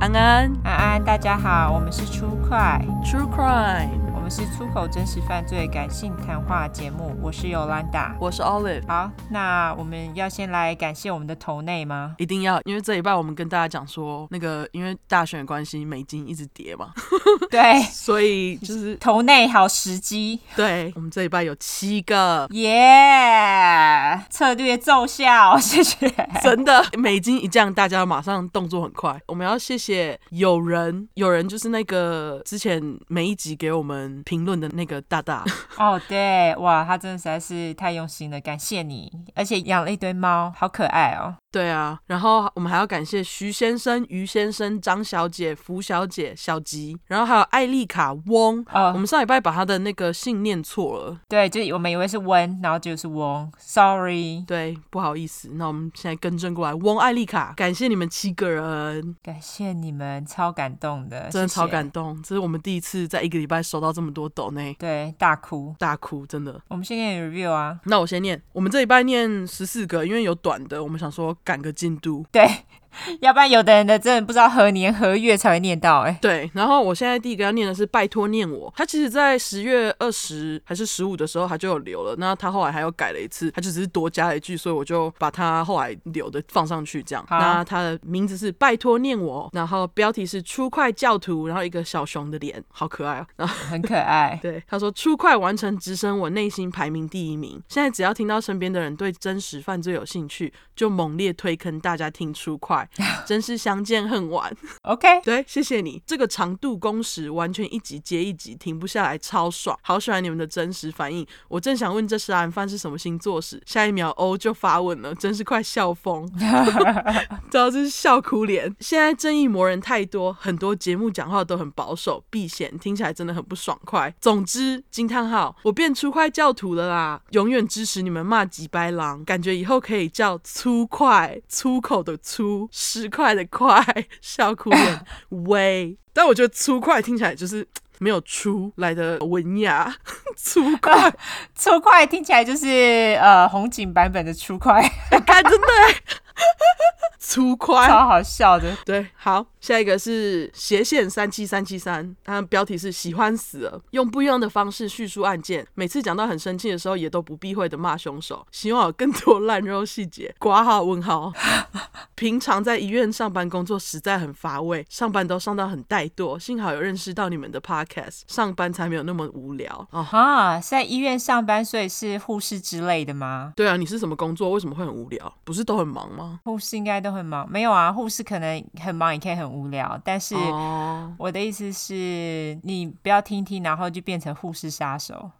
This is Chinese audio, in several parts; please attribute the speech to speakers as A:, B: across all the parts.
A: 安安
B: 安安，大家好，我们是出快，
A: ，True Crime，
B: 我们是出口真实犯罪感性谈话节目，我是尤兰达。
A: 我是 Olive，
B: 好，那我们要先来感谢我们的头内吗？
A: 一定要，因为这一拜我们跟大家讲说，那个因为大选的关系，美金一直跌嘛，
B: 对，
A: 所以就是
B: 头内好时机，
A: 对我们这一拜有七 个。
B: 耶、策略奏效， 谢谢。
A: 真的，美金一降，大家马上动作很快。我们要谢谢有人，有人就是那个之前每一集给我们评论的那个大大，
B: 哦，对，哇，他真的实在是太用心了，感谢你，而且养了一堆猫，好可爱哦。
A: 对啊，然后我们还要感谢徐先生、于先生、张小姐、福小姐、小吉，然后还有艾丽卡翁。
B: 哦
A: 我们上礼拜把她的那个信念错了，
B: 对，就是我们以为是温，然后就是翁，sorry，
A: 对，不好意思。那我们现在更正过来，翁艾丽卡，感谢你们七个人，
B: 感谢你们，超感动的，
A: 真的
B: 呃谢谢
A: 超感动。这是我们第一次在一个礼拜收到这么多抖内，
B: 对，大哭。
A: 大哭，真的。
B: 我们先给你 review 啊，
A: 那我先念，我们这礼拜念十四个，因为有短的，我们想说赶个进度。
B: 对，要不然有的人的真的不知道何年何月才会念到、哎，
A: 对，然后我现在第一个要念的是“拜托念我”，他其实在十月二十还是十五的时候他就有留了，那他后来还有改了一次，他就只是多加了一句，所以我就把他后来留的放上去这样。
B: 好
A: 那他的名字是“拜托念我”，然后标题是“出快教徒”，然后一个小熊的脸，好可爱哦。然后。
B: 很可爱
A: 对他说：“出快完成直升我内心排名第一名，现在只要听到身边的人对真实犯罪有兴趣，就猛烈推坑大家听出快，真是相见恨晚。”
B: OK，
A: 对，谢谢你。这个长度工时完全一集接一集，停不下来，超爽。好喜欢你们的真实反应。我正想问这食案犯是什么星座时，下一秒欧就发问了，真是快笑疯，知道这是笑哭脸。现在正义魔人太多，很多节目讲话都很保守避嫌，听起来真的很不爽快。总之，惊叹号，我变出快教徒了啦！永远支持你们骂几白狼，感觉以后可以叫粗快，粗口的粗，十块的快，笑哭 脸。喂，但我觉得粗快听起来就是。没有出来的文雅， 粗快，
B: 粗快听起来就是呃红警版本的 粗快，
A: 看真的欸 粗快，
B: 超好笑的。
A: 对，好，下一个是斜线三七三七三，它的标题是“喜欢死了”，用不一样的方式叙述案件，每次讲到很生气的时候，也都不避讳的骂凶手，希望有更多烂肉细节。 挂号问号。平常在医院上班工作实在很乏味，上班都上到很怠惰，幸好有认识到你们的 podcast，上班才没有那么无聊哦。
B: 啊，是在医院上班，所以是护士之类的吗？
A: 对啊，你是什么工作？为什么会很无聊？不是都很忙吗？
B: 护士应该都很忙，没有啊，护士可能很忙，也可以很无聊，但是。
A: 哦，
B: 我的意思是，你不要听听，然后就变成护士杀手。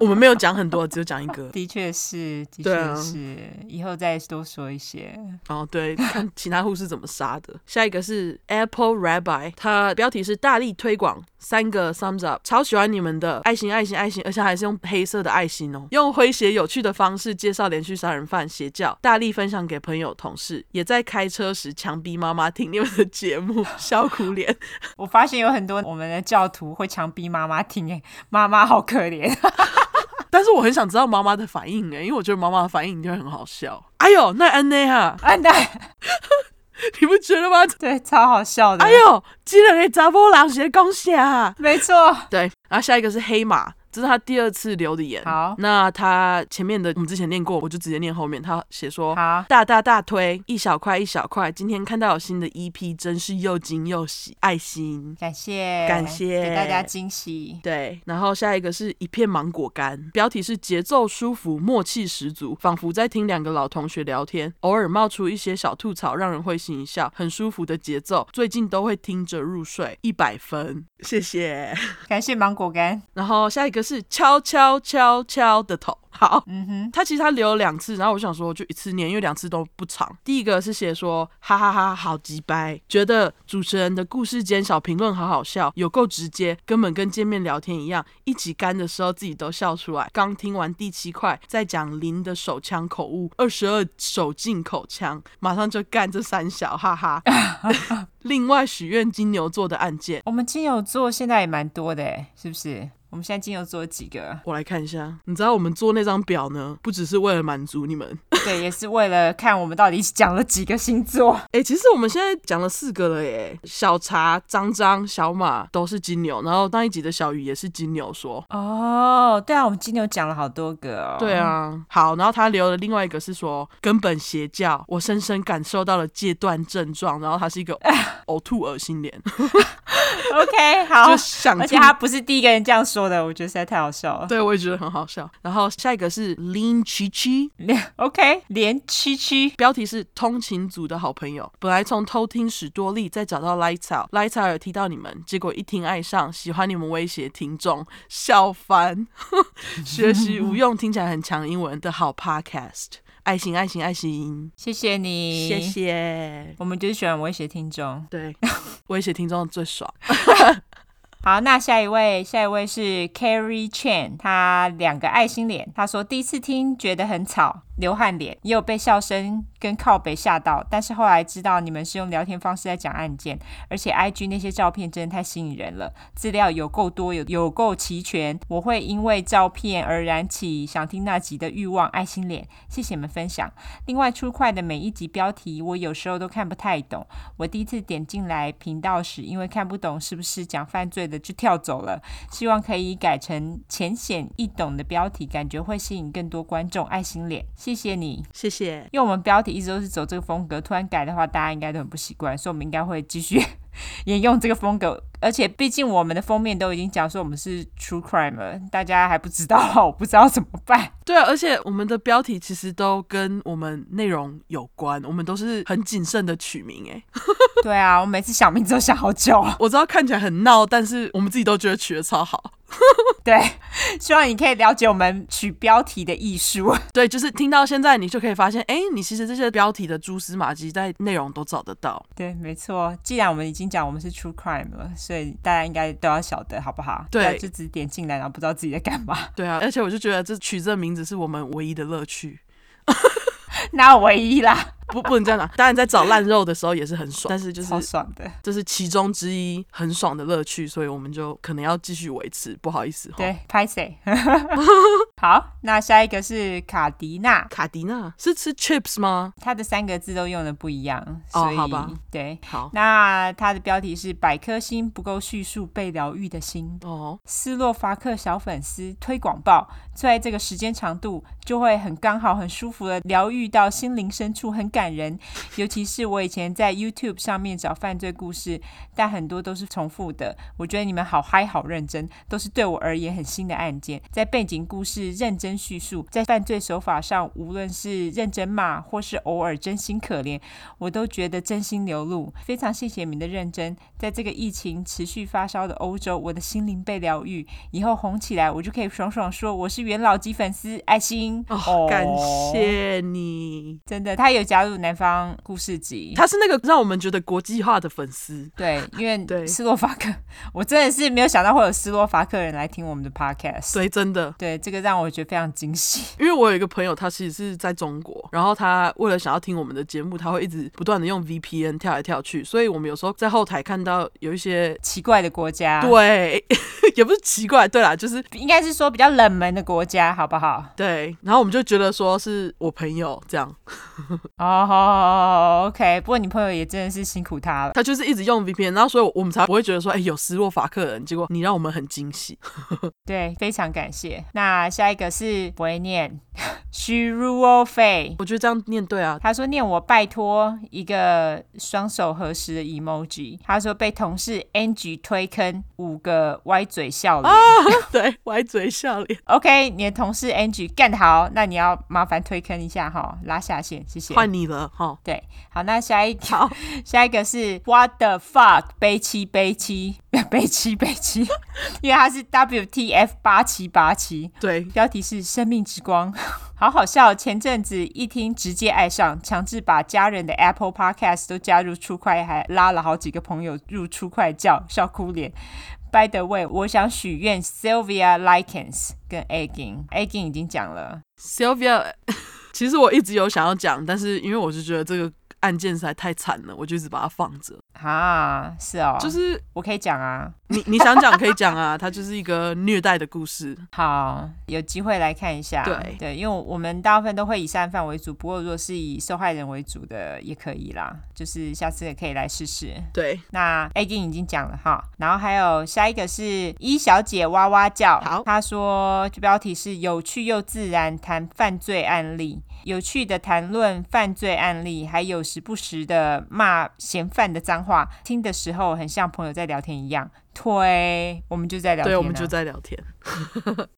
A: 我们没有讲很多，只有讲一个。
B: 的确是，的
A: 对啊
B: 确是，以后再多说一些。
A: 哦，对，看其他护士怎么杀的。下一个是 Apple Rabbi，它标题是大力推广三个 thumbs up，超喜欢你们的爱心爱心爱心，而且还是用黑色的爱心哦，用诙谐有趣的方式介绍连续杀人犯邪教，大力分享给朋友同事，也在开车时强逼妈妈听你们的节目，笑哭脸。
B: 我发现有很多我们的教徒会强逼妈妈听，哎，妈妈好可怜。
A: 但是我很想知道妈妈的反应欸诶，因为我觉得妈妈的反应一定会很好笑。哎呦，那安内哈，
B: 啊，对，
A: 你不觉得吗？
B: 对，超好笑的。
A: 哎，呦，今日的查某人是在讲啥啊？
B: 没错，
A: 对，然后下一个是黑马，这是他第二次留的言。
B: 好
A: 那他前面的我们之前念过，我就直接念后面。他写说
B: 好，
A: 大大大推一小块一小块，今天看到有新的 EP，真是又惊又喜，爱心。
B: 感谢，
A: 感谢
B: 给大家惊喜。
A: 对，然后下一个是一片芒果干，标题是节奏舒服，默契十足，仿佛在听两个老同学聊天，偶尔冒出一些小吐槽，让人会心一笑，很舒服的节奏，最近都会听着入睡，一百分，谢谢。
B: 感谢芒果干，
A: 然后下一个是敲敲敲敲的头。好，
B: 嗯哼，
A: 他其实他留了两次，然后我想说就一次念，因为两次都不长。第一个是写说哈哈哈好鸡掰，觉得主持人的故事间小评论好好笑，有够直接，根本跟见面聊天一样，一起干的时候自己都笑出来。刚听完第七块，在讲林的手枪口误，二十二手进口枪，马上就干这三小，哈 哈。另外许愿金牛座的案件，
B: 我们金牛座现在也蛮多的，哎，是不是？我们现在金牛座有几个？
A: 我来看一下，你知道我们做那张表呢，不只是为了满足你们，
B: 对，也是为了看我们到底讲了几个 星座。
A: 哎、其实我们现在讲了四个了耶，小茶、张张、小马都是金牛，然后那一集的小鱼也是金牛说。
B: 哦，对啊，我们金牛讲了好多个哦。
A: 对，啊，好，然后他留了另外一个是说根本邪教，我深深感受到了戒断症状，然后他是 一个呕吐恶心脸，
B: OK，好
A: 就，想吐
B: 而且他不是第一个人这样说的，我觉得实在太好笑了。
A: 对，我也觉得很好笑。然后下一个是 Lin Chi Chi，
B: OK，连七七，
A: 标题是通勤族的好朋友。本来从偷听史多利，再找到 Lights Out，Lights Out 有提到你们，结果一听爱上，喜欢你们威胁听众，笑翻。 学习无用，听起来很强英文的好 Podcast，爱心爱心爱心，
B: 谢谢你，
A: 谢。谢。
B: 我们就是喜欢威胁听众。
A: 对，威胁听众最爽。
B: 好，那下一位，下一位是 Carrie Chan，他两个爱心脸。他说第一次听觉得很吵，流汗脸，也有被笑声跟靠北吓到，但是后来知道你们是用聊天方式在讲案件，而且 IG 那些照片真的太吸引人了，资料有够多，有有够齐全，我会因为照片而燃起想听那集的欲望。爱心脸，谢谢你们分享。另外，出快的每一集标题，我有时候都看不太懂，我第一次点进来频道时，因为看不懂是不是讲犯罪的，就跳走了。希望可以改成浅显易懂的标题，感觉会吸引更多观众。爱心脸，谢谢你。
A: 谢谢。
B: 因为我们标题一直都是走这个风格，突然改的话，大家应该都很不习惯，所以我们应该会继续 沿用这个风格。而且，毕竟我们的封面都已经讲说我们是 true crime 了，大家还不知道，我不知道怎么办。
A: 对啊，而且我们的标题其实都跟我们内容有关，我们都是很谨慎的取名。哎，
B: 对啊，我每次想名字都想好久。
A: 我知道看起来很闹，但是我们自己都觉得取得超好。
B: 对，希望你可以了解我们取标题的艺术。
A: 对，就是听到现在，你就可以发现，哎，你其实这些标题的蛛丝马迹在内容都找得到。
B: 对，没错。既然我们已经讲我们是 true crime 了，所以大家应该都要晓得，好不好？
A: 对
B: 不要就只点进来，然后不知道自己在干嘛。
A: 对啊，而且我就觉得这取这名字是我们唯一的乐趣。
B: 那唯一啦，
A: 不，不能这样讲。当然，在找烂肉的时候也是很爽，但是就是
B: 超爽的。
A: 这是其中之一很爽的乐趣，所以我们就可能要继续维持。不好意思，吼，
B: 对，拍谁？ 好，那下一个是卡迪娜，
A: 卡迪娜是吃 chips 吗？
B: 她的三个字都用的不一样，
A: 哦
B: 所以、
A: 好吧
B: 对。
A: 好
B: 那它的标题是“百颗星不够叙述被疗愈的心”。
A: 哦，
B: 斯洛伐克小粉丝推广报，在这个时间长度就会很刚好、很舒服的疗愈到心灵深处，很感人。尤其是我以前在 YouTube 上面找犯罪故事，但很多都是重复的。我觉得你们好嗨、好认真，都是对我而言很新的案件，在背景故事认真叙述，在犯罪手法上，无论是认真骂或是偶尔真心可怜，我都觉得真心流露，非常谢谢你们的认真。在这个疫情持续发烧的欧洲，我的心灵被疗愈，以后红起来，我就可以爽爽说我是元老级粉丝，爱心
A: 哦，感。谢你。
B: 真的，他有加入南方故事集，
A: 他是那个让我们觉得国际化的粉丝，
B: 对，因
A: 对
B: 为斯洛伐克，我真的是没有想到会有斯洛伐克人来听我们的 podcast，
A: 对，真的。
B: 对，这个让我觉得非常惊喜。
A: 因为我有一个朋友，他其实是在中国，然后他为了想要听我们的节目，他会一直不断的用 VPN 跳来跳去，所以我们有时候在后台看到有一些。
B: 奇怪的国家，，
A: 对， 也不是奇怪，对啦，就是
B: 应该是说比较冷门的国家，好不好？
A: 对，然后我们就觉得说是我朋友这样，
B: 哦、好 o k 不过你朋友也真的是辛苦他了。
A: 他就是一直用 VPN，然后所以我们才不会觉得说，哎，有斯洛伐克人，结果你让我们很惊喜。
B: 对，非常感谢。那下一个是不会念虚 u o f e
A: 我觉得这样念对啊，
B: 他说念我拜托一个双手合十的 emoji。他说被同事 Angie 推坑五个歪嘴笑脸。
A: 对，歪嘴笑脸，
B: OK，你的同事 Angie 干得好，那你要麻烦推坑一下哈，拉下线，谢谢。
A: 换你了哈。
B: 对，好，那下一条，
A: 好，
B: 下一个是 What the fuck，悲七悲七 悲七悲七，因为它是 WTF 八七八七。
A: 对，
B: 标题是“生命之光”， 好好笑。前阵子一听直接爱上，强制把家人的 Apple Podcast 都加入出快，还拉了好几个朋友入出快教，笑哭脸。By the way，我想许愿 Sylvia Likens 跟 Agin，Agin 已经讲了，
A: Sylvia，其实我一直有想要讲，但是因为我是觉得这个案件实在太惨了，我就一直把它放着。
B: 啊，是哦，
A: 就是
B: 我可以讲啊。
A: 你你想讲可以讲啊， 它就是一个虐待的故事。
B: 好，有机会来看一下。
A: 对
B: 因为我们大部分都会以善犯为主，不过如果是以受害人为主的也可以啦，就是下次也可以来试试。
A: 对，
B: 那 A 君已经讲了哈，然后还有下一个是一小姐哇哇叫，
A: 好
B: 她说标题是有趣又自然谈犯罪案例，有趣的谈论犯罪案例，还有时不时的骂嫌犯的脏话，听的时候很像朋友在聊天一样。推，我们就在聊天、
A: 对，
B: 啊，
A: 我们就在聊天。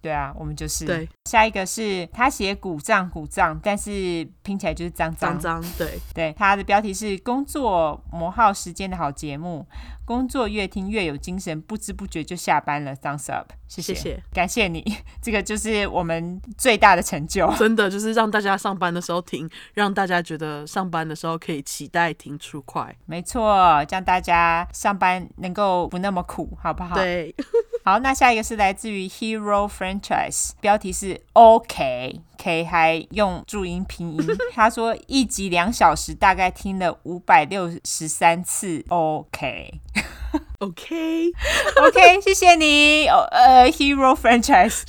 B: 对啊，我们就是。
A: 对，
B: 下一个是他写鼓胀鼓胀，但是拼起来就是脏脏
A: 脏。脏，对，
B: 对，它的标题是“工作磨耗时间的好节目”，工作越听越有精神，不知不觉就下班了。Thumbs up，谢
A: 谢谢，
B: 感谢你，这个就是我们最大的成就。
A: 真的就是让大家上班的时候听，让大家觉得上班的时候可以期待听出快。
B: 没错，这样大家上班能够不那么苦，好不好？。
A: 对，
B: 好，那下一个是来自于 Hero Franchise，标题是 OK K 还用注音拼 音。他说一集两小时，大概听了五百六十三次 OK。
A: OK，
B: OK，谢谢你。哦呃，Hero Franchise。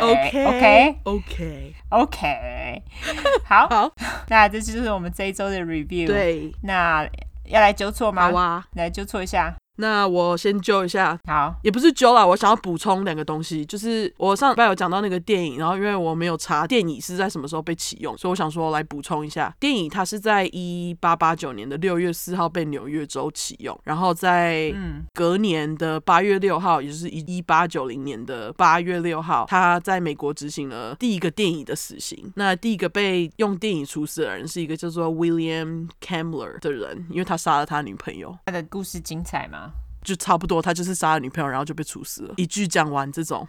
A: OK
B: OK
A: OK，
B: OK 好，
A: 好，
B: 那这就是我们这一周的 review。，
A: 对，
B: 那要来纠错吗？
A: 好啊。
B: 来纠错一下。
A: 那我先揪一下，
B: 好，
A: 也不是揪啦，我想要补充两个东西，就是我上礼拜有讲到那个电影，然后因为我没有查电影是在什么时候被启用，所以我想说来补充一下，电影它是在一八八九年的六月四号被纽约州启用，然后在
B: 嗯，
A: 隔年的八月六号，也就是一一八九零年的八月六号，他在美国执行了第一个电影的死刑。那第一个被用电影处死的人是一个叫做 William Camler 的人，因为他杀了他女朋友，
B: 他的故事精 彩吗
A: 就差不多，他就是杀了女朋友，然后就被处死了。一句讲完这种，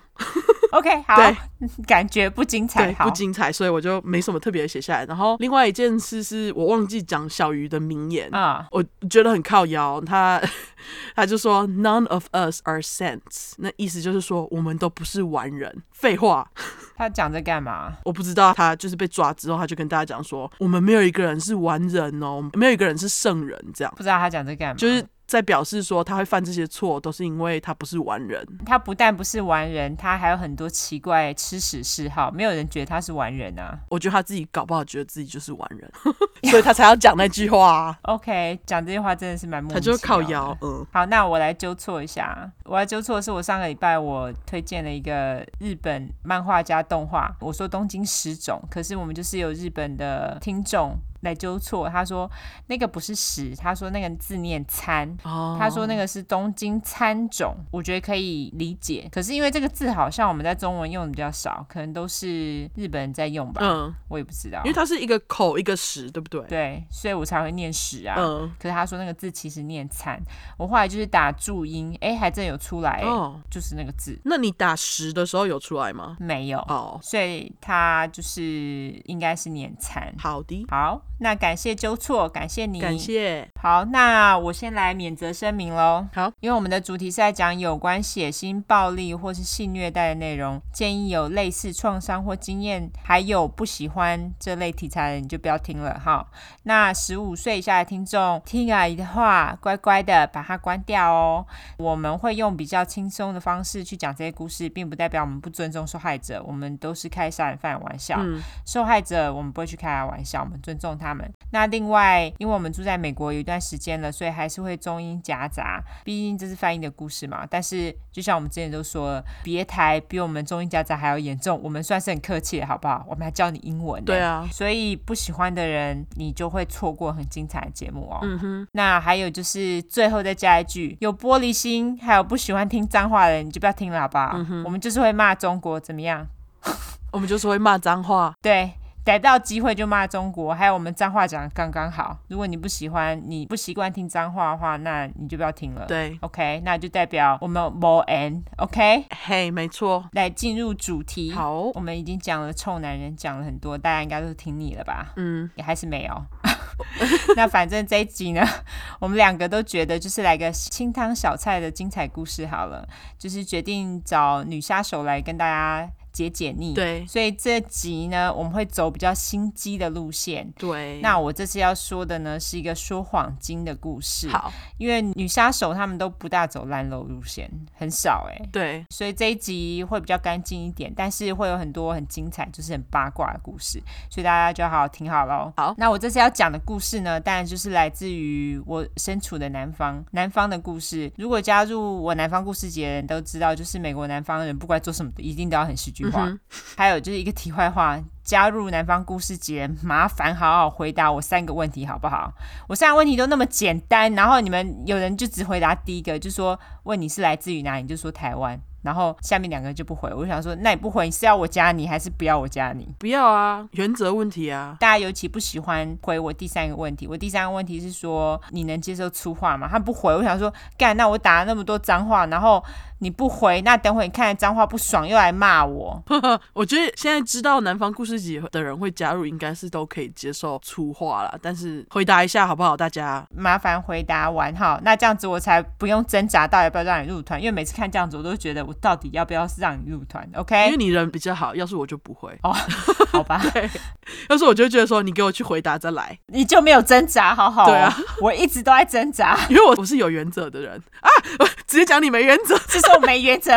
B: ？OK，好
A: 对，
B: 感觉不精彩，
A: 对，
B: 好
A: 不，精彩，所以我就没什么特别写下来。然后另外一件事是我忘记讲小鱼的名言，
B: 啊、
A: 我觉得很靠腰，他 他就说 None of us are saints，那意思就是说我们都不是完人。废话，
B: 他讲这干嘛？
A: 我不知道他就是被抓之后，他就跟大家讲说，我们没有一个人是完人哦，没有一个人是圣人，这样
B: 不知道他讲这干嘛，
A: 就是在表示说他会犯这些错，都是因为他不是完人。
B: 他不但不是完人，他还有很多奇怪吃屎嗜好，没有人觉得他是完人啊。
A: 我觉得他自己搞不好觉得自己就是完人， 所以他才要讲那句话、啊，
B: OK，讲这句话真的是蛮莫
A: 他
B: 名
A: 就
B: 其妙
A: 靠
B: 的
A: 腰，嗯。
B: 好，那我来纠错一下。啊我要纠错的是，我上个礼拜我推荐了一个日本漫画家动画，我说东京十种，可是我们就是有日本的听众来纠错，他说那个不是十，他说那个字念餐。
A: 哦
B: 他说那个是东京餐种，我觉得可以理解。可是因为这个字好像我们在中文用的比较少，可能都是日本人在用吧，
A: 嗯，
B: 我也不知道
A: 因为。它是一个口一个十，对不对？
B: 对，所以我才会念十啊。
A: 嗯，
B: 可是他说那个字其实念“惨”，我后来就是打注音，哎、还真有出来、
A: 哦，
B: 就是那个字
A: 那你打十的时候有出来吗？
B: 没有，
A: 哦，
B: 所以他就是应该是念“惨
A: 好的”。，
B: 好，那感谢纠错，感谢你，
A: 感谢。
B: 好，那我先来免责声明喽。
A: 好，
B: 因为我们的主题是在讲有关血腥、暴力或是性虐待的内容，建议有类似创伤或经验，还有不喜欢这类题材的人就不要听了哈。那十五岁以下的听众，听阿姨的话，乖乖的把它关掉哦。我们会用比较轻松的方式去讲这些故事，并不代表我们不尊重受害者，我们都是开杀人犯的玩笑。
A: 嗯，
B: 受害者我们不会去开他玩笑，我们尊重他们。那另外，因为我们住在美国有一段时间了，所以还是会中英夹杂，毕竟这是翻译的故事嘛。但是就像我们之前都说了，别台比我们中英夹杂还要严重，我们算是很客气了，好不好？我们还教你英文、
A: 对。啊，
B: 所以不喜欢的人，你就会错过很精彩的节目哦。
A: 嗯哼，
B: 那还有就是最后再加一句，有玻璃心，还有不喜欢听脏话的人，你就不要听了，好不好？
A: 嗯
B: 我们就是会骂中国，怎么样？
A: 我们就是会骂脏话。
B: 对，逮到机会就骂中国，还有我们脏话讲得刚刚好。如果你不喜欢，你不习惯听脏话的话，那你就不要听了。
A: 对，
B: ，OK，那就代表我们 more end。OK，
A: 嘿，没错。
B: 来进入主题。，
A: 好，
B: 我们已经讲了臭男人，讲了很多，大家应该都听腻了吧？
A: 嗯，
B: 也还是没有。 那反正这一集呢， 我们两个都觉得就是来个清汤小菜的精彩故事好了，就是决定找女杀手来跟大家。解解腻。
A: 对
B: 所以这集呢，我们会走比较心机的路线。
A: 对，
B: 那我这次要说的呢，是一个说谎精的故事。，
A: 好，
B: 因为女杀手她们都不大走烂路路线，很少哎、
A: 对
B: 所以这一集会比较干净一点，但是会有很多很精彩，就是很八卦的故事，所以大家就好好听好喽。
A: 好
B: 那我这次要讲的故事呢，当然就是来自于我身处的南方，南方的故事。如果加入我南方故事节的人都知道，就是美国南方人不管做什么，一定都要很戏剧化。还有就是一个题外话。加入南方故事节，麻烦好好回答我三个问题，好不好？我三个问题都那么简单，然后你们有人就只回答第一个，就说问你是来自于哪里，你就说台湾，然后下面两个就不回。我就想说，那你不回，你是要我加你，还是不要我加你？
A: 不要啊，原则问题啊，
B: 大家尤其不喜欢回我第三个问题。我第三个问题是说，你能接受粗话吗？他不回，我想说，干，那我打了那么多脏话，然后你不回，那等会你看了脏话不爽又来骂我。
A: 我觉得现在知道南方故事集的人会加入，应该是都可以接受粗话啦。但是回答一下好不好，大家？
B: 麻烦回答完哈，那这样子我才不用挣扎到底要不要让你入团，因为每次看这样子，我都觉得我到底要不要让你入团
A: 因
B: ？OK，哦
A: 为你人比较好，要是我就不会，
B: 好吧，
A: 要是我就会觉得说你给我去回答再来，
B: 你就没有挣扎，好好、哦
A: 对啊，
B: 我一直都在挣扎，
A: 因为我我是有原则的人啊， 我直接讲你没原则，
B: 这是我没原则。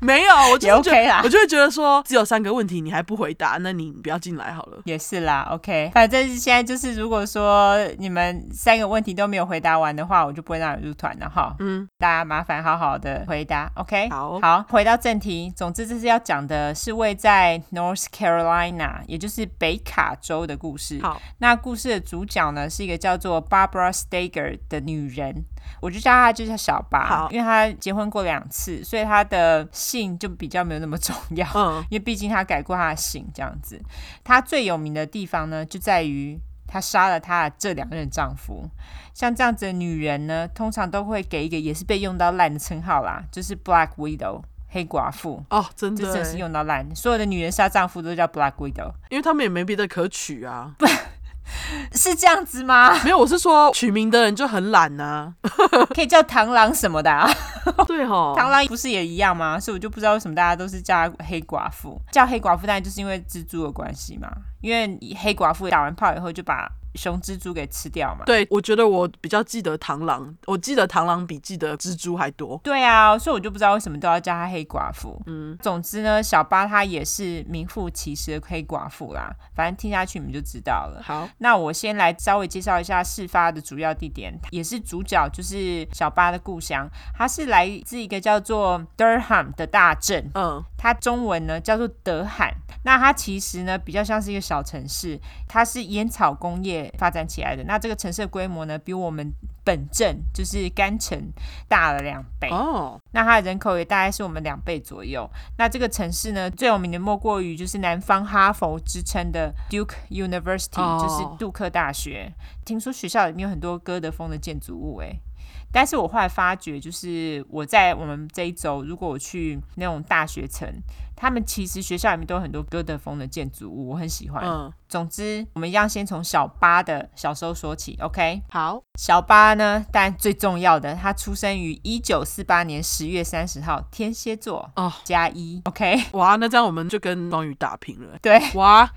A: 没有，我 就是觉得
B: 也 OK 啊啦
A: 我就会觉得说只有三个问题你还不回答，那你不要进来好了。
B: 也是啦，OK，反正现在就是，如果说你们三个问题都没有回答完的话，我就不会让你入团了哈。
A: 嗯，
B: 大家麻烦好好的回答，OK？
A: 好
B: 好，回到正题，总之这次要讲的是位在 North Carolina，也就是北卡州的故事。
A: 好，
B: 那故事的主角呢是一个叫做 Barbara Steger 的女人，我就叫她就叫小巴
A: 好，
B: 因为她结婚过两次，所以她的姓就比较没有那么重要。
A: 嗯，
B: 因为毕竟他改过他的姓，这样子。他最有名的地方呢，就在于他杀了他的这两任丈夫。像这样子的女人呢，通常都会给一个也是被用到烂的称号啦，就是 Black Widow 黑寡妇。
A: 哦，真
B: 这
A: 的
B: 真的是
A: 欸，
B: 用到烂，所有的女人杀丈夫都叫 Black Widow，
A: 因为他们也没别的可取啊。
B: 是这样子吗？
A: 没有，我是说取名的人就很懒呐、
B: 可以叫螳螂什么的啊？
A: 对吼，
B: 螳螂不是也一样吗？所以我就不知道为什么大家都是叫她黑寡妇。叫黑寡妇，当然就是因为蜘蛛的关系嘛。因为黑寡妇打完炮以后就把雄蜘蛛给吃掉嘛。
A: 对，我觉得我比较记得螳螂，我记得螳螂比记得蜘蛛还多。
B: 对啊，所以我就不知道为什么都要叫她黑寡妇。嗯，总之呢，小巴她也是名副其实的黑寡妇啦。反正听下去你们就知道了。
A: 好，
B: 那我先来稍微介绍一下事发的主要地点，也是主角就是小巴的故乡，它是来自一个叫做 Durham 的大镇。
A: 嗯，
B: 它中文呢叫做德罕。那它其实呢比较像是一个小城市，它是烟草工业发展起来的。那这个城市的规模呢，比我们本镇就是甘城大了两倍。
A: 哦，
B: 那它的人口也大概是我们两倍左右。那这个城市呢，最有名的莫过于就是南方哈佛之称的 Duke University，、
A: 哦
B: 就是杜克大学。听说学校里面有很多哥德风的建筑物、诶。但是我后来发觉，就是我在我们这一周，如果我去那种大学城，他们其实学校里面都有很多哥德风的建筑物，我很喜欢。
A: 嗯，
B: 总之，我们一样先从小巴的小时候说起，OK？
A: 好，
B: 小巴呢，但最重要的，他出生于一九四八年十月三十号，天蝎座
A: 哦
B: 加一，OK，
A: 哇，那这样我们就跟双鱼打平了。
B: 对，
A: 哇，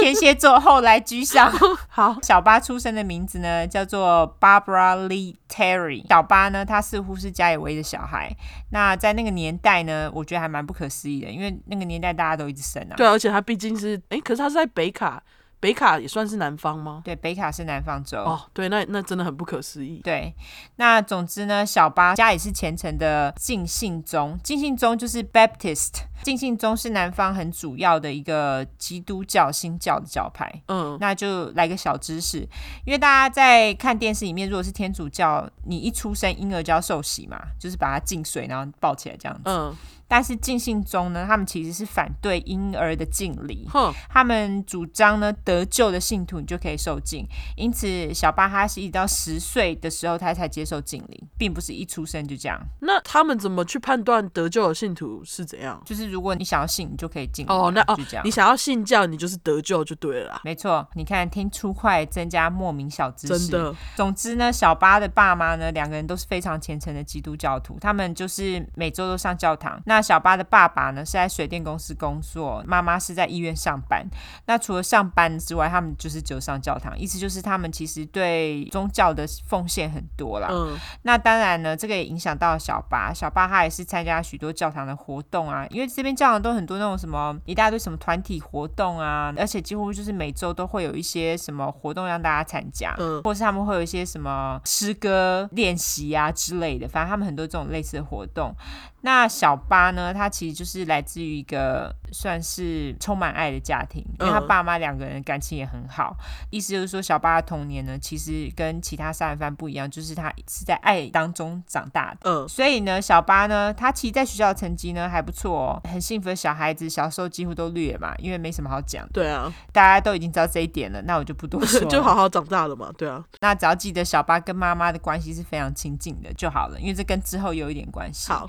B: 天蝎座后来居上。
A: 好，
B: 小巴出生的名字呢叫做 Barbara Lee Terry。小巴呢，他似乎是家里唯一的小孩。那在那个年代呢，我觉得还蛮不可思议的，因为那个年代大家都一直生啊。
A: 对，而且他毕竟是，诶，可是他是在北卡，北卡也算是南方吗？
B: 对，北卡是南方州。
A: 哦，对，那那真的很不可思议。
B: 对，那总之呢，小巴家里是虔诚的浸信宗，浸信宗就是 Baptist，浸信宗是南方很主要的一个基督教新教的教派。
A: 嗯，
B: 那就来个小知识，因为大家在看电视里面，如果是天主教，你一出生婴儿就要受洗嘛，就是把它浸水，然后抱起来这样子。
A: 嗯，
B: 但是浸信宗呢，他们其实是反对婴儿的敬礼，
A: 哼，
B: 他们主张呢，得救的信徒你就可以受浸，因此小巴哈是一直到十岁的时候他才接受禁礼，并不是一出生就这样。
A: 那他们怎么去判断得救的信徒是怎样？
B: 就是如果你想要信，你就可以禁礼
A: 哦，那哦
B: 就这，样
A: 你。想要信教，你就是得救就对了啦，
B: 没错，你看听出快增加莫名小知
A: 真
B: 识。
A: 的。
B: 总之呢，小巴的爸妈呢，两个人都是非常虔诚的基督教徒，他们就是每周都上教堂。那那小巴的爸爸呢是在水电公司工作，妈妈是在医院上班。那除了上班之外，他们就是只有上教堂，意思就是他们其实对宗教的奉献很多啦。
A: 嗯，
B: 那当然呢，这个也影响到小巴。小巴他也是参加许多教堂的活动啊，因为这边教堂都很多那种什么一大堆什么团体活动啊，而且几乎就是每周都会有一些什么活动让大家参加，
A: 嗯
B: 或是他们会有一些什么诗歌练习啊之类的，反正他们很多这种类似的活动。那小巴呢，他其实就是来自于一个算是充满爱的家庭，因为他
A: 嗯
B: 爸妈两个人感情也很好，意思就是说，小巴的童年呢，其实跟其他杀人犯不一样，就是他是在爱当中长大的。
A: 嗯，
B: 所以呢，小巴呢，他其实在学校的成绩呢还不错哦，很幸福的小孩子，小时候几乎都绿了嘛，因为没什么好讲的，
A: 对啊，
B: 大家都已经知道这一点了，那我就 不多说了。
A: 就好好长大了嘛，对啊，
B: 那只要记得小巴跟妈妈的关系是非常亲近的就好了，因为这跟之后有一点关系。
A: 好，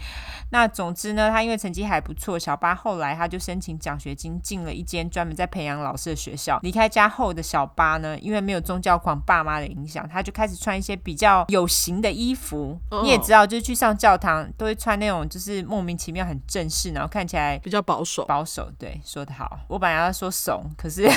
B: 那总之呢，他因为成绩还不错，小巴后来他就申请奖学金进了一间专门在培养老师的学校。离开家后的小巴呢，因为没有宗教狂爸妈的影响，他就开始穿一些比较有型的衣服。
A: 哦
B: 你也知道，就是去上教堂都会穿那种就是莫名其妙很正式，然后看起来。
A: 比较保守，
B: 保守，对，说得好。我本来要说怂，可是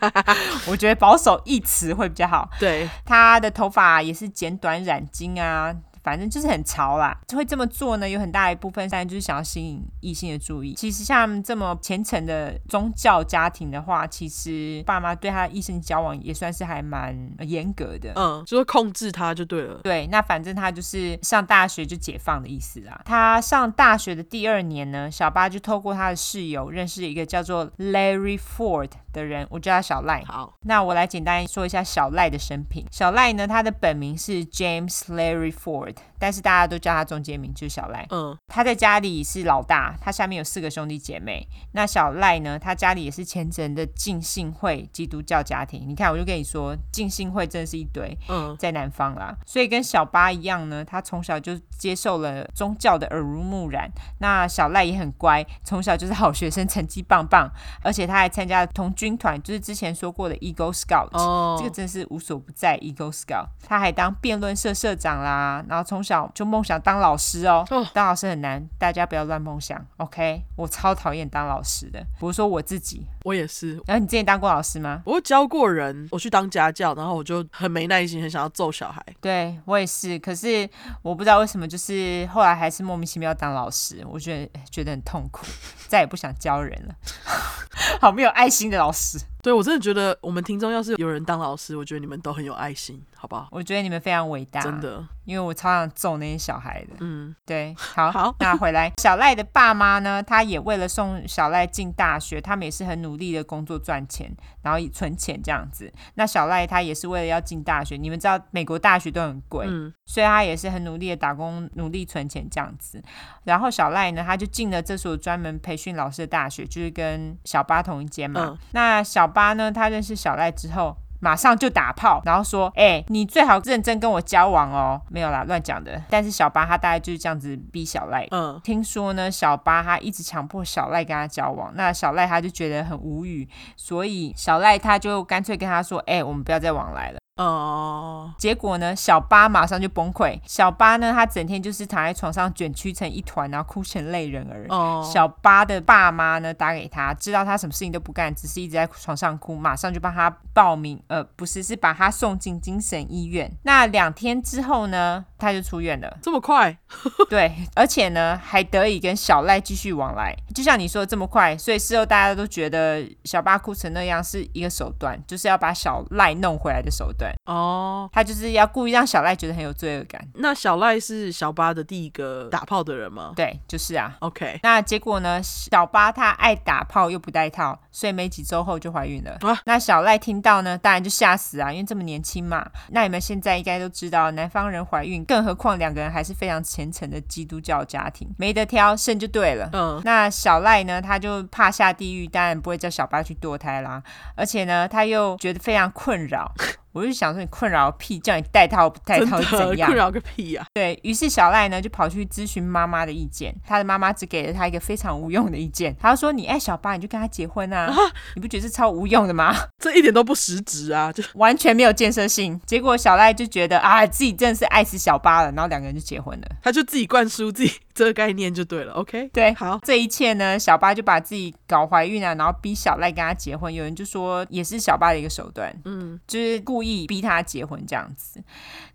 B: 我觉得保守一词会比较好。
A: 对，
B: 他的头发也是剪短染金啊，反正就是很潮啦。会这么做呢，有很大一部分当然就是想要吸引异性的注意。其实像他们这么虔诚的宗教家庭的话，其实爸妈对他的异性交往也算是还蛮严格的。
A: 嗯，就是控制他就对了，
B: 对，那反正他就是上大学就解放的意思啦。他上大学的第二年呢，小巴就透过他的室友认识一个叫做 Larry Ford 的人，我叫他小赖。
A: 好，
B: 那我来简单说一下小赖的生平。小赖呢，他的本名是 James Larry Ford，但是大家都叫他中间名，就是小赖。
A: 嗯，
B: 他在家里是老大，他下面有四个兄弟姐妹。那小赖呢，他家里也是虔诚的浸信会基督教家庭。你看，我就跟你说，浸信会真的是一堆。
A: 嗯，
B: 在南方啦，所以跟小巴一样呢，他从小就接受了宗教的耳濡目染。那小赖也很乖，从小就是好学生，成绩棒棒，而且他还参加了童军团，就是之前说过的 Eagle Scout。
A: 哦，
B: 这个真是无所不在，Eagle Scout。他还当辩论社社长啦，然后从小就梦想当老师哦。
A: 哦
B: 当老师很难，大家不要乱梦想，OK？我超讨厌当老师的，比如说我自己。
A: 我也是。
B: 然后你之前当过老师吗？
A: 我有教过人，我去当家教，然后我就很没耐心，很想要揍小孩。
B: 对我也是，可是我不知道为什么，就是后来还是莫名其妙当老师，我觉得哎觉得很痛苦，再也不想教人了， 好没有爱心的老师。
A: 对我真的觉得，我们听众要是有人当老师，我觉得你们都很有爱心，好不好？
B: 我觉得你们非常伟大，
A: 真，的，
B: 因为我超想揍那些小孩的。
A: 嗯，
B: 对，好，
A: 好
B: 那回来，小赖的爸妈呢，他也为了送小赖进大学，他们也是很努力的工作赚钱，然后也存钱这样子。那小赖他也是为了要进大学，你们知道美国大学都很贵，
A: 嗯
B: 所以他也是很努力的打工，努力存钱这样子。然后小赖呢，他就进了这所专门培训老师的大学，就是跟小巴同一间嘛。
A: 嗯
B: 那小巴呢，他认识小赖之后。马上就打炮，然后说：“哎、你最好认真跟我交往哦。”没有啦，乱讲的。但是小巴他大概就是这样子逼小赖的。
A: 嗯，
B: 听说呢，小巴他一直强迫小赖跟他交往，那小赖他就觉得很无语，所以小赖他就干脆跟他说：“哎、我们不要再往来了。”
A: 哦，
B: 结果呢，小巴马上就崩溃。小巴呢，他整天就是躺在床上卷曲成一团，然后哭成泪人儿。
A: 哦，。
B: 小巴的爸妈呢打给他，知道他什么事情都不干，只是一直在床上哭，马上就帮他报名，呃，不是，是把他送进精神医院。那两天之后呢，他就出院了
A: 这么快，
B: 对，而且呢，还得以跟小赖继续往来。就像你说的这么快，所以事后大家都觉得小巴哭成那样是一个手段，就是要把小赖弄回来的手段。
A: 哦。
B: 他就是要故意让小赖觉得很有罪恶感。
A: 那小赖是小巴的第一个打炮的人吗
B: 对，就是啊。
A: ？OK，
B: 那结果呢？小巴她爱打炮又不戴套，所以没几周后就怀孕了。
A: 啊
B: 那小赖听到呢，当然就吓死啊，因为这么年轻嘛。那你们现在应该都知道，南方人怀孕，更何况两个人还是非常虔诚的基督教家庭，没得挑，剩就对了。
A: 嗯，
B: 那小赖呢，他就怕下地狱，当然不会叫小巴去堕胎啦。而且呢，他又觉得非常 困扰。我就想说，你困扰个屁，叫你戴套不戴
A: 真
B: 套
A: 的
B: 是哎怎样？
A: 困扰个屁啊呀、
B: 对于是小赖呢，就跑去咨询妈妈的意见。他的妈妈只给了他一个非常无用的意见，他说：“你爱哎小巴，你就跟他结婚啊，你不觉得这超无用的吗？
A: 这一点都不实质啊！就
B: 完全没有建设性。”结果小赖就觉得啊，自己真的是爱死小巴了，然后两个人就结婚了。
A: 他就自己灌输自己这个概念就对了，OK？
B: 对，
A: 好，
B: 这一切呢，小八就把自己搞怀孕啊，然后逼小赖跟他结婚。有人就说也是小八的一个手段，嗯，就是故意逼他结婚这样子。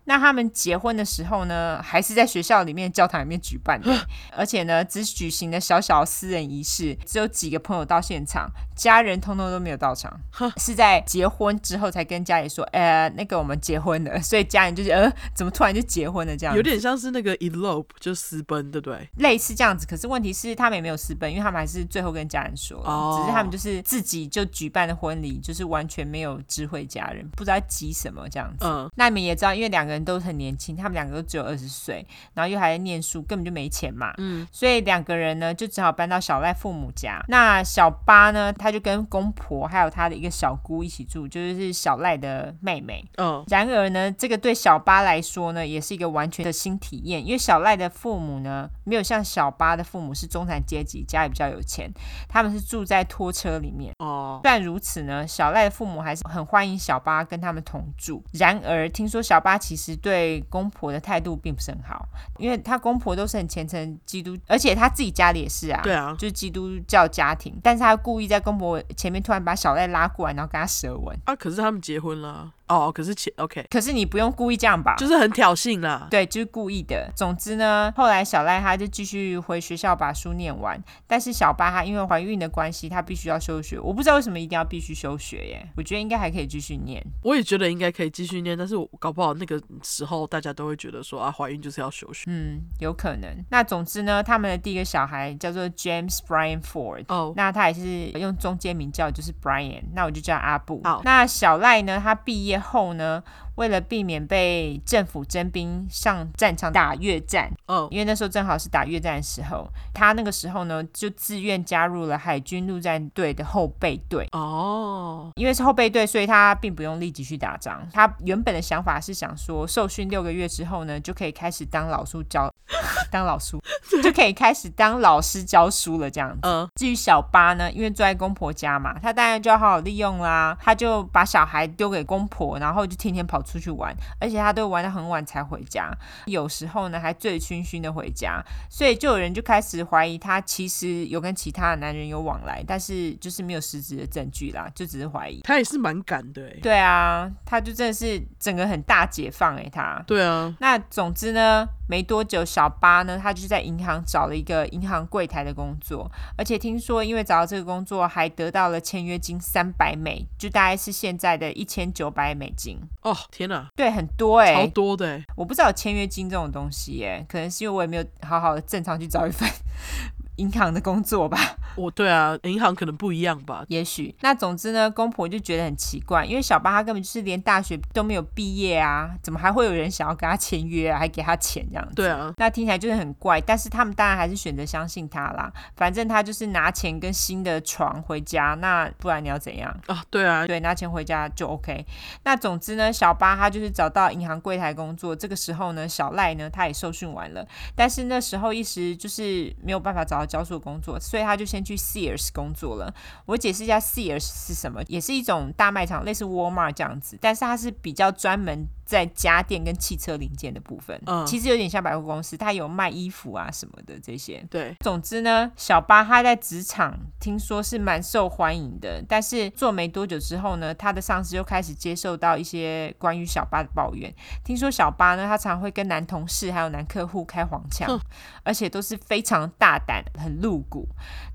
B: 那他们结婚的时候呢，还是在学校里面教堂里面举办的，而且呢，只举行了小小私人仪式，只有几个朋友到现场，家人通通都没有到场，是在结婚之后才跟家里说，呃，那个我们结婚了，所以家人就是呃，怎么突然就结婚了这样子
A: 有点像是那个 elope 就私奔，对不对？
B: 类似这样子，可是问题是他们也没有私奔，因为他们还是最后跟家人说了
A: 哦
B: 只是他们就是自己就举办的婚礼，就是完全没有知会家人，不知道急什么这样子。
A: 嗯，
B: 那你们也知道，因为两个人都很年轻，他们两个都只有二十岁，然后又还在念书，根本就没钱嘛。嗯，所以两个人呢就只好搬到小赖父母家。那小八呢，他就跟公婆还有他的一个小姑一起住，就是小赖的妹妹。
A: 哦，
B: 然而呢，这个对小八来说呢，也是一个完全的新体验，因为小赖的父母呢，没有像小八的父母是中产阶级，家里比较有钱，他们是住在拖车里面。
A: 哦，
B: 虽然如此呢，小赖的父母还是很欢迎小八跟他们同住。然而，听说小八其实对公婆的态度并不是很好，因为他公婆都是很虔诚基督，而且他自己家里也是啊。
A: 对啊，
B: 就是基督教家庭，但是他故意在公婆前面突然把小赖拉过来，然后跟他舌吻。
A: 啊，可是他们结婚了，哦，可是前 OK
B: 可是你不用故意这样吧？
A: 就是很挑衅啦，
B: 对，就是故意的。总之呢，后来小赖他就继续回学校把书念完，但是小八他因为怀孕的关系，他必须要休学。我不知道为什么一定要必须休学耶，我觉得应该还可以继续念。
A: 我也觉得应该可以继续念，但是我搞不好那个时候大家都会觉得说啊，怀孕就是要休学，
B: 嗯，有可能。那总之呢，他们的第一个小孩叫做 James Brian Ford。
A: 哦，
B: 那他也是用中间名叫，就是 Brian，那我就叫阿布。
A: 好
B: 那小赖呢？他毕业后呢，为了避免被政府征兵上战场打越战，
A: 哦，
B: 因为那时候正好是打越战的时候，他那个时候呢就自愿加入了海军陆战队的后备队。
A: 哦，
B: 因为是后备队，所以他并不用立即去打仗。他原本的想法是想说，受训六个月之后呢，就可以开始当老师教， 当老师就可以开始当老师教书了这样子。
A: 呃，
B: 至于小八呢，因为住在公婆家嘛，他当然就要好好利用啦。他就把小孩丢给公婆，然后就天天跑出去玩，而且他都玩到很晚才回家，有时候呢还醉醺醺的回家，所以就有人就开始怀疑他其实有跟其他的男人有往来，但是就是没有实质的证据啦，就只是怀疑。
A: 他也是蛮敢的欸，
B: 对啊，他就真的是整个很大解放诶、他。
A: 对啊，
B: 那总之呢，没多久，小八呢，他就在银行找了一个银行柜台的工作，而且听说因为找到这个工作，还得到了签约金三百美，就大概是现在的一千九百美金，
A: 哦，天哪，
B: 对，很多哎、
A: 超多的欸，
B: 我不知道有签约金这种东西耶、可能是因为我也没有好好的正常去找一份 银行的工作吧。
A: 我对啊，银行可能不一样吧，
B: 也许。那总之呢，公婆就觉得很奇怪，因为小八他根本就是连大学都没有毕业啊，怎么还会有人想要跟他签约啊，还给他钱这样子？
A: 对啊，
B: 那听起来就是很怪，但是他们当然还是选择相信他啦。反正他就是拿钱跟新的床回家，那不然你要怎样？
A: 啊，对啊，
B: 对，拿钱回家就 OK。那总之呢，小八他就是找到银行柜台工作。这个时候呢，小赖呢他也受训完了，但是那时候一时就是没有办法找到教授工作，所以他就先去 Sears 工作了。我解释一下 Sears 是什么，也是一种大卖场，类似 Walmart 这样子，但是它是比较专门。在家电跟汽车零件的部分，
A: 嗯
B: 其实有点像百货公司，它有卖衣服啊什么的这些。
A: 对，
B: 总之呢，小八他在职场听说是蛮受欢迎的，但是做没多久之后呢，他的上司就开始接受到一些关于小八的抱怨。听说小八呢，他常会跟男同事还有男客户开黄腔
A: 哼，
B: 而且都是非常大胆、很露骨。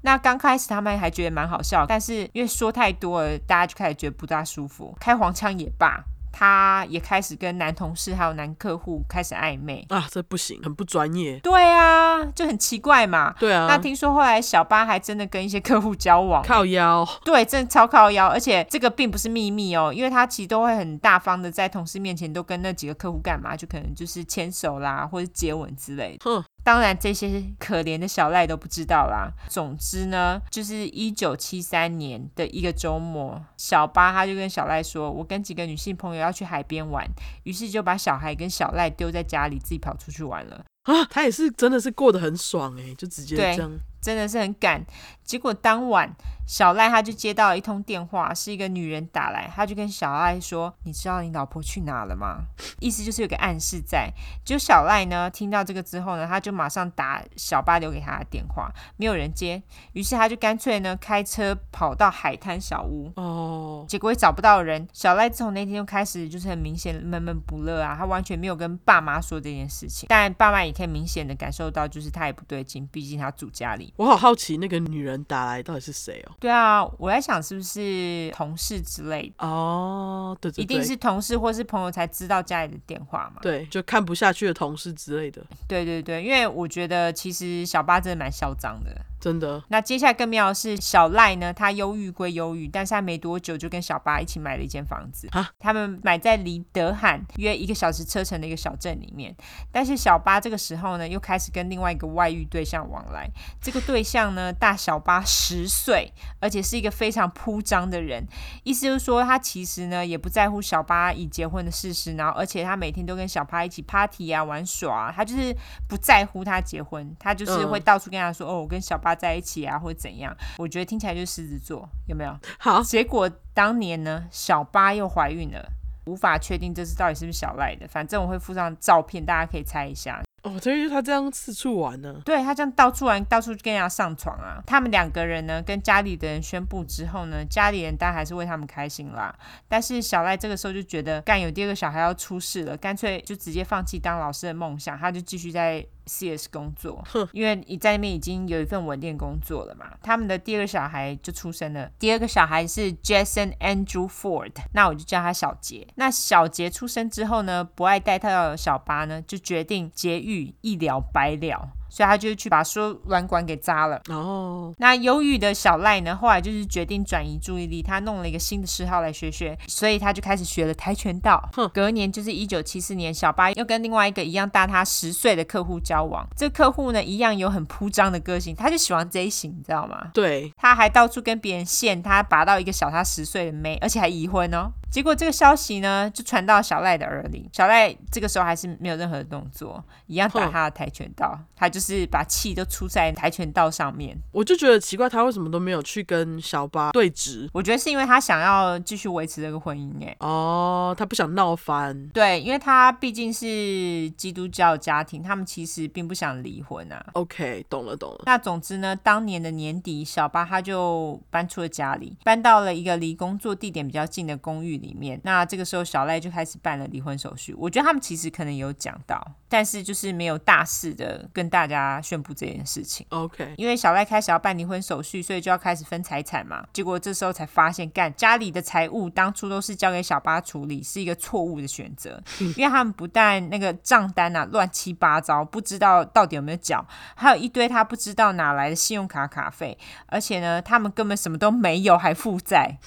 B: 那刚开始他们还觉得蛮好笑，但是因为说太多了，大家就开始觉得不大舒服。开黄腔也罢，他也开始跟男同事还有男客户开始暧昧。
A: 啊，这不行，很不专业，
B: 对啊，就很奇怪嘛。
A: 对啊
B: 那，听说后来小八还真的跟一些客户交往，
A: 靠腰，
B: 对，真的超靠腰，而且这个并不是秘密哦，因为他其实都会很大方的在同事面前都跟那几个客户干嘛，就可能就是牵手啦，或者接吻之类的。
A: 哼，
B: 当然，这些可怜的小赖都不知道啦。总之呢，就是一九七三年的一个周末，小八他就跟小赖说：“我跟几个女性朋友要去海边玩。”于是就把小孩跟小赖丢在家里，自己跑出去玩了。
A: 啊，他也是真的是过得很爽哎，就直接
B: 对
A: 这样，
B: 真的是很赶。结果当晚，小赖他就接到一通电话，是一个女人打来，他就跟小赖说：“你知道你老婆去哪了吗？”意思就是有个暗示在。就小赖呢，听到这个之后呢，他就马上打小八留给他的电话，没有人接，于是他就干脆呢开车跑到海滩小屋。
A: 哦，
B: 结果也找不到人，小赖自从那天就开始就是很明显闷闷不乐啊，他完全没有跟爸妈说这件事情，但爸妈也可以明显的感受到，就是他也不对劲，毕竟他住家里
A: 我好好奇那个女人打来到底是谁哦。
B: 对啊，我在想是不是同事之类的，
A: 哦，对对对，
B: 一定是同事或是朋友才知道家里的电话嘛。
A: 对，就看不下去的同事之类的，
B: 对对对，因为我觉得其实小八真的蛮嚣张的。
A: 真的
B: 那接下来更妙的是，小赖呢，他忧郁归忧郁，但是他没多久就跟小八一起买了一间房子
A: 啊。
B: 他们买在离德罕约一个小时车程的一个小镇里面。但是小八这个时候呢，又开始跟另外一个外遇对象往来。这个对象呢，大小八十岁，而且是一个非常铺张的人。意思就是说，他其实呢也不在乎小八已结婚的事实，然后而且他每天都跟小八一起 party 啊、玩耍啊，他就是不在乎他结婚，他就是会
A: 嗯
B: 到处跟他说、哦，我跟小八在一起啊，或者怎样。我觉得听起来就是狮子座，有没有？
A: 好
B: 结果当年呢，小八又怀孕了。无法确定这是到底是不是小赖的，反正我会附上照片，大家可以猜一下。
A: 哦。所以他这样四处玩呢，
B: 对他这样到处玩，到处跟人家上床啊。他们两个人呢，跟家里的人宣布之后呢，家里人当然还是为他们开心啦。但是小赖这个时候就觉得，干有第二个小孩要出事了，干脆就直接放弃当老师的梦想，他就继续在 CS 工作，因为你在那边已经有一份稳定工作了嘛。他们的第二个小孩就出生了，第二个小孩是 Jason Andrew Ford，那我就叫他小杰。那小杰出生之后呢，不爱带他的小八呢，就决定节育一了百了，所以他就去把输卵管给扎了。
A: 然后
B: 那忧郁的小赖呢，后来就是决定转移注意力，他弄了一个新的嗜好来学学，所以他就开始学了跆拳道。隔年就是一九七四年，小八又跟另外一个一样大他十岁的客户交往，这客户呢一样有很铺张的个性，他就喜欢这一型，你知道吗？
A: 对，
B: 他还到处跟别人献他拔到一个小他十岁的妹，而且还已婚哦。结果这个消息呢，就传到小赖的耳里。小赖这个时候还是没有任何动作，一样打
A: 哼
B: 他的跆拳道，他就是把气都出在跆拳道上面。
A: 我就觉得奇怪，他为什么都没有去跟小八对峙？
B: 我觉得是因为他想要继续维持这个婚姻，哎，
A: 哦，他不想闹翻。
B: 对，因为他毕竟是基督教家庭，他们其实并不想离婚啊。
A: OK，懂了懂了。
B: 那总之呢，当年的年底，小巴他就搬出了家里，搬到了一个离工作地点比较近的公寓里面。那这个时候，小赖就开始办了离婚手续。我觉得他们其实可能有讲到，但是就是没有大肆的跟大家宣布这件事情。
A: OK，
B: 因为小赖开始要办离婚手续，所以就要开始分财产嘛。结果这时候才发现，干家里的财务当初都是交给小八处理，是一个错误的选择。因为他们不但那个账单啊乱七八糟，不知道到底有没有缴，还有一堆他不知道哪来的信用卡卡费，而且呢，他们根本什么都没有，还负债，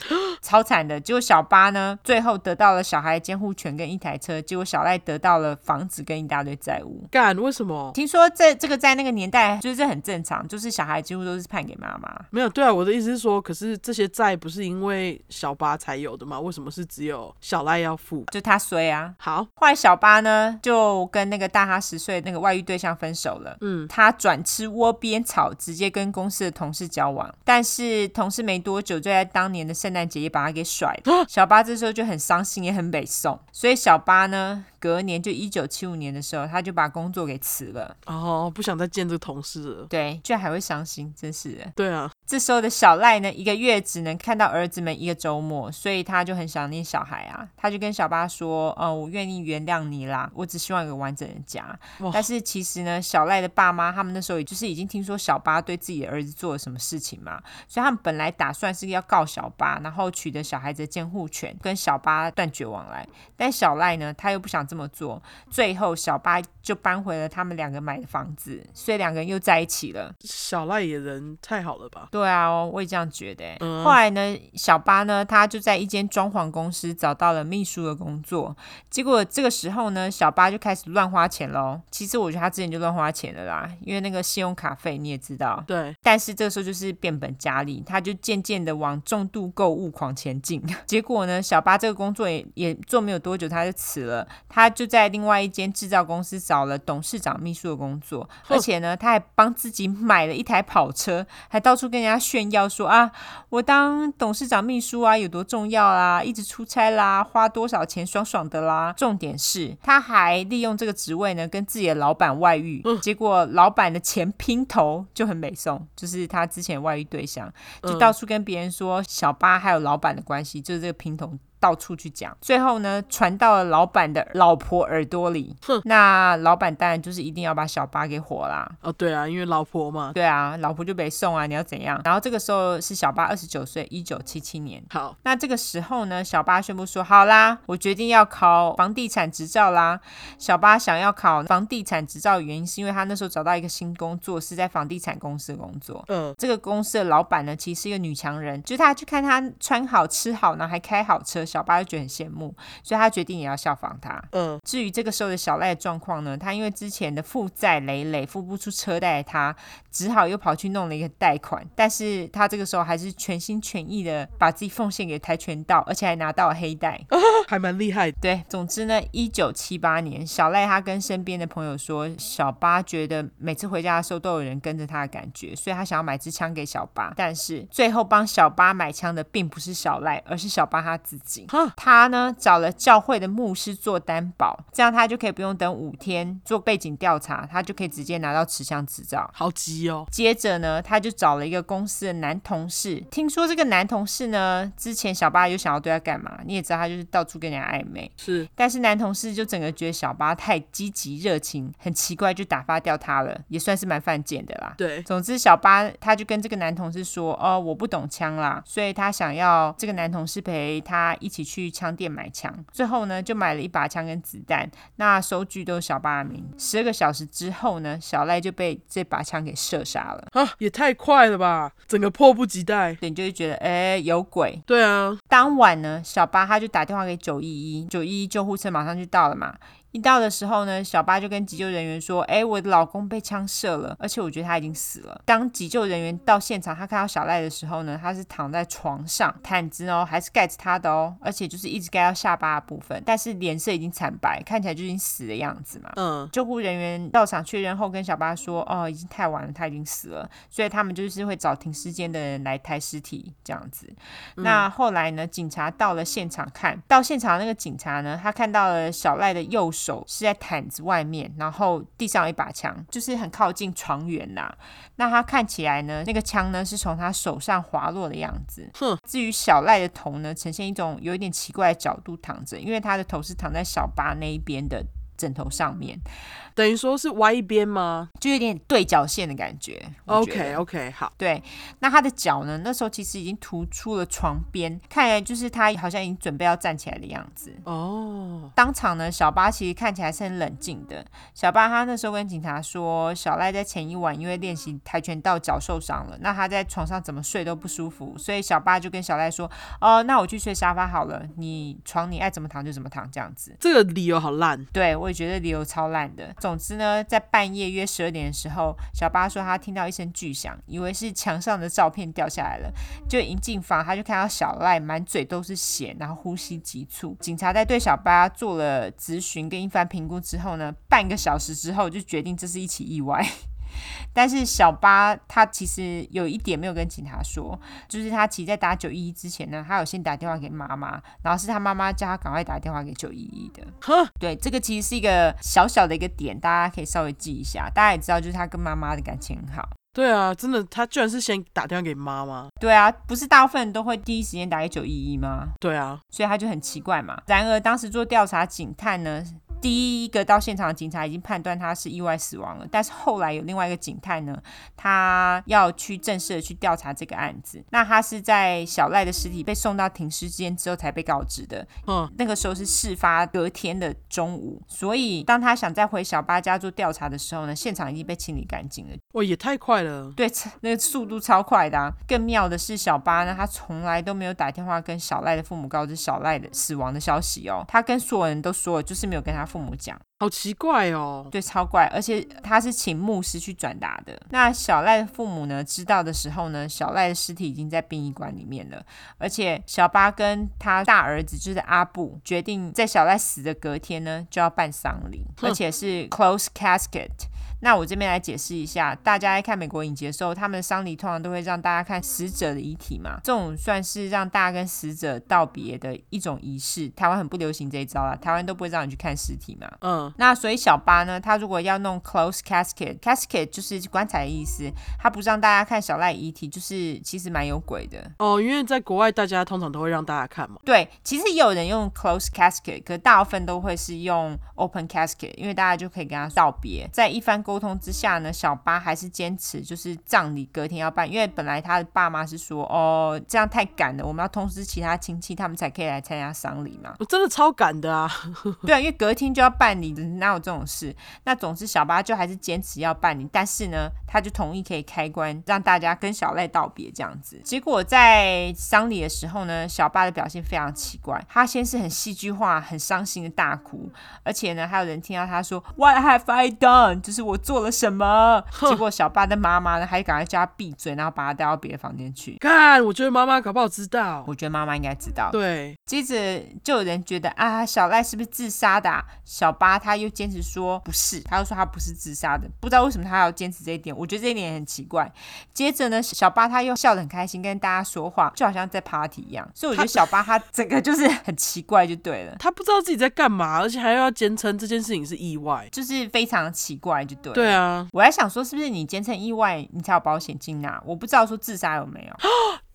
B: 超惨的。结果小八呢，最后得到了小孩的监护权跟一台车，结果小赖得到了房子跟一大堆债务。
A: 干为什么？
B: 听说这这个在那个年代就是这很正常，就是小孩几乎都是判给妈妈。
A: 没有，对啊，我的意思是说，可是这些债不是因为小八才有的吗？为什么是只有小赖要付？
B: 就他衰啊。
A: 好，
B: 后来小八呢，就跟那个大他十岁那个外遇对象分手了。
A: 嗯，
B: 他转吃窝边草，直接跟公司的同事交往。但是同事没多久就在当年的圣诞节也把他给甩了。小八这时候就很伤心，也很北宋。所以小八呢，隔年就一九七五年的时候，他就把工作给辞了。
A: 哦，不想再见这个同事了。
B: 对，居然还会伤心，真是的。
A: 对啊，
B: 这时候的小赖呢，一个月只能看到儿子们一个周末，所以他就很想念小孩啊。他就跟小巴说：“呃，我愿意原谅你啦，我只希望有个完整的家。
A: 哇”
B: 但是其实呢，小赖的爸妈他们那时候也就是已经听说小巴对自己的儿子做了什么事情嘛，所以他们本来打算是要告小巴，然后取得小孩子的监护权，跟小巴断绝往来。但小赖呢，他又不想这么做，最后小巴就搬回了他们两个买的房子，所以两个人又在一起了。
A: 小赖也人太好了吧？
B: 对啊，我也这样觉得欸、
A: 嗯
B: 后来呢，小八呢，他就在一间装潢公司找到了秘书的工作。结果这个时候呢，小八就开始乱花钱喽。其实我觉得他之前就乱花钱了啦，因为那个信用卡费你也知道。
A: 对，
B: 但是这个时候就是变本加厉，他就渐渐的往重度 购物狂前进。结果呢，小八这个工作也也做没有多久，他就辞了。他他就在另外一间制造公司找了董事长秘书的工作，而且呢，他还帮自己买了一台跑车，还到处跟人家炫耀说啊，我当董事长秘书啊有多重要啦、一直出差啦，花多少钱爽爽的啦。重点是，他还利用这个职位呢跟自己的老板外遇，
A: 嗯
B: 结果老板的前姘头就很美颂，就是他之前外遇对象，就
A: 嗯
B: 到处跟别人说小八还有老板的关系，就是这个姘头到处去讲，最后呢传到了老板的老婆耳朵里
A: 哼。
B: 那老板当然就是一定要把小八给火啦。
A: 哦，对啊，因为老婆嘛。
B: 对啊，老婆就被送啊，你要怎样？然后这个时候是小八二十九岁，一九七七年。
A: 好，
B: 那这个时候呢，小八宣布说：“好啦，我决定要考房地产执照啦。”小八想要考房地产执照的原因是因为他那时候找到一个新工作，是在房地产公司工作。
A: 嗯，
B: 这个公司的老板呢，其实是一个女强人，就是她去看她穿好吃好，然后还开好车，小八就觉得很羡慕，所以她决定也要效仿她。
A: 嗯，
B: 至于这个时候的小赖的状况呢，他因为之前的负债累累，付不出车贷的他，只好又跑去弄了一个贷款。但是他这个时候还是全心全意的把自己奉献给跆拳道，而且还拿到了黑带。
A: 还蛮厉害的。
B: 对，总之呢，一九七八年，小赖他跟身边的朋友说，小八觉得每次回家的时候都有人跟着他的感觉，所以他想要买支枪给小八。但是最后帮小八买枪的并不是小赖，而是小八他自己
A: 哈。
B: 他呢找了教会的牧师做担保，这样他就可以不用等五天做背景调查，他就可以直接拿到持枪执照。
A: 好急哦，
B: 接着呢，他就找了一个公司的男同事。听说这个男同事呢，之前小八有想要对他干嘛？你也知道，他就是到处跟人家暧昧。
A: 是
B: 但是男同事就整个觉得小八太积极热情，很奇怪，就打发掉他了，也算是蛮犯贱的啦。
A: 对，
B: 总之，小八他就跟这个男同事说：“哦，我不懂枪啦，所以他想要这个男同事陪他一起去枪店买枪。最后呢，就买了一把枪跟子弹，那收据都是小八的名。十二个小时之后呢，小赖就被这把枪给射杀了。
A: 啊，也太快了吧，整个迫不及待。
B: 对，你就会觉得，哎，有鬼。
A: 对啊，
B: 当晚呢，小八他就打电话给九一一，九一一救护车马上就到了嘛。一到的时候呢，小八就跟急救人员说：“哎、我的老公被枪射了，而且我觉得他已经死了。”当急救人员到现场，他看到小赖的时候呢，他是躺在床上，毯子哦还是盖着他的哦，而且就是一直盖到下巴的部分，但是脸色已经惨白，看起来就已经死的样子嘛。
A: 嗯，
B: 救护人员到场确认后，跟小八说：“哦，已经太晚了，他已经死了。”所以他们就是会找停尸间的人来抬尸体这样子。
A: 嗯
B: 那后来呢，警察到了现场看，到现场那个警察呢，他看到了小赖的右手是在毯子外面，然后地上有一把枪，就是很靠近床缘呐、那他看起来呢，那个枪呢是从他手上滑落的样子。
A: 哼
B: 至于小赖的头呢，呈现一种有一点奇怪的角度躺着，因为他的头是躺在小巴那一边的枕头上面。
A: 等于说是歪一边吗
B: 就有点对角线的感觉。我觉
A: ？OK
B: 得
A: OK，好，
B: 对，那他的脚呢？那时候其实已经突出了床边，看起来就是他好像已经准备要站起来的样子。
A: 哦，
B: 当场呢，小巴其实看起来是很冷静的。小巴他那时候跟警察说，小赖在前一晚因为练习跆拳道脚受伤了，那他在床上怎么睡都不舒服，所以小巴就跟小赖说：“哦，那我去睡沙发好了，你床你爱怎么躺就怎么躺，这样子。”
A: 这个理由好烂，
B: 对，我也觉得理由超烂的。总之呢，在半夜约十二点的时候，小八说他听到一声巨响，以为是墙上的照片掉下来了，就一进房，他就看到小赖满嘴都是血，然后呼吸急促。警察在对小八做了咨询跟一番评估之后呢，半个小时之后就决定这是一起意外。 但是小八他其实有一点没有跟警察说，就是他其实在打九一一之前呢，他有先打电话给妈妈，然后是他妈妈叫他赶快打电话给九一一的。
A: 哼，
B: 对，这个其实是一个小小的一个点，大家可以稍微记一下。大家也知道，就是他跟妈妈的感情很好。
A: 对啊，真的，他居然是先打电话给妈妈，
B: 对啊，不是大部分人都会第一时间打给九一一吗？
A: 对啊，
B: 所以他就很奇怪嘛。然而当时做调查警探呢，第一个到现场的警察已经判断他是意外死亡了，但是后来有另外一个警探呢，他要去正式的去调查这个案子。那他是在小赖的尸体被送到停尸间之后才被告知的，
A: 嗯，
B: 那个时候是事发隔天的中午，所以当他想再回小巴家做调查的时候呢，现场已经被清理干净了。
A: 哇，也太快了，
B: 对， 那个速度超快的、啊。更妙的是，小巴呢，他从来都没有打电话跟小赖的父母告知小赖的死亡的消息哦。他跟所有人都说了，就是没有跟他父母讲。
A: 好奇怪哦。
B: 对，超怪，而且他是请牧师去转达的。那小赖的父母呢，知道的时候呢，小赖的尸体已经在殡仪馆里面了，而且小巴跟他大儿子就是阿布决定在小赖死的隔天呢，就要办丧礼，
A: 哼
B: 而且是 close casket。那我这边来解释一下，大家在看美国影集的时候，他们的丧礼通常都会让大家看死者的遗体嘛，这种算是让大家跟死者道别的一种仪式。台湾很不流行这一招啦，台湾都不会让你去看尸体嘛。
A: 嗯，
B: 那所以小巴呢，他如果要弄 close casket，casket 就是棺材的意思，他不让大家看小赖遗体，就是其实蛮有鬼的。
A: 哦，因为在国外大家通常都会让大家看嘛。
B: 对，其实也有人用 close casket，可大部分都会是用 open casket，因为大家就可以跟他道别。在一番沟通之下呢，小巴还是坚持就是葬礼隔天要办，因为本来他的爸妈是说哦这样太赶了，我们要通知其他亲戚，他们才可以来参加丧礼嘛。
A: 我真的超赶的啊！
B: 对啊，因为隔天就要办理，哪有这种事？那总之小巴就还是坚持要办理，但是呢，他就同意可以开棺，让大家跟小赖道别这样子。结果在丧礼的时候呢，小巴的表现非常奇怪，他先是很戏剧化、很伤心的大哭，而且呢，还有人听到他说 “What have I done？” 就是我做了什么？结果小巴的妈妈呢，还赶快叫他闭嘴，然后把他带到别的房间去。
A: 看，我觉得妈妈搞不好知道。
B: 我觉得妈妈应该知道，
A: 对，
B: 接着就有人觉得啊，小赖是不是自杀的、啊？小巴他又坚持说不是，他又说他不是自杀的，不知道为什么他要坚持这一点，我觉得这一点也很奇怪。接着呢，小巴他又笑得很开心，跟大家说话，就好像在 party 一样，所以我觉得小巴他整个就是很奇怪就对了，
A: 她不知道自己在干嘛，而且还要坚称这件事情是意外。
B: 就是非常奇怪就对了。
A: 对啊，
B: 我还想说，是不是你坚称意外，你才有保险金拿？我不知道说自杀有没有，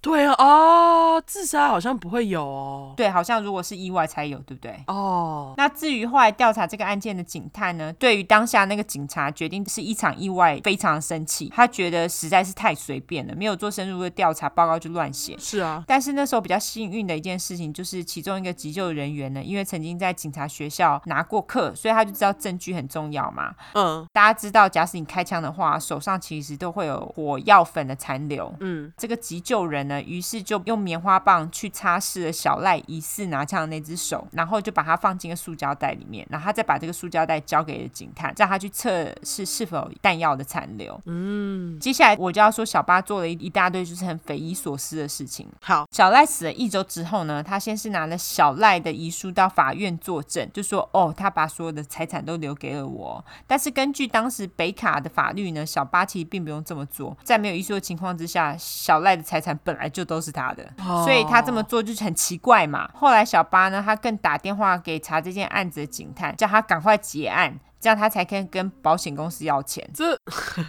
A: 对啊，哦，自杀好像不会有哦。
B: 对，好像如果是意外才有，对不对？
A: 哦，
B: 那至于后来调查这个案件的警探呢，对于当下那个警察决定是一场意外，非常生气。他觉得实在是太随便了，没有做深入的调查，报告就乱写。
A: 是啊，
B: 但是那时候比较幸运的一件事情，就是其中一个急救人员呢，因为曾经在警察学校拿过课，所以他就知道证据很重要嘛。
A: 嗯
B: 大家知道，假使你开枪的话，手上其实都会有火药粉的残留。
A: 嗯，
B: 这个急救人呢，于是就用棉花棒去擦拭了小赖疑似拿枪的那只手，然后就把它放进个塑胶袋里面，然后他再把这个塑胶袋交给了警探，让他去测试是否有弹药的残留。嗯，接下来我就要说小巴做了一一大堆就是很匪夷所思的事情。
A: 好，
B: 小赖死了一周之后呢，他先是拿了小赖的遗书到法院作证，就说哦，他把所有的财产都留给了我。但是根据当时北卡的法律呢，小巴其实并不用这么做，在没有遗书的情况之下，小赖的财产本来就都是他的，
A: 哦，
B: 所以他这么做就是很奇怪嘛。后来小巴呢，他更打电话给查这件案子的警探，叫他赶快结案。这样他才可以跟保险公司要钱
A: 这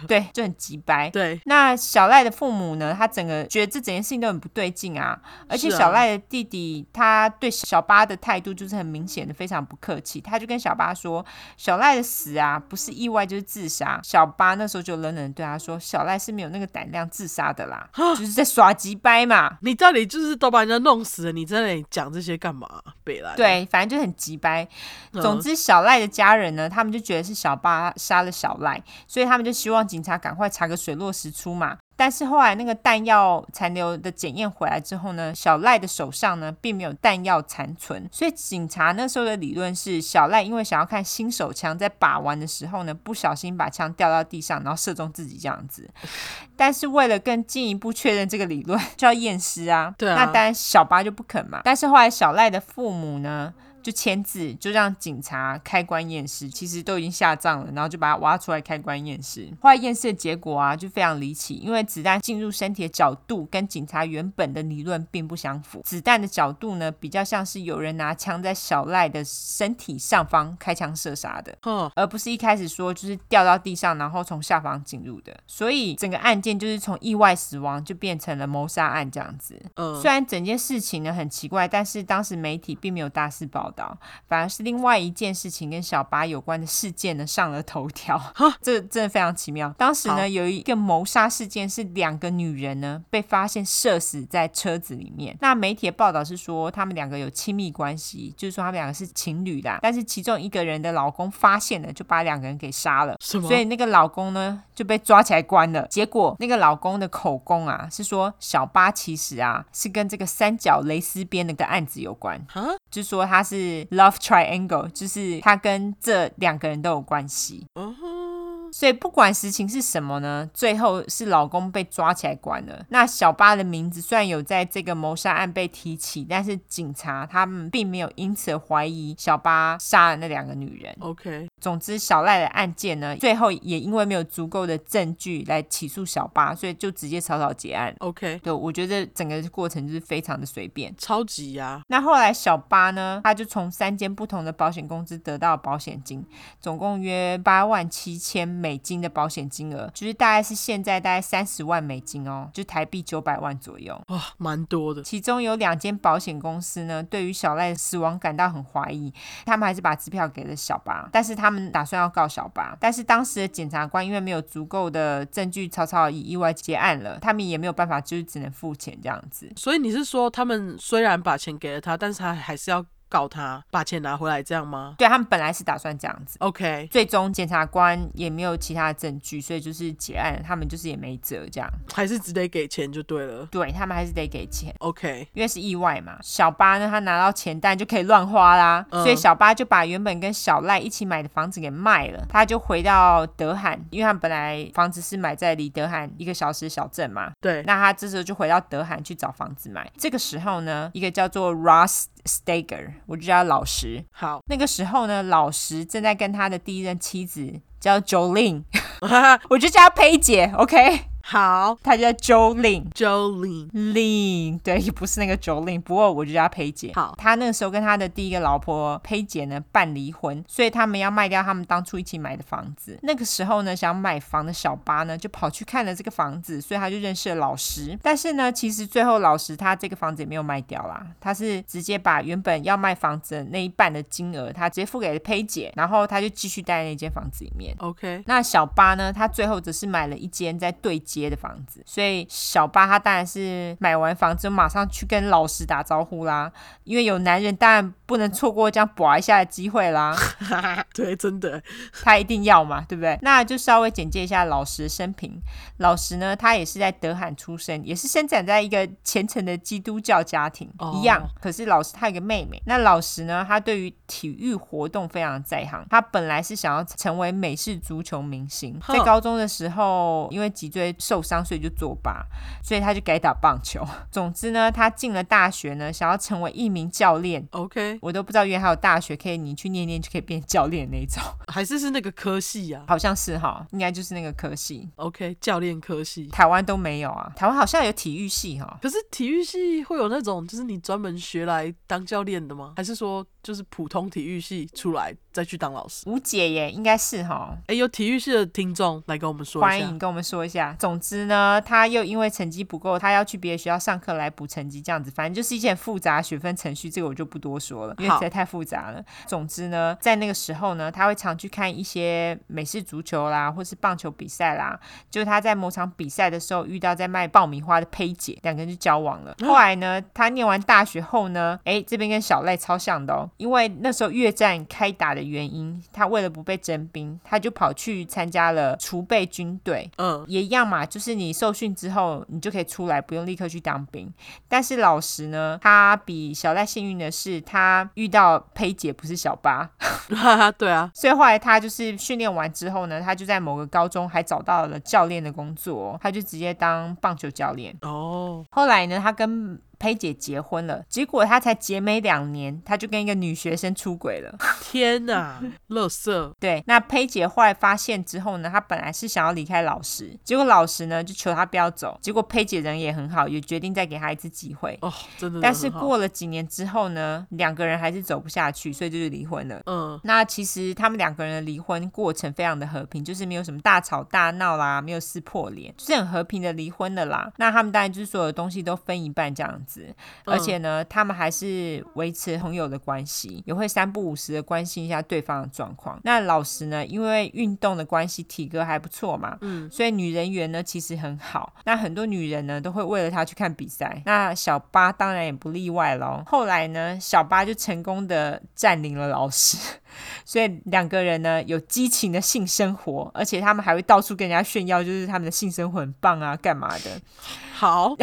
B: 对，就很急掰。
A: 对
B: 那小赖的父母呢？他整个觉得这整件事情都很不对劲啊，而且
A: 是啊
B: 小赖的弟弟他对小巴的态度就是很明显的非常不客气，他就跟小巴说，小赖的死啊不是意外就是自杀。小巴那时候就冷冷地对他说，小赖是没有那个胆量自杀的啦，
A: 啊
B: 就是在耍鸡掰嘛。
A: 你到底就是都把人家弄死了，你在那里讲这些干嘛？北来，
B: 对，反正就很急掰。
A: 嗯
B: 总之，小赖的家人呢，他们就觉得是小巴杀了小赖，所以他们就希望警察赶快查个水落石出嘛。但是后来那个弹药残留的检验回来之后呢，小赖的手上呢并没有弹药残存，所以警察那时候的理论是，小赖因为想要看新手枪在把玩的时候呢，不小心把枪掉到地上，然后射中自己这样子。但是为了更进一步确认这个理论， 就要验尸啊。
A: 对啊
B: 那当然小巴就不肯嘛。但是后来小赖的父母呢，就签字，就让警察开棺验尸，其实都已经下葬了，然后就把他挖出来开棺验尸。后来验尸的结果啊，就非常离奇，因为子弹进入身体的角度跟警察原本的理论并不相符。子弹的角度呢，比较像是有人拿枪在小赖的身体上方开枪射杀的。
A: 哼，
B: 而不是一开始说就是掉到地上，然后从下方进入的。所以整个案件就是从意外死亡就变成了谋杀案这样子。
A: 嗯
B: 虽然整件事情呢很奇怪，但是当时媒体并没有大肆报道，反而是另外一件事情跟小巴有关的事件呢上了头 条。这真的非常奇妙。当时
A: 好
B: 呢有一个谋杀事件，是两个女人呢被发现射死在车子里面。那媒体的报道是说，她们两个有亲密关系，就是说她们两个是情侣啦。但是其中一个人的老公发现了，就把两个人给杀了。
A: 什么
B: 所？以那个老公呢就被抓起来关了。结果那个老公的口供啊是说，小巴其实啊是跟这个三角蕾丝边那个案子有关
A: 啊，
B: 就说他是是 love triangle，就是他跟这两个人都有关系。
A: 哦吼，
B: 所以不管实情是什么呢，最后是老公被抓起来关了。那小巴的名字虽然有在这个谋杀案被提起，但是警察他们并没有因此怀疑小巴杀了那两个女人。
A: ，OK，
B: 总之，小赖的案件呢，最后也因为没有足够的证据来起诉小巴，所以就直接草草结案。
A: OK，
B: 对，我觉得整个过程就是非常的随便。
A: 超级呀、
B: 那后来小巴呢，他就从三间不同的保险公司得到保险金，总共约八万七千美金的保险金额，就是大概是现在大概三十万美金哦，就台币九百万左右。
A: 哇，蛮多的。
B: 其中有两间保险公司呢，对于小赖的死亡感到很怀疑，他们还是把支票给了小巴，但是他们打算要告小巴，但是当时的检察官因为没有足够的证据，草草以意外结案了，他们也没有办法，就是只能付钱这样子。
A: 所以你是说，他们虽然把钱给了他，但是他还是要告他，把钱拿回来，这样吗
B: 对他们本来是打算这样子。
A: ？OK，
B: 最终检察官也没有其他的证据，所以就是结案，他们就是也没辙这样。
A: 还是只得给钱就对了。
B: 对他们还是得给钱。
A: OK，
B: 因为是意外嘛，小巴呢，他拿到钱当然就可以乱花啦，
A: 嗯
B: 所以小巴就把原本跟小赖一起买的房子给卖了，他就回到德罕，因为他们本来房子是买在离德罕一个小时的小镇嘛，
A: 对，
B: 那他这时候就回到德罕去找房子买。这个时候呢，一个叫做 Ross Steger，我就叫他老石。
A: 好，
B: 那个时候呢，老石正在跟他的第一任妻子叫 Jolin，我就叫他佩姐，OK，
A: 好
B: 他叫 Jolin。
A: ，Jolene，
B: Lin，对，也不是那个 Jolin，不过我就叫她裴姐。
A: 好
B: 她那个时候跟她的第一个老婆裴姐呢办离婚，所以他们要卖掉他们当初一起买的房子。那个时候呢，想买房的小巴呢就跑去看了这个房子，所以他就认识了老石。但是呢，其实最后老石他这个房子也没有卖掉啦，他是直接把原本要卖房子的那一半的金额，他直接付给了裴姐，然后他就继续待在那间房子里面。
A: ，OK，
B: 那小巴呢？他最后只是买了一间在对街的房子，所以小巴他当然是买完房之后马上去跟老师打招呼啦，因为有男人当然不能错过这样拔一下的机会啦，
A: 对，真的，
B: 他一定要嘛，对不对？那就稍微简介一下老石的生平。老石呢，他也是在德罕出生，也是生长在一个虔诚的基督教家庭、
A: 哦
B: 一样。可是老石他有个妹妹，那老石呢，他对于体育活动非常在行，他本来是想要成为美式足球明星，
A: 哼
B: 在高中的时候因为脊椎受伤，所以就作罢，所以他就改打棒球。 总之呢，他进了大学呢，想要成为一名教练。
A: OK，
B: 我都不知道原来还有大学可以你去念念就可以变教练的那一种。
A: 还是是那个科系呀、
B: 好像是哈，应该就是那个科系，
A: OK，教练科系。
B: 台湾都没有啊，台湾好像有体育系哈。
A: 可是体育系会有那种，就是你专门学来当教练的吗？还是说就是普通体育系出来再去当老师？
B: 吴姐耶，应该是哈，
A: 哎，有体育系的听众来跟我们说一
B: 欢
A: 下
B: 迎。跟我们说一下。总之呢，他又因为成绩不够，他要去别的学校上课来补成绩，这样子，反正就是一件复杂的学分程序，这个我就不多说了，因为
A: 好
B: 实在太复杂了。总之呢，在那个时候呢，他会常去看一些美式足球啦，或是棒球比赛啦。就他在某场比赛的时候遇到在卖爆米花的佩姐，两个人就交往了。后来呢，他念完大学后呢，哎，这边跟小赖超像的哦，因为那时候越战开打的原因，他为了不被征兵，他就跑去参加了储备军队。
A: 嗯，
B: 也一样嘛，就是你受训之后，你就可以出来，不用立刻去当兵。但是老实呢，他比小赖幸运的是，他遇到佩姐不是小八，
A: 哈哈，对啊，
B: 所以后来他就是训练完之后呢，他就在某个高中还找到了教练的工作哦、他就直接当棒球教练。
A: 哦，
B: 后来呢，他跟佩姐结婚了，结果他才结没两年，他就跟一个女学生出轨了。
A: 天 哪，乐色，
B: 对，那佩姐后来发现之后呢，她本来是想要离开老师，结果老师呢就求她不要走，结果佩姐人也很好，也决定再给她一次机会。
A: 哦，真的人很好。
B: 但是过了几年之后呢，两个人还是走不下去，所以就是离婚了。
A: 嗯
B: 那其实他们两个人的离婚过程非常的和平，就是没有什么大吵大闹啦，没有撕破脸，就是很和平的离婚的啦。那他们当然就是所有东西都分一半这样子，而且呢，他们还是维持朋友的关系，也会三不五时的关心一下对方的状况。那老实呢，因为运动的关系，体格还不错嘛，所以女人缘呢其实很好。那很多女人呢都会为了他去看比赛，那小巴当然也不例外喽。后来呢，小巴就成功的占领了老师，所以两个人呢有激情的性生活，而且他们还会到处跟人家炫耀，就是他们的性生活很棒啊，干嘛的。
A: 好，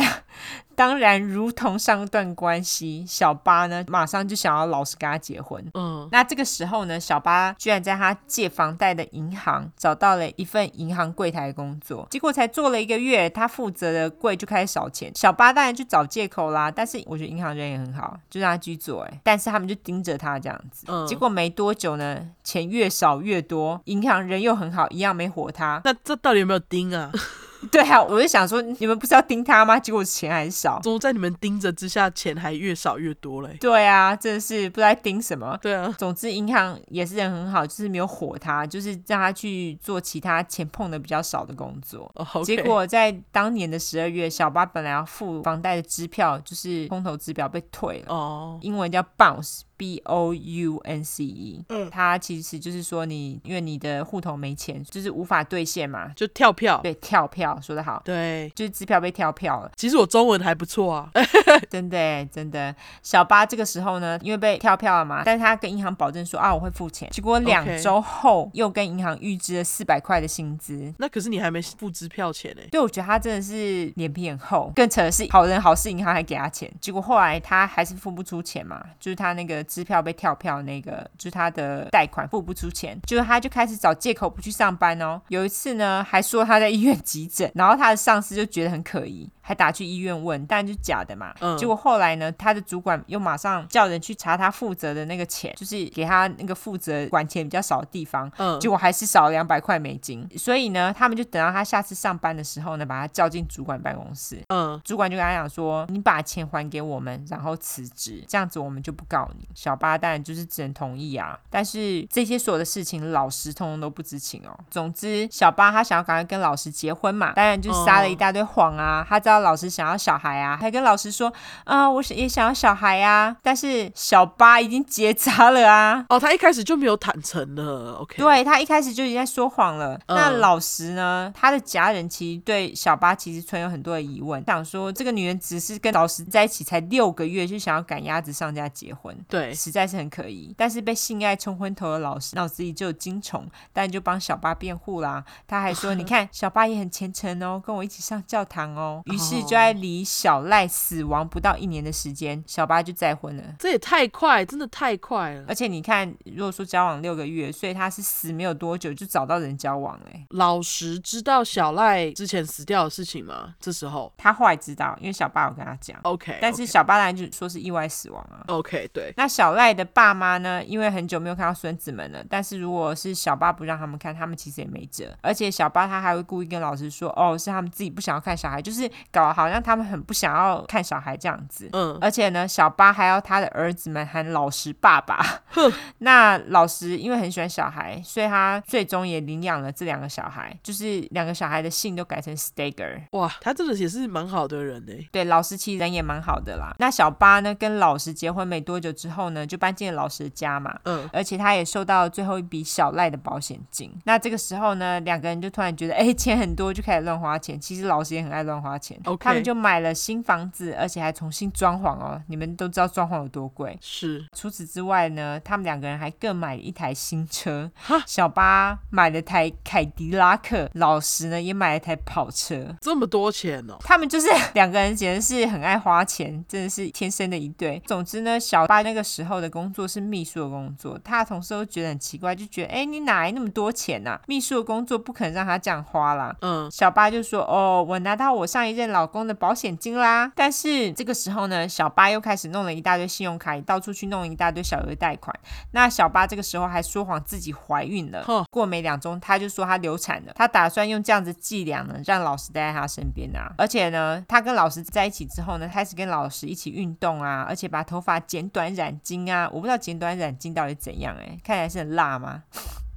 B: 当然，如同上段关系，小八呢马上就想要老实跟他结婚。
A: 嗯，
B: 那这个时候呢，小八居然在他借房贷的银行找到了一份银行柜台工作，结果才做了一个月，他负责的柜就开始少钱。小八当然就找借口啦，但是我觉得银行人也很好，就让他继续做、欸。哎，但是他们就盯着他这样子，
A: 嗯
B: 结果没多久呢，钱越少越多，银行人又很好，一样没 火他。
A: 那这到底有没有盯啊？
B: 对啊，我就想说，你们不是要盯他吗？结果钱 还少。
A: 怎么在你们盯着之下，钱还越少越多嘞？
B: 对啊，真的是不知道在盯什么。
A: 对啊，
B: 总之，银行也是人很好，就是没有火他，就是让他去做其他钱碰的比较少的工作。
A: 哦，好、o
B: 结果在当年的十二月，小巴本来要付房贷的支票，就是空头支票被退了，
A: 哦，
B: 英文叫 bounce，b o u n c e。嗯，它其实就是说你因为你的户头没钱，就是无法兑现嘛，
A: 就跳票。
B: 被跳票，说得好，
A: 对，
B: 就是支票被跳票了。
A: 其实我中文还不错啊。
B: 真的耶真的，小巴这个时候呢，因为被跳票了嘛，但是他跟银行保证说啊，我会付钱。结果两
A: OK
B: 周后又跟银行预支了四百块的薪资。
A: 那可是你还没付支票钱欸呢、
B: 对，我觉得他真的是脸皮很厚。更扯的是，好人好事银行还给他钱，结果后来他还是付不出钱嘛，就是他那个支票被跳票那个，就是他的贷款付不出钱，就是他就开始找借口不去上班哦。有一次呢，还说他在医院急诊，然后他的上司就觉得很可疑，还打去医院问，但就假的嘛。
A: 嗯
B: 结果后来呢，他的主管又马上叫人去查他负责的那个钱，就是给他那个负责管钱比较少的地方，
A: 嗯
B: 结果还是少了两百块美金。所以呢，他们就等到他下次上班的时候呢，把他叫进主管办公室。
A: 嗯，
B: 主管就跟他讲说：“你把钱还给我们，然后辞职，这样子我们就不告你。”小八当然就是只能同意啊。但是这些所有的事情，老师通通都不知情哦。总之，小八他想要赶快跟老师结婚嘛，当然就撒了一大堆谎啊。他知道老师想要小孩啊，还跟老师说：“啊、我想也想要小孩啊。”但是小八已经结扎了啊，
A: 哦，他一开始就没有坦诚了。OK，，
B: 对他一开始就已经在说谎了。
A: 嗯
B: 那老实呢，他的家人其实对小八其实存有很多的疑问，想说这个女人只是跟老实在一起才六个月，就想要赶鸭子上架结婚。
A: 对
B: 实在是很可疑，但是被性爱冲昏头的老师脑子里就有精虫，但就帮小八辩护啦。他 还说：“你看，小八也很虔诚哦，跟我一起上教堂哦。”于是就在离小赖死亡不到一年的时间，小八就再婚了。
A: 这也太快，真的太快了。
B: 而且你看，如果说交往六个月，所以他是死没有多久就找到人交往欸嘞、
A: 老实知道小赖之前死掉的事情吗？这时候
B: 他后来知道，因为小爸有跟他讲，
A: 哦，OK，
B: 但是小爸当然就说是意外死亡啊。
A: OK，对，
B: 那小赖的爸妈呢？因为很久没有看到孙子们了，但是如果是小爸不让他们看，他们其实也没辙。而且小爸他还会故意跟老师说，哦，是他们自己不想要看小孩，就是搞得好像他们很不想要看小孩这样子。
A: 嗯，
B: 而且呢，小八还要他的儿子们喊老实爸爸。 那老实因为很喜欢小孩，所以他最终也领养了这两个小孩，就是两个小孩的姓都改成 Stager。
A: 哇，他真的也是蛮好的人呢。
B: 对，老实其实人也蛮好的啦。那小八呢，跟老实结婚没多久之后呢，就搬进了老实的家嘛。
A: 嗯，
B: 而且他也收到了最后一笔小赖的保险金。那这个时候呢，两个人就突然觉得，哎、钱很多，就开始乱花钱。其实老师也很爱乱花钱
A: OK
B: 他们就买了新房子，而且还重新装潢哦。你们都知道装潢有多贵。
A: 是
B: 除此之外呢，他们两个人还各买了一台新车。小巴买了台凯迪拉克，老石呢也买了台跑车。
A: 这么多钱哦。
B: 他们就是 两个人，简直是很爱花钱，真的是天生的一对。总之呢，小八那个时候的工作是秘书的工作，他的同事都觉得很奇怪，就觉得哎，诶你哪来那么多钱呐、秘书的工作不可能让他这样花啦。
A: 嗯，
B: 小八就说：“哦，我拿到我上一任老公的保险金啦。”但是这个时候呢，小八又开始弄了一大堆信用卡，也到处去弄一大堆小额贷款。那小八这个时候还说谎自己怀孕了
A: 哼，
B: 过没两周她就说她流产了。她打算用这样子伎俩呢，让老师待在她身边啊。而且呢，她跟老师在一起之后呢，开始跟老师一起运动啊，而且把头发剪短染金啊。我不知道剪短染金到底怎样哎、看起来是很辣吗？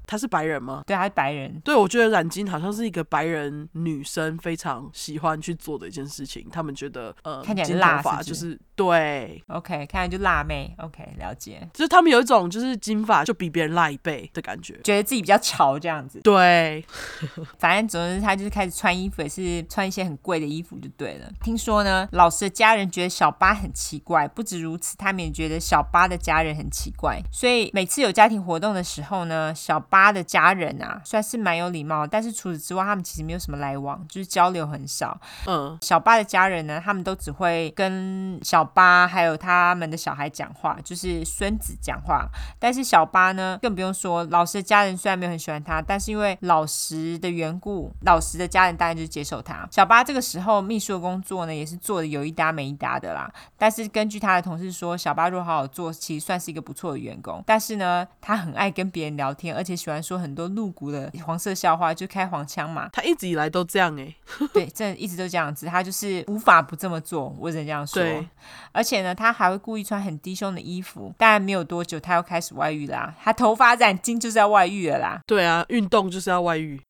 A: 他是白人吗？
B: 对，她是白人，
A: 对，我觉得染金好像是一个白人女生非常喜欢去做的一件事情。他们觉得，呃，
B: 看起来
A: 金
B: 辣
A: 头发
B: 是
A: 就
B: 不是
A: 是对，
B: OK，看来就辣妹。OK，了解，
A: 就是他们有一种就是金发就比别人辣一倍的感觉。
B: 觉得自己比较潮这样子。
A: 对，
B: 反正总之，他就是开始穿衣服，也是穿一些很贵的衣服就对了。听说呢，老师的家人觉得小八很奇怪，不止如此，他们也觉得小八的家人很奇怪。所以每次有家庭活动的时候呢，小八的家人啊，算是蛮有礼貌，但是除此之外，他们其实没有什么来往，就是交流很少。
A: 嗯，
B: 小八的家人呢，他们都只会跟小八还有他们的小孩讲话，就是孙子讲话。但是小八呢，更不用说，老师的家人虽然没有很喜欢他，但是因为老实的缘故，老实的家人当然就是接受他。小八这个时候秘书的工作呢，也是做的有一搭没一搭的啦。但是根据他的同事说，小八若好好做，其实算是一个不错的员工。但是呢，他很爱跟别人聊天，而且喜欢说很多露骨的黄色笑话，就开黄腔嘛。
A: 他一直以来都这样哎、
B: 对，真的一直都这样子，他就是无法不这么做，我只能这样说
A: 对。
B: 而且呢，他还会故意穿很低胸的衣服。当然没有多久，他又开始外遇啦、他头发染金就是要外遇了啦，
A: 对啊，运动就是要外遇，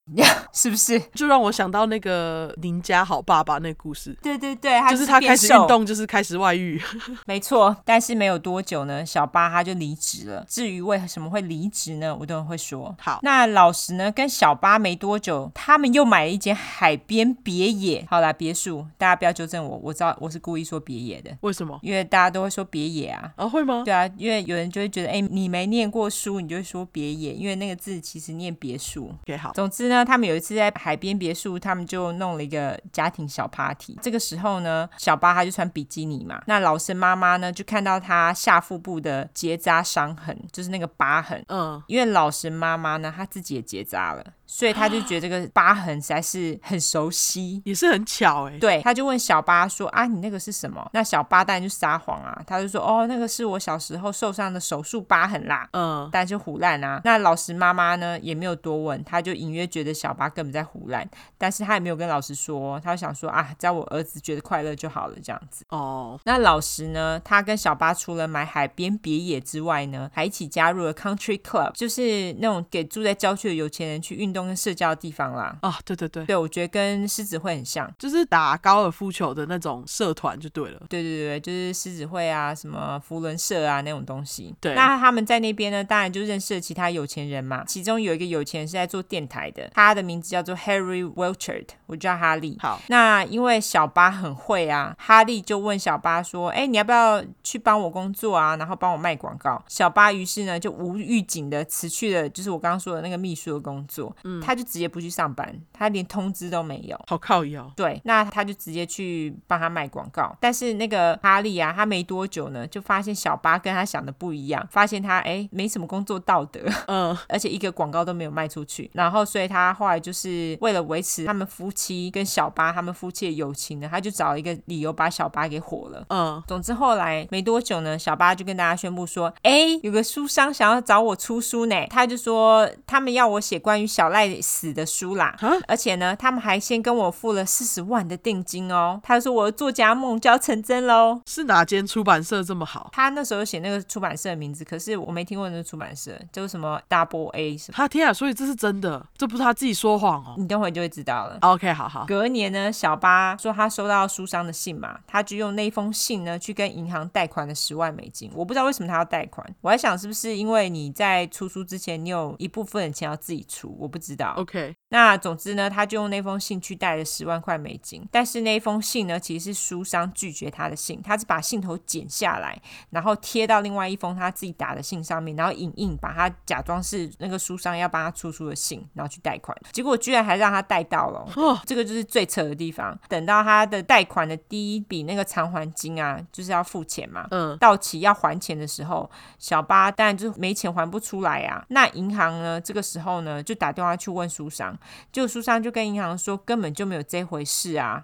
B: 是不是？
A: 就让我想到那个邻家好爸爸那故事。
B: 对对对，他
A: 就是
B: 是
A: 他
B: 变
A: 开始
B: 瘦
A: 运，动，就是开始外遇。
B: 没错。但是没有多久呢，小八他就离职了。至于为什么会离职呢，我等会会说。
A: 好，
B: 那老实呢，跟小八没多久，他们又买了一间海边别野，好啦，别墅，大家不要纠正我，我知道我是故意说别野的，
A: 为什么？
B: 因为大家都会说别野啊。
A: 啊，会吗？
B: 对啊，因为有人就会觉得，哎、你没念过书，你就会说别野，因为那个字其实念别墅。
A: OK，好，
B: 总之呢，他们有一次在海边别墅，他们就弄了一个家庭小 party。这个时候呢，小八他就穿比基尼嘛，那老师妈妈呢就看到他下腹部的结扎伤痕，就是那个疤痕。
A: 嗯，
B: 因为老师妈妈呢，她自己也结扎了，所以她就觉得这个疤痕实在是很熟悉，
A: 也是很巧哎、
B: 对，他就问小八说：“啊，你那个是什么？”那小八当然就撒谎啊，他就说：“哦，那个是我小时候受伤的手术疤痕啦。”
A: 嗯，
B: 当然就胡乱啊。那老师妈妈呢也没有多问，他就隐约觉得小八根本在胡乱，但是他也没有跟老师说，他就想说啊，只要我儿子觉得快乐就好了这样子。
A: 哦，
B: 那老师呢，他跟小八除了买海边别野之外呢，还一起加入了 Country Club，就是那种给住在郊区的有钱人去运动跟社交的地方啦。
A: 啊，对对对，
B: 对，我觉得跟狮子会很像。
A: 就是打高尔夫球的那种社团就对了。
B: 对对对，就是狮子会啊，什么福伦社啊那种东西。
A: 对
B: 那他们在那边呢，当然就认识了其他有钱人嘛。其中有一个有钱人是在做电台的，他的名字叫做 Harry Wilchard，我叫哈利。
A: 好，
B: 那因为小巴很会啊，哈利就问小巴说：“哎，你要不要去帮我工作啊？然后帮我卖广告？”小巴于是呢就无预警的辞去了，就是我刚刚说的那个秘书的工作，
A: 嗯
B: 他就直接不去上班，他连通知都没有。
A: 好靠腰，
B: 对，那他就直接去帮他卖广告。但是那个哈利啊，他没多久呢，就发现小巴跟他想的不一样，发现他哎没什么工作道德，
A: 嗯，
B: 而且一个广告都没有卖出去。然后，所以他后来就是为了维持他们夫妻跟小巴他们夫妻的友情呢，他就找一个理由把小巴给火了。
A: 嗯，
B: 总之后来没多久呢，小巴就跟大家宣布说，哎，有个书商想要找我出书呢，他就说他们要我写关于小赖死的书啦
A: 啊，
B: 而且呢，他们还先跟我付了四十万的定金哦，他说我的作家梦就要成真喽。
A: 是哪间出版社这么好？
B: 他那时候写那个出版社的名字，可是我没听过那个出版社，就是什么 Double A 什么，
A: 他天啊，所以这是真的，这不是他自己说谎哦。
B: 你等会就会知道了。
A: OK，好好，
B: 隔年呢，小巴说他收到书商的信嘛，他就用那封信呢去跟银行贷款了十万美金。我不知道为什么他要贷款，我还想是不是因为你在出书之前，你有一部分的钱要自己出，我不知道。
A: OK，
B: 那总之呢，他就用那封信去贷了十万块美金，但是那封信呢，其实是书商拒绝他的信，他是把信头剪下来，然后贴到另外一封他自己打的信上面，然后影印，把他假装是那个书商要帮他出书的信，然后去贷款，结果居然还让他贷到了、
A: 哦
B: 这个就是最扯的地方。等到他的贷款的第一笔那个偿还金啊，就是要付钱嘛，
A: 嗯，
B: 到期要还钱的时候，小八当然就是没钱还不出来啊。那银行呢，这个时候呢就打电话去问书商，就书商就跟银行说根本就没有这回事啊，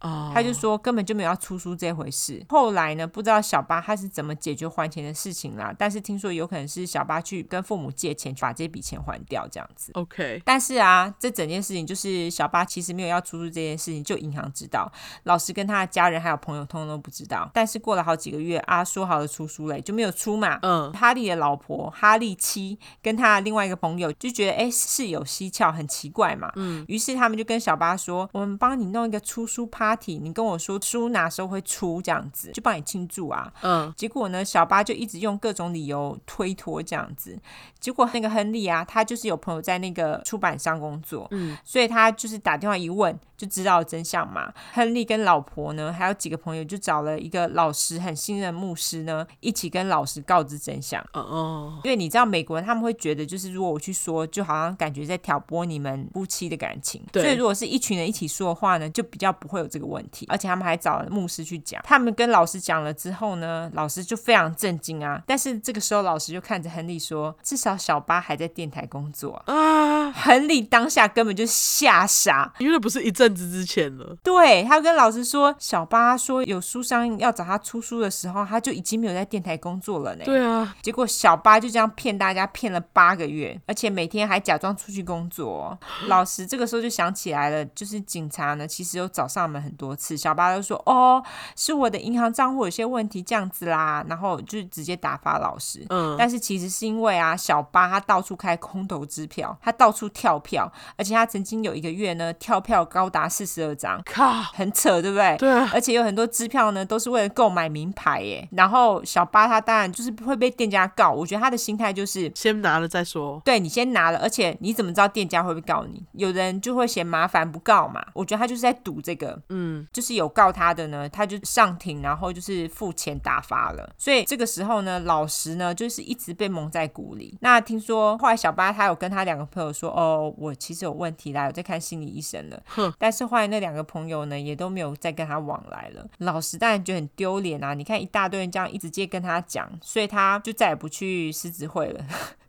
A: 哦，
B: 他就说根本就没有要出书这回事。后来呢，不知道小八他是怎么解决还钱的事情啦，但是听说有可能是小八去跟父母借钱，把这笔钱还掉这样子。
A: OK，
B: 但是啊，这整件事情就是小巴其实没有要出租这件事情，就银行知道，老师跟他的家人还有朋友通通都不知道。但是过了好几个月啊，说好的出书嘞就没有出嘛。
A: 嗯，
B: 哈利的老婆哈利妻跟他的另外一个朋友就觉得哎事有蹊跷，很奇怪嘛。嗯，于是他们就跟小巴说：“我们帮你弄一个出书 party，你跟我说书哪时候会出这样子，就帮你庆祝啊。
A: 嗯，
B: 结果呢，小巴就一直用各种理由推脱这样子。结果那个亨利啊，他就是有朋友在那个出版商工作，
A: 嗯，
B: 所以他就是打电话一问就知道真相嘛。亨利跟老婆呢，还有几个朋友就找了一个老师很信任的牧师呢，一起跟老师告知真相。
A: 哦哦，
B: 因为你知道美国人他们会觉得，就是如果我去说，就好像感觉在挑拨你们夫妻的感情。
A: 对
B: 所以如果是一群人一起说的话呢，就比较不会有这个问题。而且他们还找了牧师去讲，他们跟老师讲了之后呢，老师就非常震惊啊。但是这个时候，老师就看着亨利说：“至少小巴还在电台工作啊。”
A: 啊，
B: 亨利当下根本就吓傻，
A: 因为那不是一阵子之前了，
B: 对他跟老师说，小巴说有书商要找他出书的时候，他就已经没有在电台工作了呢。
A: 对啊，
B: 结果小巴就这样骗大家骗了八个月，而且每天还假装出去工作哦、老实这个时候就想起来了，就是警察呢，其实有找上门很多次，小巴就说：“哦，是我的银行账户有些问题，这样子啦。”然后就直接打发老师。
A: 嗯，
B: 但是其实是因为啊，小巴他到处开空头支票，他到处跳票，而且他曾经有一个月呢，跳票高达四十二张，
A: 靠，
B: 很扯，对不对？
A: 对啊，
B: 而且有很多支票呢，都是为了购买名牌耶。然后小巴他当然就是会被店家告，我觉得他的心态就是。
A: 先拿了再说，
B: 对你先拿了，而且你怎么知道店家会不会告你？有人就会嫌麻烦不告嘛。我觉得他就是在赌这个，
A: 嗯，
B: 就是有告他的呢，他就上庭，然后就是付钱打发了。所以这个时候呢，老实呢就是一直被蒙在鼓里。那听说后来小巴他有跟他两个朋友说，哦，我其实有问题啦，我在看心理医生了。但是后来那两个朋友呢，也都没有再跟他往来了。老实当然觉得很丢脸啊！你看一大堆人这样一直接跟他讲，所以他就再也不去狮子会了，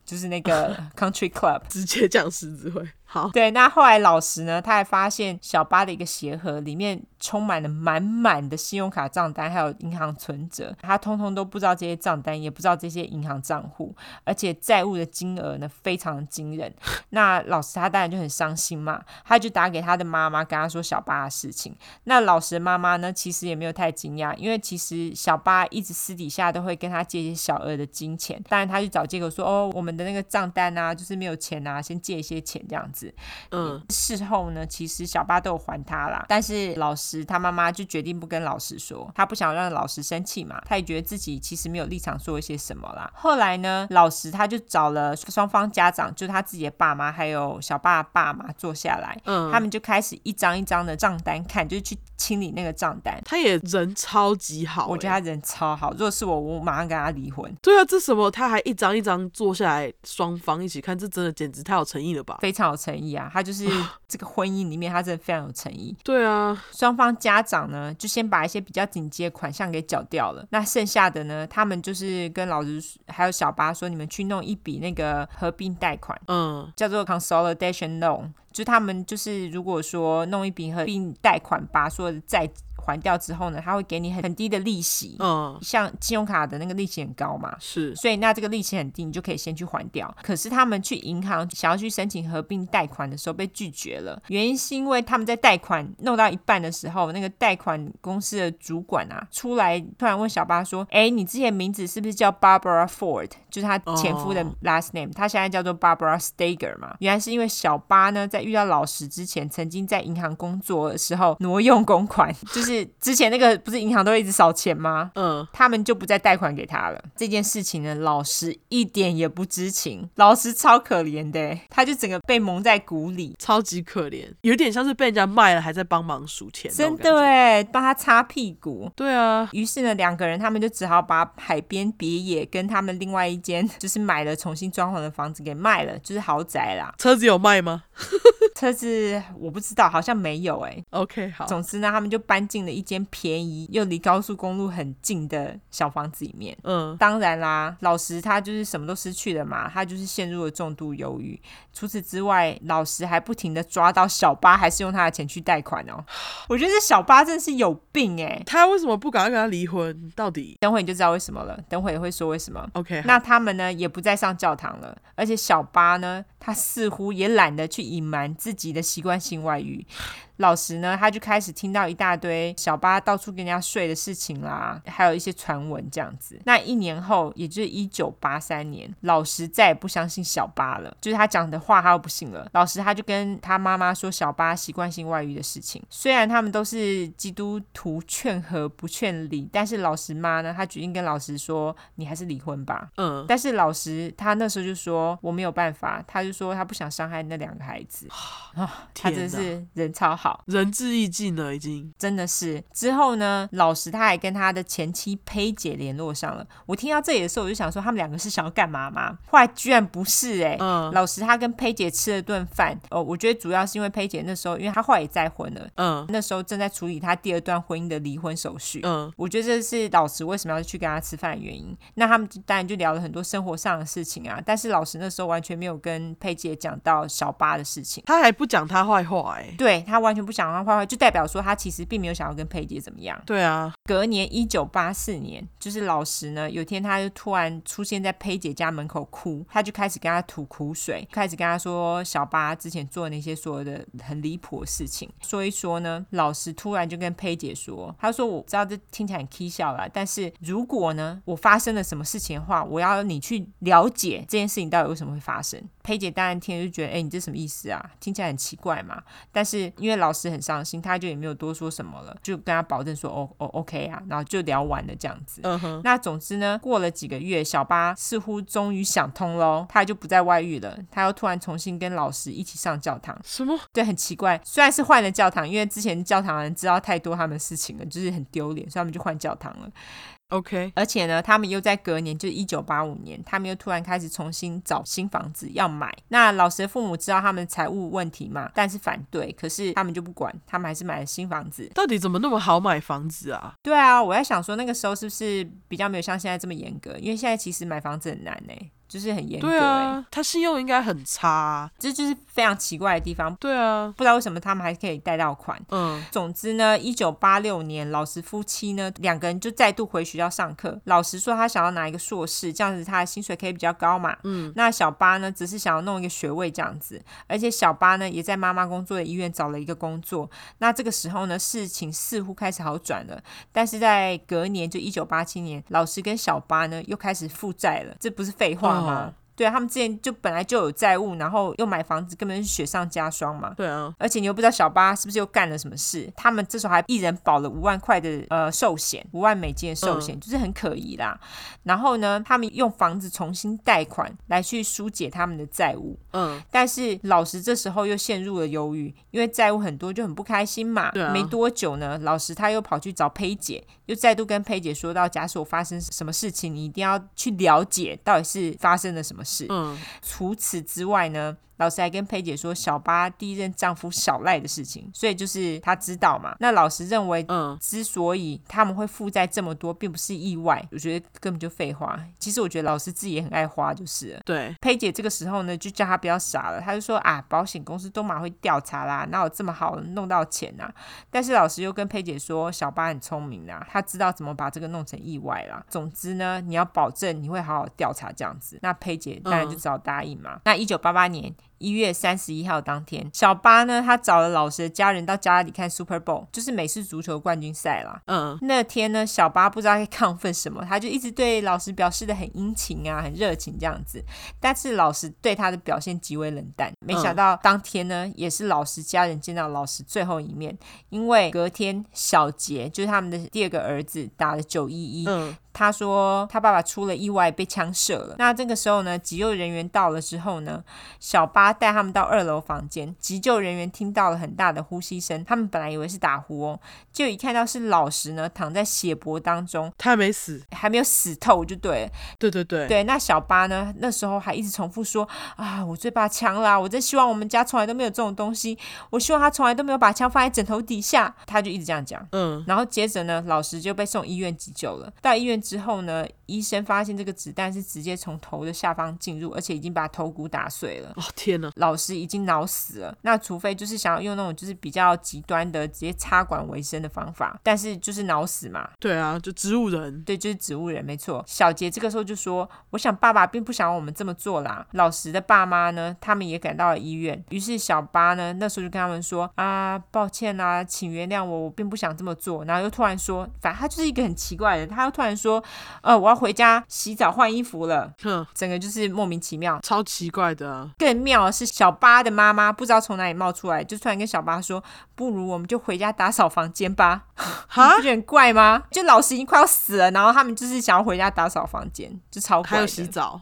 B: 就是那个 country club。
A: 直接讲狮子会，好，
B: 对，那后来老实呢，他还发现小巴的一个鞋盒里面充满了满满的信用卡账单，还有银行存折，他通通都不知道这些账单，也不知道这些银行账户，而且债务的金额呢非常的惊人。那老实他当然就很伤心嘛，他就打给他的妈妈，跟他说小巴的事情。那老实的妈妈呢，其实也没有太惊讶，因为其实小巴一直私底下都会跟他借一些小额的金钱，当然他就找借口说哦，我们的那个账单啊，就是没有钱啊，先借一些钱这样子。
A: 嗯，
B: 事后呢，其实小巴都有还他啦，但是老师他妈妈就决定不跟老师说，他不想让老师生气嘛，他也觉得自己其实没有立场说一些什么啦。后来呢，老师他就找了双方家长，就他自己的爸妈还有小巴的爸妈坐下来，
A: 嗯
B: 他们就开始一张一张的账单看，就是去清理那个账单。
A: 他也人超级好欸、
B: 我觉得他人超好，如果是我，我马上跟他离婚。
A: 对啊，这什么？他还一张一张坐下来，双方一起看，这真的简直太有诚意了吧？
B: 非常有诚意啊，他就是 这个婚姻里面，他真的非常有诚意。
A: 对啊，
B: 双方家长呢，就先把一些比较紧急的款项给缴掉了。那剩下的呢，他们就是跟老师还有小巴说，你们去弄一笔那个合并贷款，
A: 嗯，
B: 叫做 consolidation loan，就他们就是如果说弄一笔合并贷款，把所有的债还掉之后呢，他会给你很很低的利息，
A: 嗯，
B: 像信用卡的那个利息很高嘛，
A: 是，
B: 所以那这个利息很低，你就可以先去还掉。可是他们去银行想要去申请合并贷款的时候被拒绝了，原因是因为他们在贷款弄到一半的时候，那个贷款公司的主管啊出来突然问小巴说：“哎，你之前名字是不是叫 Barbara Ford？就是他前夫的
A: 哦
B: last name，、他现在叫做 Barbara Steger 嘛？原来是因为小巴呢在遇到老石之前，曾经在银行工作的时候挪用公款，就是之前那个不是银行都会一直少钱吗？
A: 嗯，
B: 他们就不再贷款给他了。这件事情呢，老师一点也不知情，老师超可怜的，他就整个被蒙在鼓里。
A: 超级可怜，有点像是被人家卖了，还在帮忙数钱，
B: 真的。哎，帮他擦屁股。
A: 对啊，。
B: 于是呢，两个人他们就只好把海边别野跟他们另外一间就是买了重新装潢的房子给卖了，就是豪宅啦
A: 车子有卖吗
B: 车子我不知道，好像没有哎。
A: ？OK，好，
B: 总之呢，他们就搬进了一间便宜又离高速公路很近的小房子里面。
A: 嗯，
B: 当然啦，老石他就是什么都失去了嘛，他就是陷入了重度忧郁。除此之外，老石还不停的抓到小巴，还是用他的钱去贷款哦。 我觉得这小巴真的是有病哎、
A: 他为什么不赶快跟他离婚？到底
B: 等会你就知道为什么了，等会也会说为什么。
A: ？OK，好
B: 那他们呢也不再上教堂了，而且小巴呢，他似乎也懒得去隐瞒自己的习惯性外遇。老石呢，他就开始听到一大堆小巴到处跟人家睡的事情啦，还有一些传闻这样子。那一年后，也就是一九八三年，老石再也不相信小巴了，就是他讲的话他都不信了。老石他就跟他妈妈说小巴习惯性外遇的事情，虽然他们都是基督徒，劝和不劝离，但是老石妈呢，她决定跟老石说，你还是离婚吧。
A: 嗯，
B: 但是老石他那时候就说我没有办法，他就说他不想伤害那两个孩子，他
A: 哦天
B: 真
A: 哪
B: 是人超好。
A: 仁至义尽了，已经。
B: 真的是。之后呢，老石他还跟他的前妻佩姐联络上了。我听到这里的时候，我就想说他们两个是想要干嘛吗？后来居然不是哎、
A: 嗯
B: 老石他跟佩姐吃了顿饭，哦，我觉得主要是因为佩姐那时候，因为她后来也再婚了，
A: 嗯
B: 那时候正在处理她第二段婚姻的离婚手续。
A: 嗯
B: 我觉得这是老石为什么要去跟他吃饭的原因。那他们就当然就聊了很多生活上的事情啊，但是老石那时候完全没有跟佩姐讲到小八的事情。
A: 他还不讲他坏话哎、欸。
B: 对他完全不想让他坏坏，就代表说他其实并没有想要跟佩姐怎么样。
A: 对啊，
B: 隔年一九八四年，就是老石呢，有一天他就突然出现在佩姐家门口哭，他就开始跟她吐苦水，开始跟她说小巴之前做的那些所有的很离谱的事情。说一说呢，老石突然就跟佩姐说，他说我知道这听起来很 k 笑啦，但是如果呢我发生了什么事情的话，我要你去了解这件事情到底为什么会发生。佩姐当然听了就觉得，哎、你这什么意思啊？听起来很奇怪嘛。但是因为老师很伤心，他就也没有多说什么了，就跟他保证说哦哦 OK 啊，然后就聊完了这样子。
A: 嗯哼，
B: 那总之呢，过了几个月，小巴似乎终于想通喽，他就不再外遇了，他又突然重新跟老师一起上教堂。
A: 什么？
B: 对，很奇怪，虽然是换了教堂，因为之前教堂的人知道太多他们的事情了，就是很丢脸，所以他们就换教堂了。
A: OK，
B: 而且呢，他们又在隔年，就是一九八五年，他们又突然开始重新找新房子要买。那老石的父母知道他们财务问题嘛，但是反对，可是他们就不管，他们还是买了新房子。
A: 到底怎么那么好买房子啊？
B: 对啊，我在想说那个时候是不是比较没有像现在这么严格？因为现在其实买房子很难呢、就是很严格、
A: 对
B: 欸。，
A: 啊，他信用应该很差、啊。
B: 这就是非常奇怪的地方，
A: 对啊，
B: 不知道为什么他们还可以贷到款。
A: 嗯
B: 总之呢，一九八六年，老石夫妻呢两个人就再度回学校上课。老石说他想要拿一个硕士，这样子他的薪水可以比较高嘛。嗯，那小八呢，只是想要弄一个学位这样子。而且小八呢，也在妈妈工作的医院找了一个工作。那这个时候呢，事情似乎开始好转了。但是在隔年，就一九八七年，老石跟小八呢又开始负债了。这不是废话吗？
A: 哦
B: 对啊，他们之前就本来就有债务，然后又买房子，根本是雪上加霜嘛。
A: 对啊，
B: 而且你又不知道小巴是不是又干了什么事，他们这时候还一人保了五万块的呃寿险，五万美金的寿
A: 嗯
B: 险，就是很可疑啦。然后呢，他们用房子重新贷款来去疏解他们的债务，
A: 嗯，
B: 但是老石这时候又陷入了忧郁，因为债务很多就很不开心嘛。
A: 对啊
B: 没多久呢，老石他又跑去找佩姐，又再度跟佩姐说到，假使我发生什么事情，你一定要去了解到底是发生了什么事。
A: 嗯，
B: 除此之外呢，老师还跟佩姐说小巴第一任丈夫小赖的事情，所以就是他知道嘛。那老师认为。
A: 嗯，
B: 之所以他们会负债这么多，并不是意外，我觉得根本就废话。其实我觉得老师自己也很爱花，就是了。
A: 对，
B: 佩姐这个时候呢，就叫他不要傻了，他就说啊，保险公司都蛮会调查啦，哪有这么好弄到钱啊？但是老师又跟佩姐说，小巴很聪明啦，他知道怎么把这个弄成意外啦。总之呢，你要保证你会好好调查这样子。那佩姐当然就只好答应嘛。那一九八八年。一月三十一号当天，小巴呢，他找了老师的家人到家里看 Super Bowl，就是美式足球冠军赛啦。
A: 嗯
B: 那天呢，小巴不知道在亢奋什么，他就一直对老师表示的很殷勤啊，很热情这样子。但是老师对他的表现极为冷淡。没想到当天呢，也是老师家人见到老师最后一面，因为隔天小杰就是他们的第二个儿子打了九一一，
A: 嗯，
B: 他说他爸爸出了意外被枪射了。那这个时候呢，急救人员到了之后呢，小巴带他们到二楼房间，急救人员听到了很大的呼吸声，他们本来以为是打呼哦，就一看到是老石呢躺在血泊当中，
A: 他还没死。
B: 还没有死透就对了。
A: 对对对，
B: 对，那小巴呢？那时候还一直重复说啊，我最怕枪啦！我真希望我们家从来都没有这种东西，我希望他从来都没有把枪放在枕头底下。他就一直这样讲。
A: 嗯
B: 然后接着呢，老师就被送医院急救了。到医院之后呢，医生发现这个子弹是直接从头的下方进入，而且已经把头骨打碎了。
A: 哦天天哪！
B: 老师已经恼死了。那除非就是想要用那种就是比较极端的直接插管为生的方法，但是就是恼死嘛。
A: 对啊，就植物人，
B: 对，就是植物人，没错。小杰这个时候就说：“我想爸爸并不想我们这么做啦。”老实的爸妈呢，他们也赶到了医院。于是小八呢，那时候就跟他们说：“啊，抱歉啦、请原谅我，我并不想这么做。”然后又突然说，反正他就是一个很奇怪的人，他又突然说：“呃，我要回家洗澡换衣服了。”
A: 哼，
B: 整个就是莫名其妙。
A: 超奇怪的啊、
B: 更妙的是，小八的妈妈不知道从哪里冒出来，就突然跟小八说：“不如我们就回家打扫房间吧。”
A: 哈
B: 你不觉得很怪吗？就老师已经快要死了，然后他们就是想要回家打扫房间，就超怪的。
A: 还有洗澡，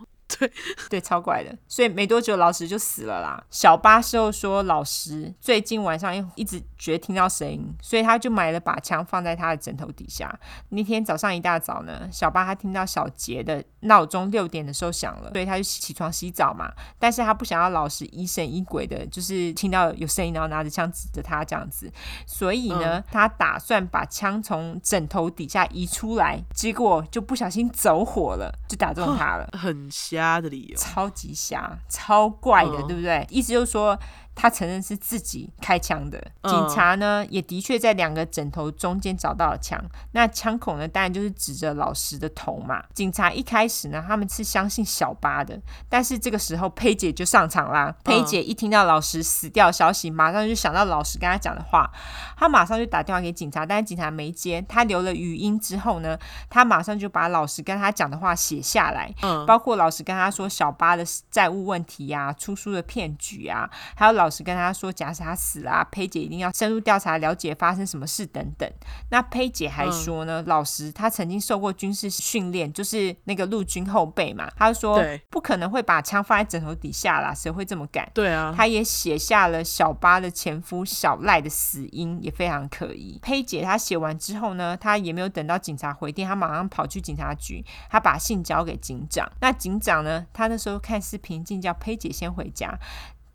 B: 对，超怪的。所以没多久，老师就死了啦。小八事后说，老师最近晚上又一直觉得听到声音，所以他就买了把枪放在他的枕头底下。那天早上一大早呢，小八他听到小杰的闹钟六点的时候响了，所以他就起床洗澡嘛。但是他不想要老师疑神疑鬼的，就是听到有声音，然后拿着枪指着他这样子。所以呢，他打算把枪从枕头底下移出来，结果就不小心走火了，就打中他了。
A: 很瞎的理由。
B: 超级瞎、超怪的，
A: 哦嗯
B: 对不对？意思就是说，他承认是自己开枪的。
A: 嗯
B: 警察呢，也的确在两个枕头中间找到了枪。那枪口呢，当然就是指着老师的头嘛。警察一开始呢，他们是相信小八的，但是这个时候佩姐就上场啦。
A: 嗯
B: 佩姐一听到老师死掉的消息，马上就想到老师跟她讲的话，她马上就打电话给警察，但是警察没接。她留了语音之后呢，她马上就把老师跟她讲的话写下来，
A: 嗯，
B: 包括老师跟他说小八的债务问题呀、出书的骗局啊，还有老师跟他说假使他死了啊，佩姐一定要深入调查了解发生什么事等等。那佩姐还
A: 嗯
B: 说呢，老师他曾经受过军事训练，就是那个陆军后备嘛，他说
A: 对
B: 不可能会把枪放在枕头底下啦，谁会这么干？
A: 对啊，
B: 他也写下了小八的前夫小赖的死因，也非常可疑。佩姐她写完之后呢，她也没有等到警察回电，她马上跑去警察局，她把信交给警长。那警长呢，他那时候看似平静，叫佩姐先回家。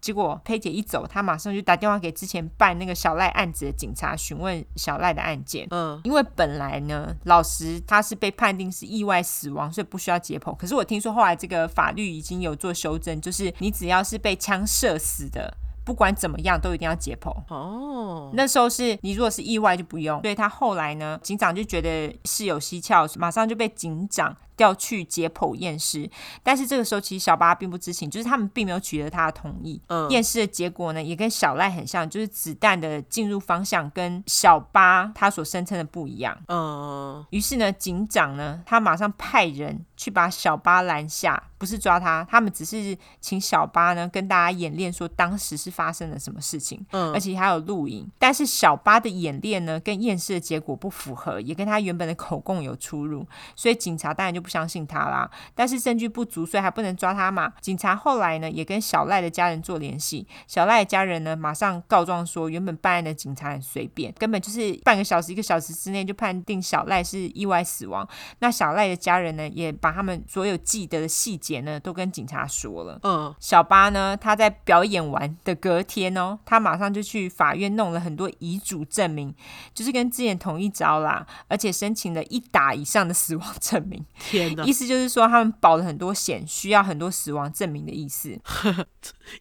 B: 结果佩姐一走，她马上就打电话给之前办那个小赖案子的警察，询问小赖的案件。
A: 嗯，
B: 因为本来呢，老实他是被判定是意外死亡，所以不需要解剖。可是我听说后来这个法律已经有做修正，就是你只要是被枪射死的，不管怎么样都一定要解剖。
A: 哦，
B: 那时候是你如果是意外就不用，所以他后来呢，警长就觉得事有蹊跷，马上就被警长调去解剖验尸。但是这个时候其实小巴并不知情，就是他们并没有取得他的同意。
A: 嗯
B: 验尸的结果呢，也跟小赖很像，就是子弹的进入方向跟小巴他所声称的不一样。
A: 嗯，
B: 于是呢，警长呢，他马上派人去把小巴拦下，不是抓他，他们只是请小巴呢跟大家演练说当时是发生了什么事情，
A: 嗯
B: 而且还有录影。但是小巴的演练呢，跟验尸的结果不符合，也跟他原本的口供有出入，所以警察当然就不相信他啦。但是证据不足，所以还不能抓他嘛。警察后来呢，也跟小赖的家人做联系，小赖的家人呢，马上告状说，原本办案的警察很随便，根本就是半个小时、一个小时之内就判定小赖是意外死亡。那小赖的家人呢，也把他们所有记得的细节呢，都跟警察说了。
A: 嗯，
B: 小巴呢，他在表演完的隔天哦，他马上就去法院弄了很多遗嘱证明，就是跟之前同一招啦，而且申请了一打以上的死亡证明。
A: 天哪，
B: 意思就是说，他们保了很多险，需要很多死亡证明的意思。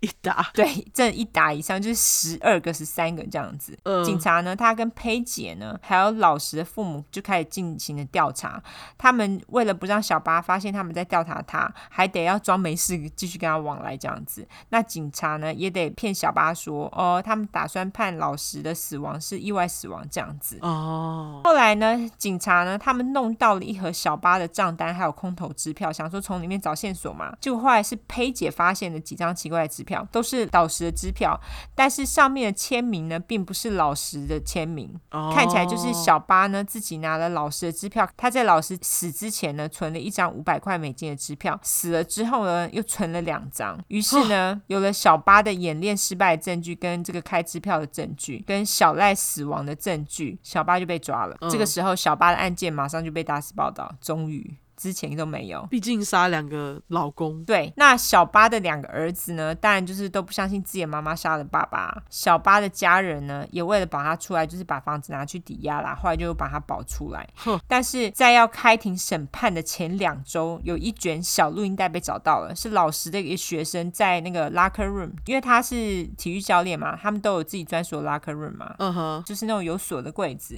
A: 一打，
B: 对，这一打以上就是十二个、十三个这样子。
A: 嗯，
B: 警察呢，他跟佩姐呢，还有老实的父母就开始进行了调查。他们为了不让小巴发现他们在调查他，还得要装没事继续跟他往来这样子。那警察呢，也得骗小巴说，哦，他们打算判老实的死亡是意外死亡这样子。
A: 哦，
B: 后来呢，警察呢，他们弄到了一盒小巴的账单，还有空头支票，想说从里面找线索嘛。结果后来是佩姐发现的几张奇怪的支票，都是老实的支票，但是上面的签名呢，并不是老实的签名，
A: 哦
B: 看起来就是小巴呢自己拿了老实的支票。他在老实死之前呢，存了一张五百块美金的支票，死了之后呢，又存了两张。于是
A: 哦
B: 呢，有了小巴的演练失败的证据，跟这个开支票的证据，跟小赖死亡的证据，小巴就被抓了。
A: 嗯
B: 这个时候，小巴的案件马上就被大肆报道，终于。之前都没有。
A: 毕竟杀两个老公，
B: 对，那小八的两个儿子呢，当然就是都不相信自己的妈妈杀了爸爸。小八的家人呢，也为了保他出来，就是把房子拿去抵押啦，后来就把他保出来
A: 哼。
B: 但是在要开庭审判的前两周，有一卷小录音带被找到了，是老师的一个学生在那个 locker room，因为他是体育教练嘛，他们都有自己专属的 locker room 嘛，
A: 嗯哼，
B: 就是那种有锁的柜子。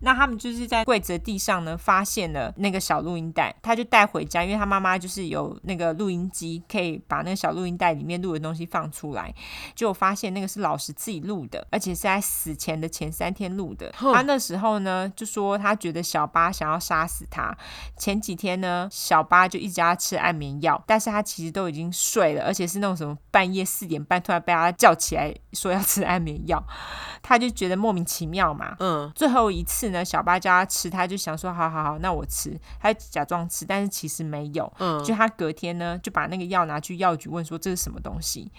B: 那他们就是在柜子的地上呢，发现了那个小录音带，他就带回家，因为他妈妈就是有那个录音机，可以把那个小录音带里面录的东西放出来。就发现那个是老师自己录的，而且是在死前的前三天录的。
A: 哼
B: 他那时候呢，就说他觉得小八想要杀死他。前几天呢，小八就一直叫他吃安眠药，但是他其实都已经睡了，而且是那种什么半夜四点半突然被他叫起来说要吃安眠药，他就觉得莫名其妙嘛。
A: 嗯，
B: 最后一次呢，小八叫他吃，他就想说好好好，那我吃，他就假装吃，但是其实没有。
A: 嗯
B: 就他隔天呢，就把那个药拿去药局问说这是什么东西，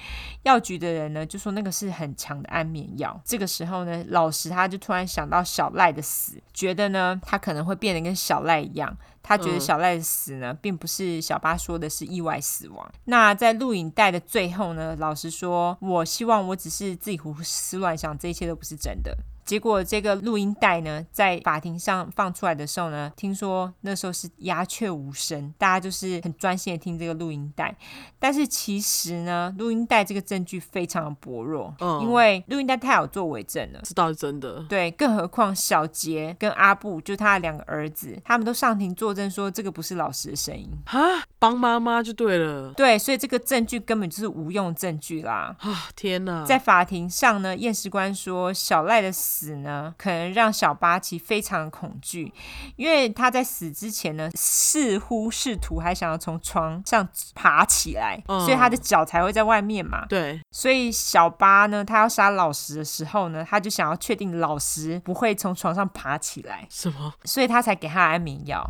B: 药局的人呢就说那个是很强的安眠药。这个时候呢，老石他就突然想到小赖的死，觉得呢他可能会变得跟小赖一样。他觉得
A: 嗯
B: 小赖的死呢，并不是小八说的是意外死亡。那在录影带的最后呢，老实说，我希望我只是自己胡思乱想，这一切都不是真的。结果这个录音带呢，在法庭上放出来的时候呢，听说那时候是鸦雀无声，大家就是很专心的听这个录音带。但是其实呢，录音带这个证据非常的薄弱，
A: 嗯
B: 因为录音带太好做伪证了。
A: 这倒是真的，
B: 对，更何况小杰跟阿布，就他的两个儿子，他们都上庭作证说这个不是老师的声音。
A: 哈，帮妈妈就对了
B: 对，所以这个证据根本就是无用证据啦。
A: 啊！天哪，
B: 在法庭上呢，验尸官说小赖的死呢，可能让小八旗非常恐惧，因为他在死之前呢，似乎试图还想要从床上爬起来，
A: 嗯
B: 所以他的脚才会在外面嘛。
A: 对，
B: 所以小八呢，他要杀老石的时候呢，他就想要确定老石不会从床上爬起来，
A: 什么？
B: 所以他才给他安眠药。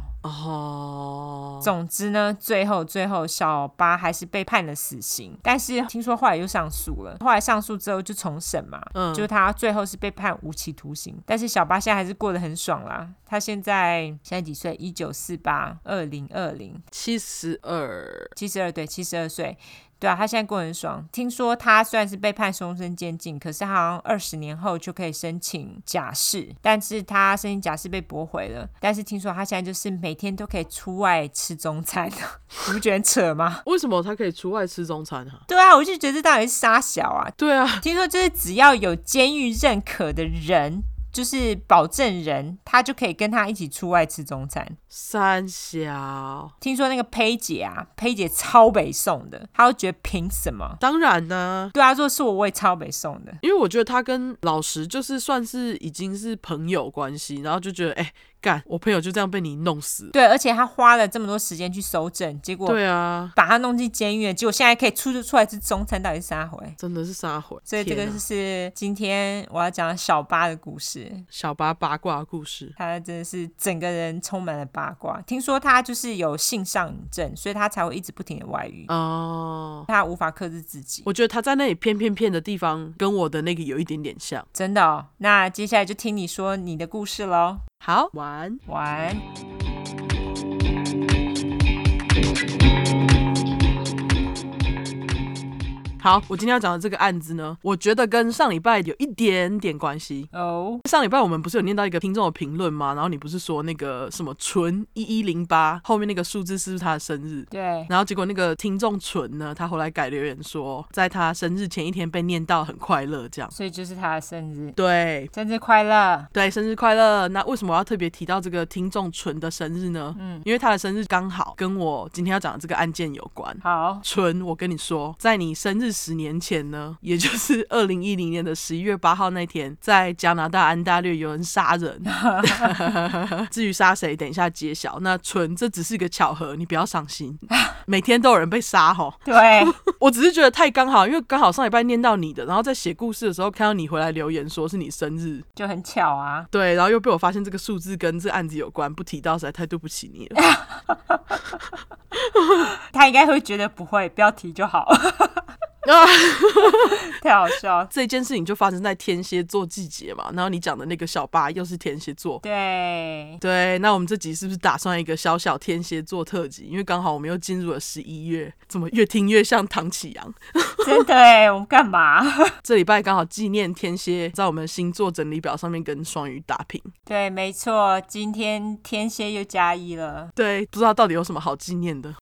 A: 哦，
B: 总之呢，最后最后小八还是被判了死刑，但是听说后来又上诉了，后来上诉之后就重审嘛，
A: 嗯
B: 就他最后是被判无期徒刑，但是小八现在还是过得很爽啦。他现在现在几岁？一九四八，二零二零，
A: 七十二，
B: 七十二对，七十二岁。对啊，他现在过得很爽。听说他虽然是被判终身监禁，可是他好像二十年后就可以申请假释，但是他申请假释被驳回了。但是听说他现在就是每天都可以出外吃中餐，啊 你不觉得很扯吗？
A: 为什么他可以出外吃中餐啊？
B: 对啊，我就觉得这到底是杀小啊！
A: 对啊，
B: 听说就是只要有监狱认可的人，就是保证人，他就可以跟他一起出外吃中餐。
A: 三小，
B: 听说那个佩姐啊，佩姐超北宋的，她就觉得凭什么？
A: 当然呢、
B: 对啊，如果是我，我也超北宋的。
A: 因为我觉得他跟老石就是算是已经是朋友关系，然后就觉得哎干、我朋友就这样被你弄死，
B: 对，而且他花了这么多时间去搜证，结果
A: 对啊，
B: 把他弄进监狱了，结果现在可以出就出来吃中餐，到底是啥回？
A: 真的是撒谎。
B: 所以这个
A: 天哪
B: 就是今天我要讲的小八的故事。
A: 小八八卦的故事，
B: 他真的是整个人充满了八卦。听说他就是有性上瘾症，所以他才会一直不停的外遇，
A: 哦。
B: 他无法克制自己。
A: 我觉得他在那里骗骗骗的地方，跟我的那个有一点点像。
B: 真的、哦，那接下来就听你说你的故事喽。
A: 好玩，
B: 晚安。
A: 好，我今天要讲的这个案子呢，我觉得跟上礼拜有一点点关系。
B: 哦，
A: 上礼拜我们不是有念到一个听众的评论吗？然后你不是说那个什么纯一一零八后面那个数字是不是他的生日？
B: 对，
A: 然后结果那个听众纯呢，他后来改留言说，在他生日前一天被念到很快乐，这样。
B: 所以就是他的生日，
A: 对
B: 生日快乐。
A: 对，生日快乐！那为什么我要特别提到这个听众纯的生日呢？嗯，因为他的生日刚好跟我今天要讲的这个案件有关。
B: 好，
A: 纯，我跟你说，在你生日十年前呢，也就是 二零一零年的十一月八号那天，在加拿大安大略有人杀人。 至于杀谁，等一下揭晓。那纯，这只是个巧合，你不要伤心。每天都有人被杀吼，
B: 对，
A: 我只是觉得太刚好，因为刚好上礼拜念到你的，然后在写故事的时候看到你回来留言说是你生日，
B: 就很巧啊。
A: 对，然后又被我发现这个数字跟这案子有关，不提到实在太对不起你了。
B: 他应该会觉得不会，不要提就好。
A: 啊，
B: 太好笑了。
A: 这件事情就发生在天蝎座季节嘛。然后你讲的那个小八又是天蝎座，
B: 对，
A: 对，那我们这集是不是打算一个小小天蝎座特辑？因为刚好我们又进入了十一月，怎么越听越像唐启阳？
B: 真的哎，我们干嘛？
A: 这礼拜刚好纪念天蝎，在我们星座整理表上面跟双鱼打平。
B: 对，没错，今天天蝎又加一了。
A: 对，不知道到底有什么好纪念的，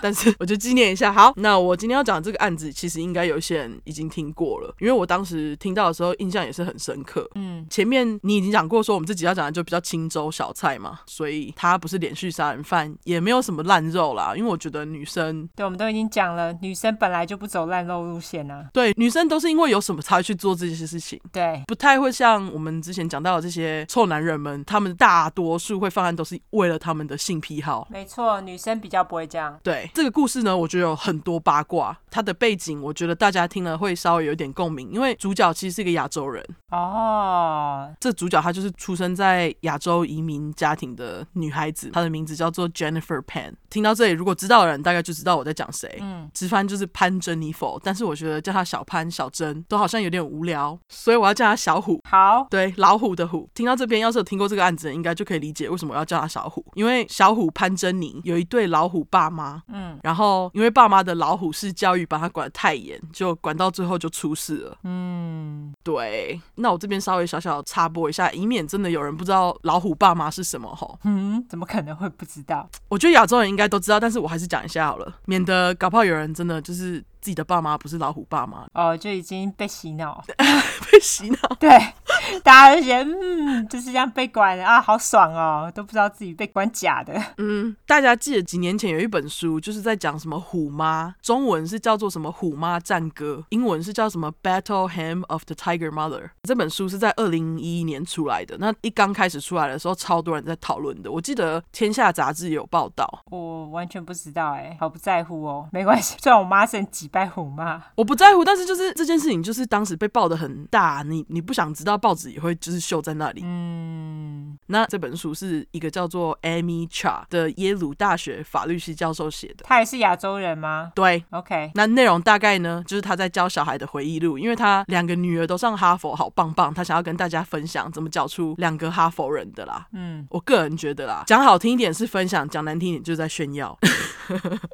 A: 但是我就纪念一下。好，那我今天要讲的这个案子，其实应该有一些人已经听过了，因为我当时听到的时候印象也是很深刻。
B: 嗯，
A: 前面你已经讲过，说我们这集要讲的就比较清粥小菜嘛，所以他不是连续杀人犯，也没有什么烂肉啦。因为我觉得女生
B: 对，我们都已经讲了，女生本来就不走烂肉路线啊。
A: 对女生都是因为有什么才会去做这些事情，
B: 对，
A: 不太会像我们之前讲到的这些臭男人们，他们大多数会犯案都是为了他们的性癖好。
B: 没错，女生比较不会这样。
A: 对这个故事呢，我觉得有很多八卦，它的背景我觉得大家听了会稍微有点共鸣，因为主角其实是一个亚洲人，
B: 哦，
A: 这主角她就是出生在亚洲移民家庭的女孩子，她的名字叫做 Jennifer Pan。听到这里，如果知道的人大概就知道我在讲谁，
B: 嗯，
A: 直翻就是潘珍妮佛，但是我觉得叫她小潘、小珍都好像有点无聊，所以我要叫她小虎。
B: 好，
A: 对，老虎的虎。听到这边，要是有听过这个案子，应该就可以理解为什么我要叫他小虎，因为小虎潘珍妮有一对老虎爸妈，
B: 嗯，
A: 然后因为爸妈的老虎式教育把他管得太严，就管到最后就出事了。
B: 嗯，
A: 对，那我这边稍微小小插播一下，以免真的有人不知道老虎爸妈是什么吼。
B: 嗯，怎么可能会不知道？
A: 我觉得亚洲人应该都知道，但是我还是讲一下好了，免得搞不好有人真的就是自己的爸妈不是老虎爸妈
B: 哦，就已经被洗脑。
A: 被洗脑。
B: 对，大家就觉得嗯，就是这样被管啊，好爽哦，都不知道自己被管假的。
A: 嗯，大家记得几年前有一本书，就是在讲什么虎妈，中文是叫做什么虎妈战歌，英文是叫什么 Battle Hymn of the Tiger Mother。这本书是在二零一一年出来的，那一刚开始出来的时候，超多人在讨论的。我记得《天下》杂志有报道，
B: 我完全不知道哎、好不在乎哦，没关系。虽 然我妈是很几败虎妈，
A: 我不在乎，但是就是这件事情，就是当时被报的很大，你你不想知道，报纸也会就是秀在那里。
B: 嗯，
A: 那这本书是一个叫做 Amy Cha 的耶鲁大学法律系教授写的，
B: 她也是亚洲人吗
A: 对，
B: ？OK，
A: 那内容大概呢，就是他在教小孩的回忆录，因为他两个女儿都上哈佛，好棒棒，他想要跟大家分享怎么教出两个哈佛人的啦。
B: 嗯，
A: 我个人觉得啦，讲好听一点是分享，讲难听一点就是在炫耀。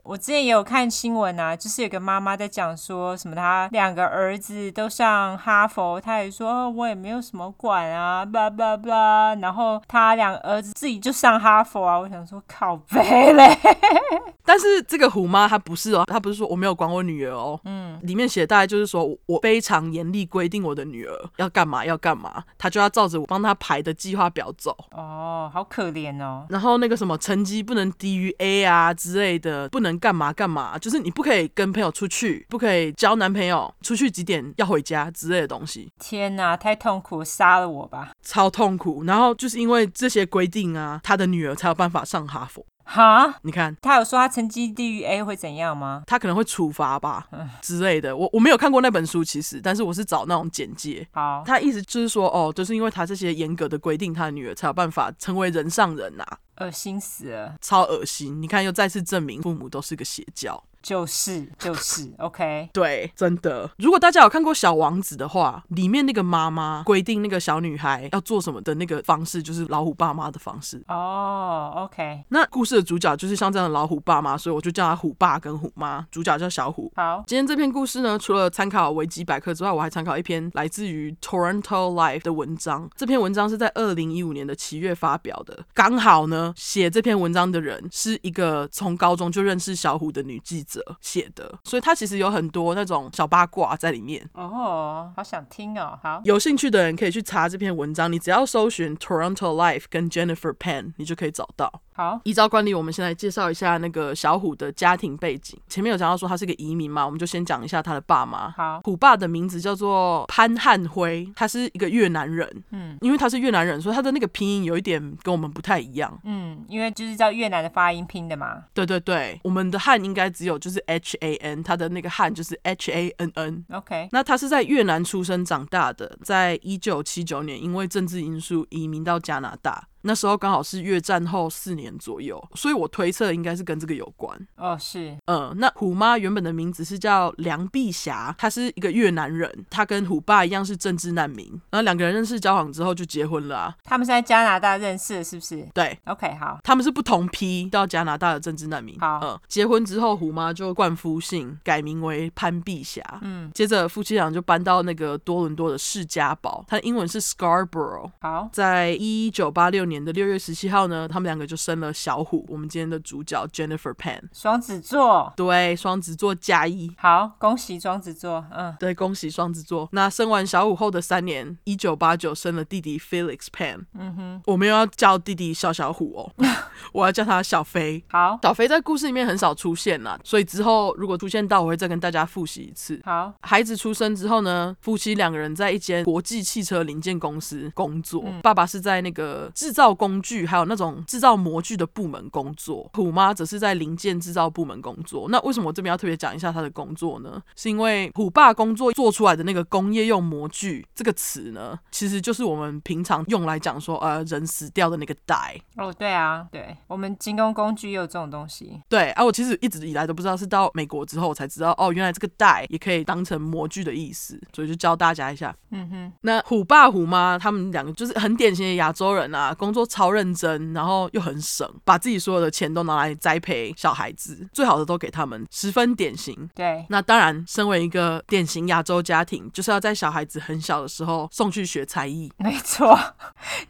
B: 我之前也有看新闻啊，就是有个妈妈在讲说什么，她两个儿子都上哈佛，她也说、哦我也没有什么管啊，巴拉巴拉，然后她两个儿子自己就上哈佛啊，我想说靠背嘞，
A: 但是这个虎妈她不是哦，她不是说我没有管我女儿哦，嗯，里面写的大概就是说我我非常严厉规定我的女儿要干嘛要干嘛，她就要照着我帮她排的计划表走。
B: 哦，好可怜哦，
A: 然后那个什么成绩不能低于 A 啊之类的，不能干嘛干嘛，就是你不可以跟朋友出去，不可以交男朋友，出去几点要回家之类的东西，
B: 天哪，太痛苦了，杀了我吧，
A: 超痛苦。然后就是因为这些规定啊，他的女儿才有办法上哈佛。
B: 哈。
A: 你看。
B: 她有说她成绩低于 A 会怎样吗？
A: 他可能会处罚吧之类的，我我没有看过那本书，其实，但是我是找那种简介。
B: 好，
A: 他意思就是说，哦，就是因为他这些严格的规定，他的女儿才有办法成为人上人呐、啊，
B: 恶心死了，
A: 超恶心。你看，又再次证明父母都是个邪教。
B: 就是就是 ，OK，
A: 对，真的。如果大家有看过《小王子》的话，里面那个妈妈规定那个小女孩要做什么的那个方式，就是老虎爸妈的方式。
B: 哦、o k
A: 那故事的主角就是像这样的老虎爸妈，所以我就叫他虎爸跟虎妈。主角叫小虎。
B: 好，
A: 今天这篇故事呢，除了参考维基百科之外，我还参考一篇来自于 Toronto Life 的文章。这篇文章是在二零一五年的七月发表的，刚好呢，写这篇文章的人是一个从高中就认识小虎的女记者写的，所以她其实有很多那种小八卦在里面。
B: 哦、好想听哦，好，
A: 有兴趣的人可以去查这篇文章，你只要搜寻 Toronto Life 跟 Jennifer Pan，你就可以找到。
B: 好，
A: 依照惯例，我们先来介绍一下那个小虎的家庭背景。前面有讲到说他是个移民嘛，我们就先讲一下他的爸妈。
B: 好，
A: 虎爸的名字叫做潘汉辉，他是一个越南人。
B: 嗯，
A: 因为他是越南人，所以他的那个拼音有一点跟我们不太一样。
B: 嗯，因为就是照越南的发音拼的嘛，
A: 对对对，我们的汉应该只有就是 H A N，他的那个汉就是 H A N N。
B: ，OK，
A: 那他是在越南出生长大的，在一九七九年因为政治因素移民到加拿大。那时候刚好是越战后四年左右，所以我推测应该是跟这个有关。
B: 哦，是
A: 呃，那虎妈原本的名字是叫梁碧霞，她是一个越南人，她跟虎爸一样是政治难民，然后两个人认识交往之后就结婚了、啊。
B: 他们是在加拿大认识的，是不是
A: 对，
B: ？OK，好，
A: 他们是不同批到加拿大的政治难民。
B: 好
A: 嗯，结婚之后，虎妈就冠夫姓，改名为潘碧霞。嗯，接着夫妻俩就搬到那个多伦多的士嘉堡，它的英文是 Scarborough。
B: 好，
A: 在一九八六年的六月十七号呢，他们两个就生了小虎，我们今天的主角 Jennifer Pan。
B: 双子座，
A: 对，双子座加一。
B: 好，恭喜双子座，嗯，
A: 对，恭喜双子座。那生完小虎后的三年，一九八九生了弟弟 Felix Pan。嗯哼，我没有要叫弟弟小小虎哦， 我要叫他小飞。
B: 好，
A: 小飞在故事里面很少出现啦，所以之后如果出现到，我会再跟大家复习一次。
B: 好，
A: 孩子出生之后呢，夫妻两个人在一间国际汽车零件公司工作。爸爸是在那个制造工具还有那种制造模具的部门工作，虎妈则是在零件制造部门工作。那为什么我这边要特别讲一下他的工作呢？是因为虎爸工作做出来的那个工业用模具这个词呢，其实就是我们平常用来讲说呃人死掉的那个 die。
B: 哦，对啊，对，我们精工工具也有这种东西，
A: 对啊，我其实一直以来都不知道，是到美国之后我才知道，哦，原来这个带也可以当成模具的意思，所以就教大家一下。嗯哼，那虎爸虎妈他们两个就是很典型的亚洲人啊，工作超认真，然后又很省，把自己所有的钱都拿来栽培小孩子，最好的都给他们，十分典型。
B: 对，
A: 那当然，身为一个典型亚洲家庭，就是要在小孩子很小的时候送去学才艺，
B: 没错，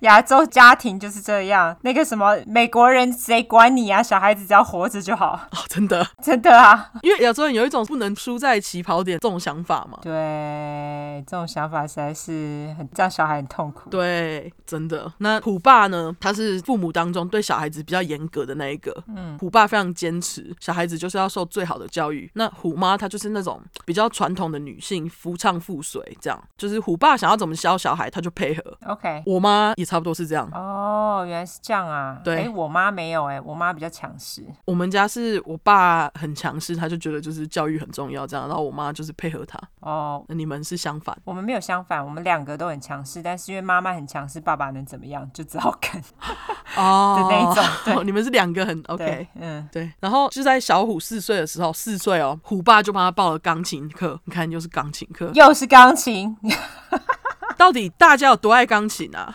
B: 亚洲家庭就是这样。那个什么美国人，谁管你啊？小孩子只要活着就好，
A: 哦、真的，
B: 真的啊。
A: 因为亚洲人有一种不能输在起跑点这种想法嘛。
B: 对，这种想法实在是很让小孩很痛苦。
A: 对，真的。那虎爸呢？他是父母当中对小孩子比较严格的那一个。嗯，虎爸非常坚持，小孩子就是要受最好的教育。那虎妈她就是那种比较传统的女性，夫唱妇随，这样就是虎爸想要怎么教小孩，他就配合。
B: OK，
A: 我妈也差不多是这样。
B: 哦，原来是这样啊。
A: 对
B: 诶我妈没有哎、我妈比较强势。
A: 我们家是我爸很强势，他就觉得就是教育很重要，这样，然后我妈就是配合他。
B: 哦，
A: 那你们是相反，
B: 我们没有相反，我们两个都很强势，但是因为妈妈很强势，爸爸能怎么样？就只好跟。
A: 哦
B: 的那 一种对
A: 你们是两个很 OK
B: 对。，嗯，
A: 对，然后就在小虎四岁的时候，四岁哦，虎爸就帮他报了钢琴课。你看，又是钢琴课，
B: 又是钢琴，
A: 到底大家有多爱钢琴啊？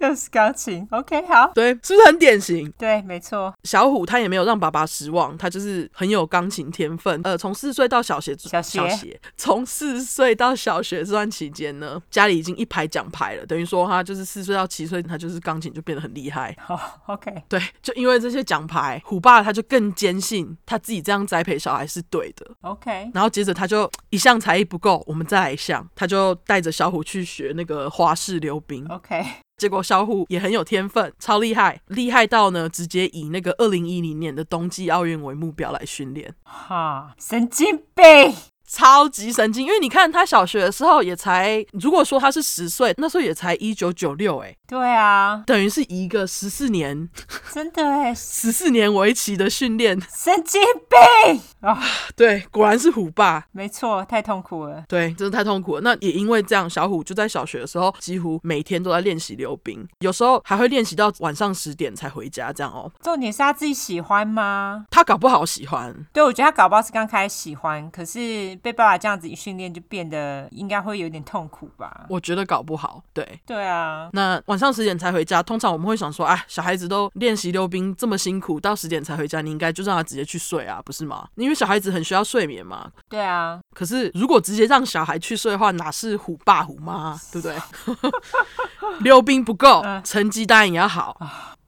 B: 又是钢琴。OK，好，
A: 对，是不是很典型？
B: 对，没错，
A: 小虎他也没有让爸爸失望，他就是很有钢琴天分。呃，从四岁到小学，
B: 小学
A: 从四岁到小学这段期间呢，家里已经一排奖牌了，等于说他就是四岁到七岁，他就是钢琴就变得很厉害。
B: 好、o k
A: 对，就因为这些奖牌，虎爸他就更坚信他自己这样栽培小孩是对的。
B: OK，
A: 然后接着他就一项才艺不够，我们再来一项，他就带着小虎去学那个花式溜冰。
B: OK，
A: 结果小虎也很有天分，超厉害，厉害到呢直接以那个二零一零年的冬季奥运为目标来训练，
B: 哈，神经病，
A: 超级神经。因为你看他小学的时候也才，如果说他是十岁，那时候也才一九九六，哎，
B: 对啊，
A: 等于是一个十四年
B: 真的哎，
A: 十四年为期的训练。
B: 神经病啊、
A: 对，果然是虎爸。
B: 没错，太痛苦了，
A: 对，真的太痛苦了。那也因为这样，小虎就在小学的时候几乎每天都在练习溜冰，有时候还会练习到晚上十点才回家，这样哦。
B: 重点是他自己喜欢吗？
A: 他搞不好喜欢，
B: 对，我觉得他搞不好是刚开始喜欢，可是被爸爸这样子一训练，就变得应该会有点痛苦吧？
A: 我觉得搞不好。对，
B: 对啊，
A: 那晚上十点才回家，通常我们会想说，哎，小孩子都练习溜冰这么辛苦，到十点才回家，你应该就让他直接去睡啊，不是吗？因为小孩子很需要睡眠嘛。
B: 对啊，
A: 可是如果直接让小孩去睡的话，哪是虎爸虎妈啊，对不对？ 溜冰不够，成绩当然也要好。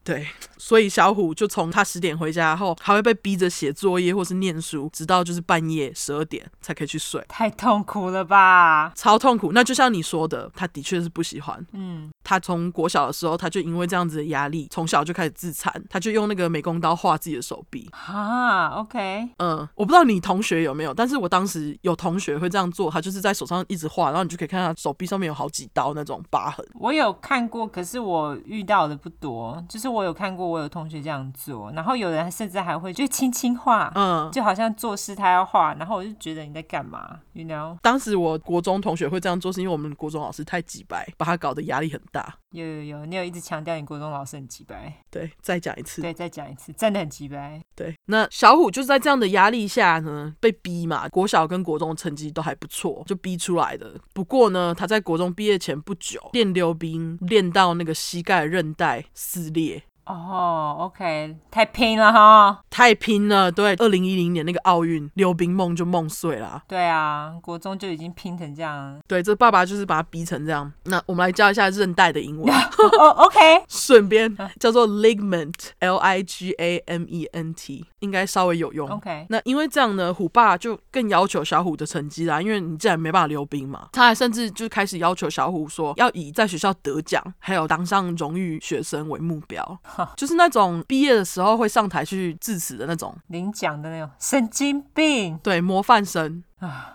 A: 对，所以小虎就从他十点回家后，还会被逼着写作业或是念书，直到就是半夜十二点才可以去睡，
B: 太痛苦了吧？
A: 超痛苦。那就像你说的，他的确是不喜欢。嗯，他从国小的时候，他就因为这样子的压力，从小就开始自残，他就用那个美工刀划自己的手臂。
B: 啊，OK，
A: 嗯，我不知道你同学有没有，但是我当时有同学会这样做，他就是在手上一直画，然后你就可以看他手臂上面有好几刀那种疤痕。
B: 我有看过，可是我遇到的不多，就是我有看过过我有同学这样做，然后有人甚至还会就轻轻画，
A: 嗯，
B: 就好像作诗他要画，然后我就觉得你在干嘛，you know？
A: 当时我国中同学会这样做，是因为我们国中老师太急白，把他搞得压力很大。
B: 有有有，你有一直强调你国中老师很鸡掰，
A: 对，再讲一次。
B: 对，再讲一次，真的很鸡掰。
A: 对，那小虎就是在这样的压力下呢，被逼嘛，国小跟国中成绩都还不错，就逼出来的。不过呢，他在国中毕业前不久练溜冰，练到那个膝盖韧带撕裂。
B: 哦、o k 太拼了哈。
A: 太拼了，对，二零一零年那个奥运溜冰梦就梦碎啦。
B: 对啊，国中就已经拼成这样了。
A: 对，这爸爸就是把他逼成这样。那我们来教一下韧带的英文，
B: 哦、o k
A: 顺便叫做 ligament，L I G A M E N T，应该稍微有用。
B: OK，
A: 那因为这样呢，虎爸就更要求小虎的成绩啦，因为你既然没办法溜冰嘛，他还甚至就开始要求小虎说，要以在学校得奖，还有当上荣誉学生为目标，就是那种毕业的时候会上台去致辞的那种，
B: 领奖的那种神经病。
A: 对，模范生。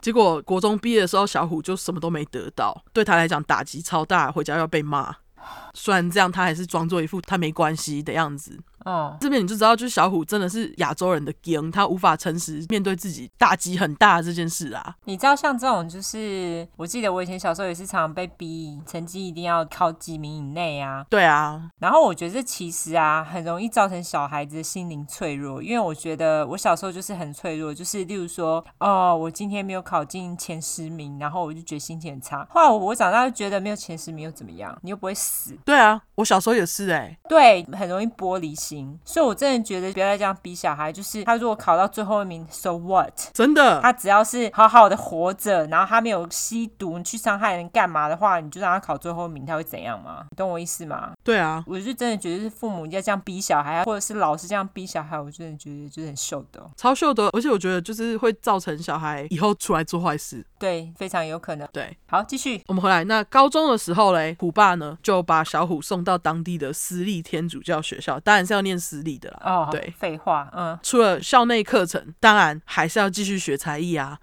A: 结果国中毕业的时候，小虎就什么都没得到，对他来讲打击超大，回家要被骂。虽然这样，他还是装作一副他没关系的样子。
B: 哦，
A: 这边你就知道，就是小虎真的是亚洲人的 g 他无法诚实面对自己打击很大的这件事啊。
B: 你知道像这种就是，我记得我以前小时候也是常常被逼成绩一定要考几名以内啊。
A: 对啊，
B: 然后我觉得这其实啊，很容易造成小孩子的心灵脆弱，因为我觉得我小时候就是很脆弱，就是例如说，哦，我今天没有考进前十名，然后我就觉得心情很差。后来我我长大就觉得没有前十名又怎么样，你又不会死，
A: 对啊，我小时候也是哎、
B: 对，很容易玻璃心。所以我真的觉得不要再这样逼小孩，就是他如果考到最后一名，so what？
A: 真的。
B: 他只要是好好的活着，然后他没有吸毒，你去伤害人干嘛的话，你就让他考最后一名，他会怎样吗？你懂我意思吗？
A: 对啊，
B: 我就真的觉得是父母要这样逼小孩，啊或者是老师这样逼小孩，我真的哦觉得就是很秀逗、
A: 超秀的，而且我觉得就是会造成小孩以后出来做坏事。
B: 对，非常有可能。
A: 对
B: 好，继续。
A: 我们回来，那高中的时候嘞，虎爸呢就把小虎送到当地的私立天主教学校，当然是要念私立的啦。
B: 哦，
A: 对
B: 废话，嗯
A: 除了校内课程，当然还是要继续学才艺啊。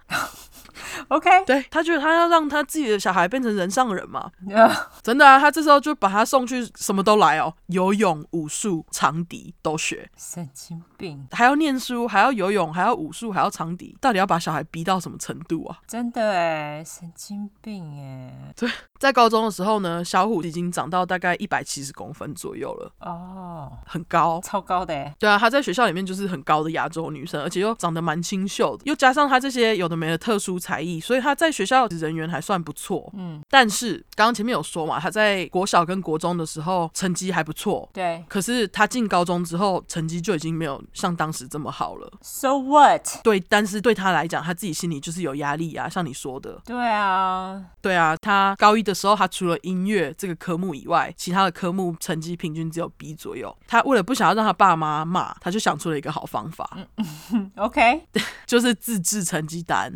B: ，OK，
A: 对他觉得他要让他自己的小孩变成人上人嘛，
B: 呃
A: 真的啊，他这时候就把他送去什么都来哦，游泳、武术、长笛都学，
B: 神经病，
A: 还要念书，还要游泳，还要武术，还要长笛，到底要把小孩逼到什么程度啊？
B: 真的哎，神经病哎，
A: 在高中的时候呢，小虎已经长到大概一百七十公分左右了，
B: 哦，
A: 很高。
B: 超高的哎，
A: 对啊，她在学校里面就是很高的亚洲女生，而且又长得蛮清秀的，又加上她这些有的没的特殊才艺，所以她在学校人缘还算不错。
B: 嗯，
A: 但是刚刚前面有说嘛，她在国小跟国中的时候成绩还不错，
B: 对
A: 可是她进高中之后成绩就已经没有像当时这么好了。
B: ，So what？
A: 对，但是对她来讲，她自己心里就是有压力啊，像你说的，
B: 对啊，
A: 对啊，她高一的时候，她除了音乐这个科目以外，其他的科目成绩平均只有 B 左右。她为了不想要让她爸妈骂，她就想出了一个好方法。
B: ，OK
A: 就是自制成绩单，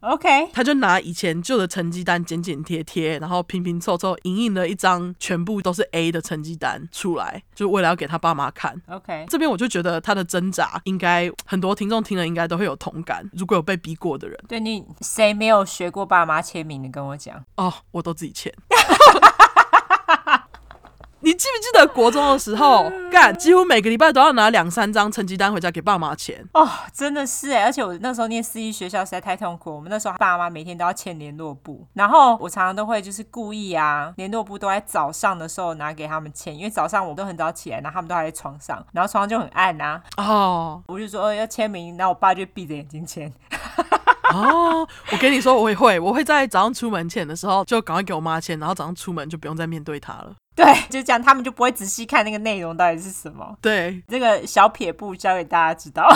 B: OK，
A: 他就拿以前旧的成绩单剪剪贴贴，然后拼拼凑凑，印印了一张全部都是 A 的成绩单出来，就为了要给他爸妈看。
B: OK，
A: 这边我就觉得他的挣扎，应该很多听众听了应该都会有同感。如果有被逼过的人，
B: 对你谁没有学过爸妈签名的，跟我讲。
A: 哦，我都自己签。 你记不记得国中的时候，干几乎每个礼拜都要拿两三张成绩单回家给爸妈签。
B: 哦，真的是哎，而且我那时候念私立学校实在太痛苦了。我们那时候爸妈每天都要签联络簿，然后我常常都会就是故意啊，联络簿都在早上的时候拿给他们签，因为早上我都很早起来，然后他们都还在床上，然后床上就很暗啊，
A: 哦
B: 我就说、哦要签名，然后我爸就闭着眼睛签。
A: 哦，我跟你说，我也会，我会在早上出门前的时候就赶快给我妈签，然后早上出门就不用再面对她了。
B: 对，就这样，他们就不会仔细看那个内容到底是什么。
A: 对，
B: 这个小撇步教给大家知道。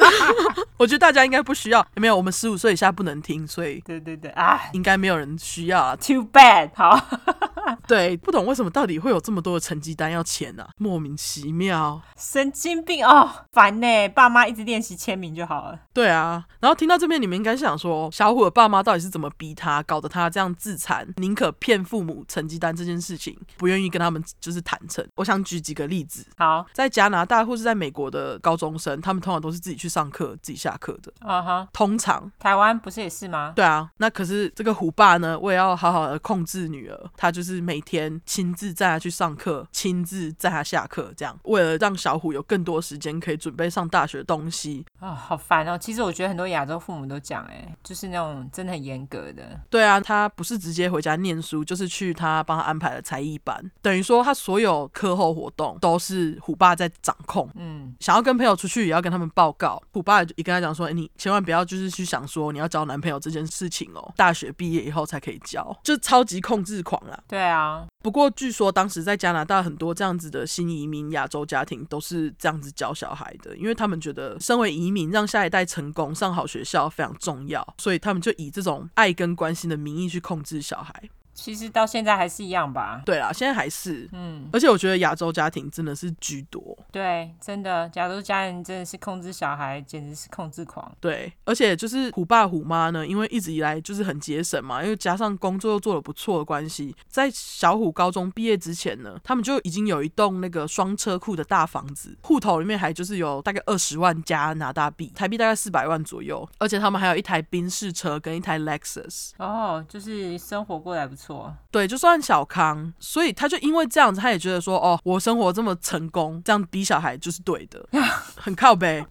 A: 我觉得大家应该不需要，没有，我们十五岁以下不能听，所以
B: 对对对，啊
A: 应该没有人需要啊。
B: ，too bad。好，
A: 对，不懂为什么到底会有这么多的成绩单要签啊，莫名其妙。
B: 神经病哦，烦呢。爸妈一直练习签名就好了。
A: 对啊，然后听到这边，你们应该想说，小虎的爸妈到底是怎么逼他，搞得他这样自残，宁可骗父母成绩单这件事情，不愿意跟他们就是坦诚。我想举几个例子，
B: 好，
A: 在加拿大或是在美国的高中生，他们通常都是自己去上课、自己下课的。
B: 嗯哼。
A: 通常，
B: 台湾不是也是吗？
A: 对啊，那可是这个虎爸呢，我也要好好的控制女儿，他就是每每天亲自载他去上课，亲自载他下课，这样为了让小虎有更多时间可以准备上大学的东西。
B: 啊、好烦哦！其实我觉得很多亚洲父母都讲，哎，就是那种真的很严格的，
A: 对啊，他不是直接回家念书，就是去他帮他安排的才艺班，等于说他所有课后活动都是虎爸在掌控。
B: 嗯，
A: 想要跟朋友出去，也要跟他们报告。虎爸也跟他讲说：“哎、你千万不要就是去想说你要交男朋友这件事情哦，大学毕业以后才可以交，就超级控制狂啦。
B: 对啊，
A: 不过据说当时在加拿大很多这样子的新移民亚洲家庭都是这样子教小孩的，因为他们觉得身为移民让下一代成功上好学校非常重要，所以他们就以这种爱跟关心的名义去控制小孩。
B: 其实到现在还是一样吧。
A: 对啦，现在还是，
B: 嗯，
A: 而且我觉得亚洲家庭真的是居多。
B: 对，真的，假如家人真的是控制小孩，简直是控制狂。
A: 对，而且就是虎爸虎妈呢，因为一直以来就是很节省嘛，因为加上工作又做得不错的关系，在小虎高中毕业之前呢，他们就已经有一栋那个双车库的大房子，户头里面还就是有大概二十万加拿大币，台币大概四百万左右，而且他们还有一台宾士车跟一台 Lexus，
B: 哦，就是生活过得还不错，
A: 对，就算小康，所以他就因为这样子，他也觉得说，哦，我生活这么成功，这样逼小孩就是对的，很靠背。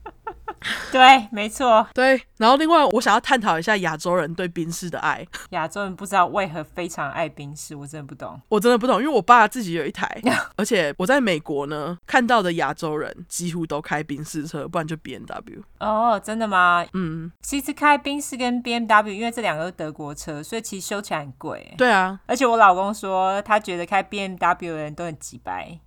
B: 对，没错，
A: 对，然后另外我想要探讨一下亚洲人对宾士的爱。
B: 亚洲人不知道为何非常爱冰室，我真的不懂。
A: 我真的不懂，因为我爸自己有一 台，而且我在美国呢看到的亚洲人几乎都开宾士车，不然就 B N W。
B: 哦，真的吗？
A: 嗯，
B: 其实开宾士跟 B M W，因为这两个都德国车，所以其实修起来很贵。
A: 对啊，
B: 而且我老公说，他觉得开 B M W 的人都很鸡掰。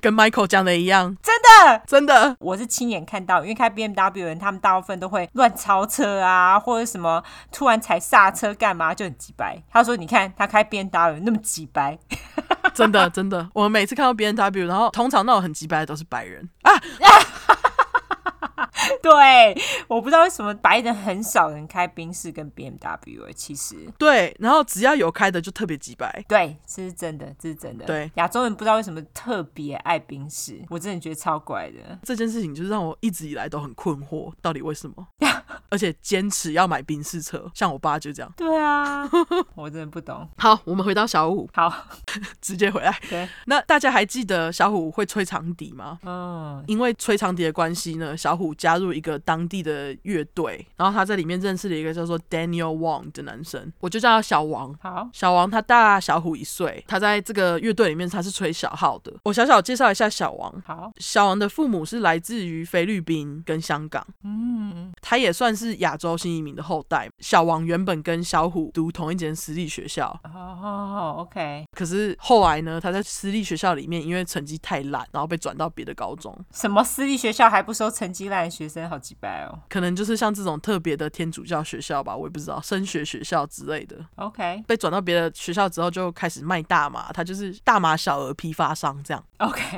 A: 跟 Michael 讲的一样，
B: 真的，
A: 真的。
B: 我是亲眼看到，因为开 B M W 的人，他们大部分都会乱超车啊，或者什么突然踩刹车干嘛，就很鸡掰。他说：“你看他开 B M W 那么鸡掰，
A: 真的，真的， 我们每次看到 B N W，然后通常那种很鸡掰的都是白人啊，
B: 对，我不知道为什么白人很少人开宾士跟 B M W，、欸、其实
A: 对，然后只要有开的就特别鸡掰，
B: 对，这是真的，这是真的。
A: 对，
B: 亚洲人不知道为什么特别爱宾士，我真的觉得超怪的。
A: 这件事情就是让我一直以来都很困惑，到底为什 么？而且坚持要买宾士车，像我爸就这样。
B: 对啊， 我真的不懂。
A: 好，我们回到小虎，
B: 好，
A: 直接回来。
B: 对，
A: 那大家还记得小虎会吹长笛吗？
B: 嗯，
A: 因为吹长笛的关系呢，小虎加入一个当地的乐队，然后他在里面认识了一个叫做 Daniel Wong 的男生，我就叫他小王。
B: 好，
A: 小王他大小虎一岁，他在这个乐队里面他是吹小号的。我小小介绍一下小王，
B: 好，
A: 小王的父母是来自于菲律宾跟香港，
B: 嗯，
A: 他也算是亚洲新移民的后代。小王原本跟小虎读同一间私立学校，
B: 哦，OK，
A: 可是后来呢，他在私立学校里面因为成绩太烂，然后被转到别的高中。
B: 什么私立学校还不收成绩烂的学生，好鸡掰哦。
A: 可能就是像这种特别的天主教学校吧，我也不知道升学学校之类的。
B: OK，OK，、
A: 被转到别的学校之后，就开始卖大麻，他就是大麻小额批发商这样。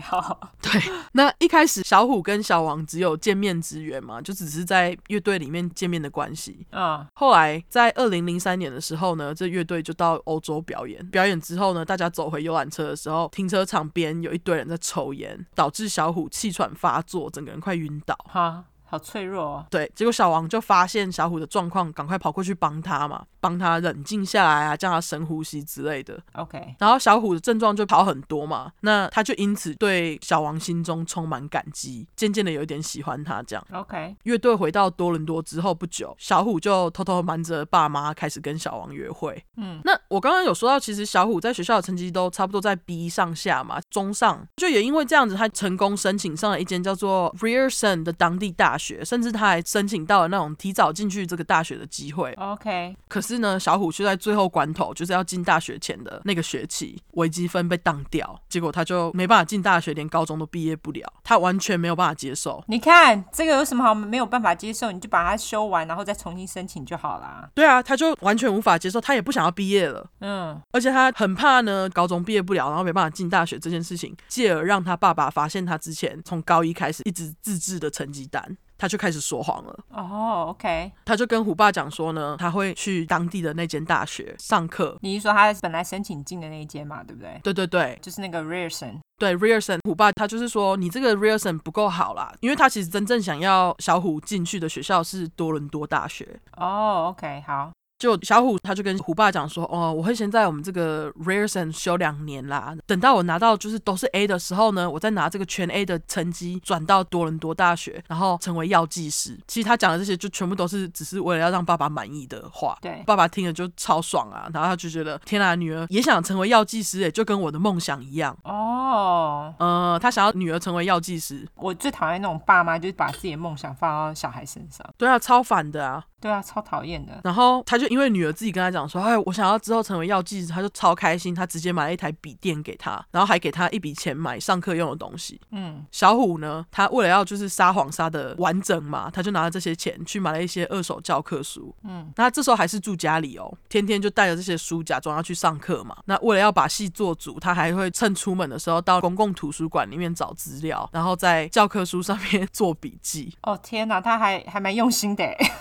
B: 好，
A: 对，那一开始小虎跟小王只有见面之缘嘛，就只是在乐队里面见面的关系。
B: 嗯，
A: 后来在二零零三年的时候呢，这乐队就到欧洲表演。表演之后呢，大家走回游览车的时候，停车场边有一堆人在抽烟，导致小虎气喘发作，整个人快晕倒。
B: 好，好脆弱、哦。
A: 对，结果小王就发现小虎的状况，赶快跑过去帮他嘛，帮他冷静下来啊，叫他深呼吸之类的。
B: OK，
A: 然后小虎的症状就好很多嘛，那他就因此对小王心中充满感激，渐渐的有一点喜欢他这样。
B: OK，
A: 乐队回到多伦多之后不久，小虎就偷偷瞒着爸妈开始跟小王约会。
B: 嗯，
A: 那我刚刚有说到，其实小虎在学校的成绩都差不多在 B 上下嘛，中上，就也因为这样子，他成功申请上了一间叫做 Rearson 的当地大学，甚至他还申请到了那种提早进去这个大学的机会。
B: OK，
A: 可是呢，小虎却在最后关头，就是要进大学前的那个学期，微积分被当掉，结果他就没办法进大学，连高中都毕业不了，他完全没有办法接受。
B: 你看这个有什么好没有办法接受？你就把它修完，然后再重新申请就好啦。
A: 对啊，他就完全无法接受，他也不想要毕业了。
B: 嗯，
A: 而且他很怕呢，高中毕业不了，然后没办法进大学这件事情，继而让他爸爸发现他之前从高一开始一直自制的成绩单，他就开始说谎了。
B: 哦，OK，
A: 他就跟虎爸讲说呢，他会去当地的那间大学上课。
B: 你是说他本来申请进的那一间嘛，对不对？
A: 对对对
B: 就是那个 Rearson。
A: 对，Rearson 虎爸他就是说你这个 Rearson 不够好啦，因为他其实真正想要小虎进去的学校是多伦多大学，
B: 哦，OK，好，
A: 就小虎他就跟虎爸讲说，哦，我会先在我们这个 Rarson 修两年啦，等到我拿到就是都是 A 的时候呢，我再拿这个全 A 的成绩转到多伦多大学，然后成为药剂师。其实他讲的这些就全部都是只是为了要让爸爸满意的话，
B: 对
A: 爸爸听了就超爽啊，然后他就觉得天啊，女儿也想成为药剂师、欸，就跟我的梦想一样。
B: 哦，
A: 呃，他想要女儿成为药剂师，
B: 我最讨厌那种爸妈就是把自己的梦想放到小孩身上，
A: 对啊，超反的啊。
B: 对啊，超讨厌的。
A: 然后他就因为女儿自己跟他讲说，哎，我想要之后成为药剂师，他就超开心，他直接买了一台笔电给他，然后还给他一笔钱买上课用的东西。
B: 嗯，
A: 小虎呢，他为了要就是撒谎撒的完整嘛，他就拿了这些钱去买了一些二手教科书。嗯，那他这时候还是住家里哦，天天就带着这些书假装要去上课嘛。那为了要把戏做足，他还会趁出门的时候到公共图书馆里面找资料，然后在教科书上面 做笔记。
B: 哦天哪，他还还蛮用心的欸，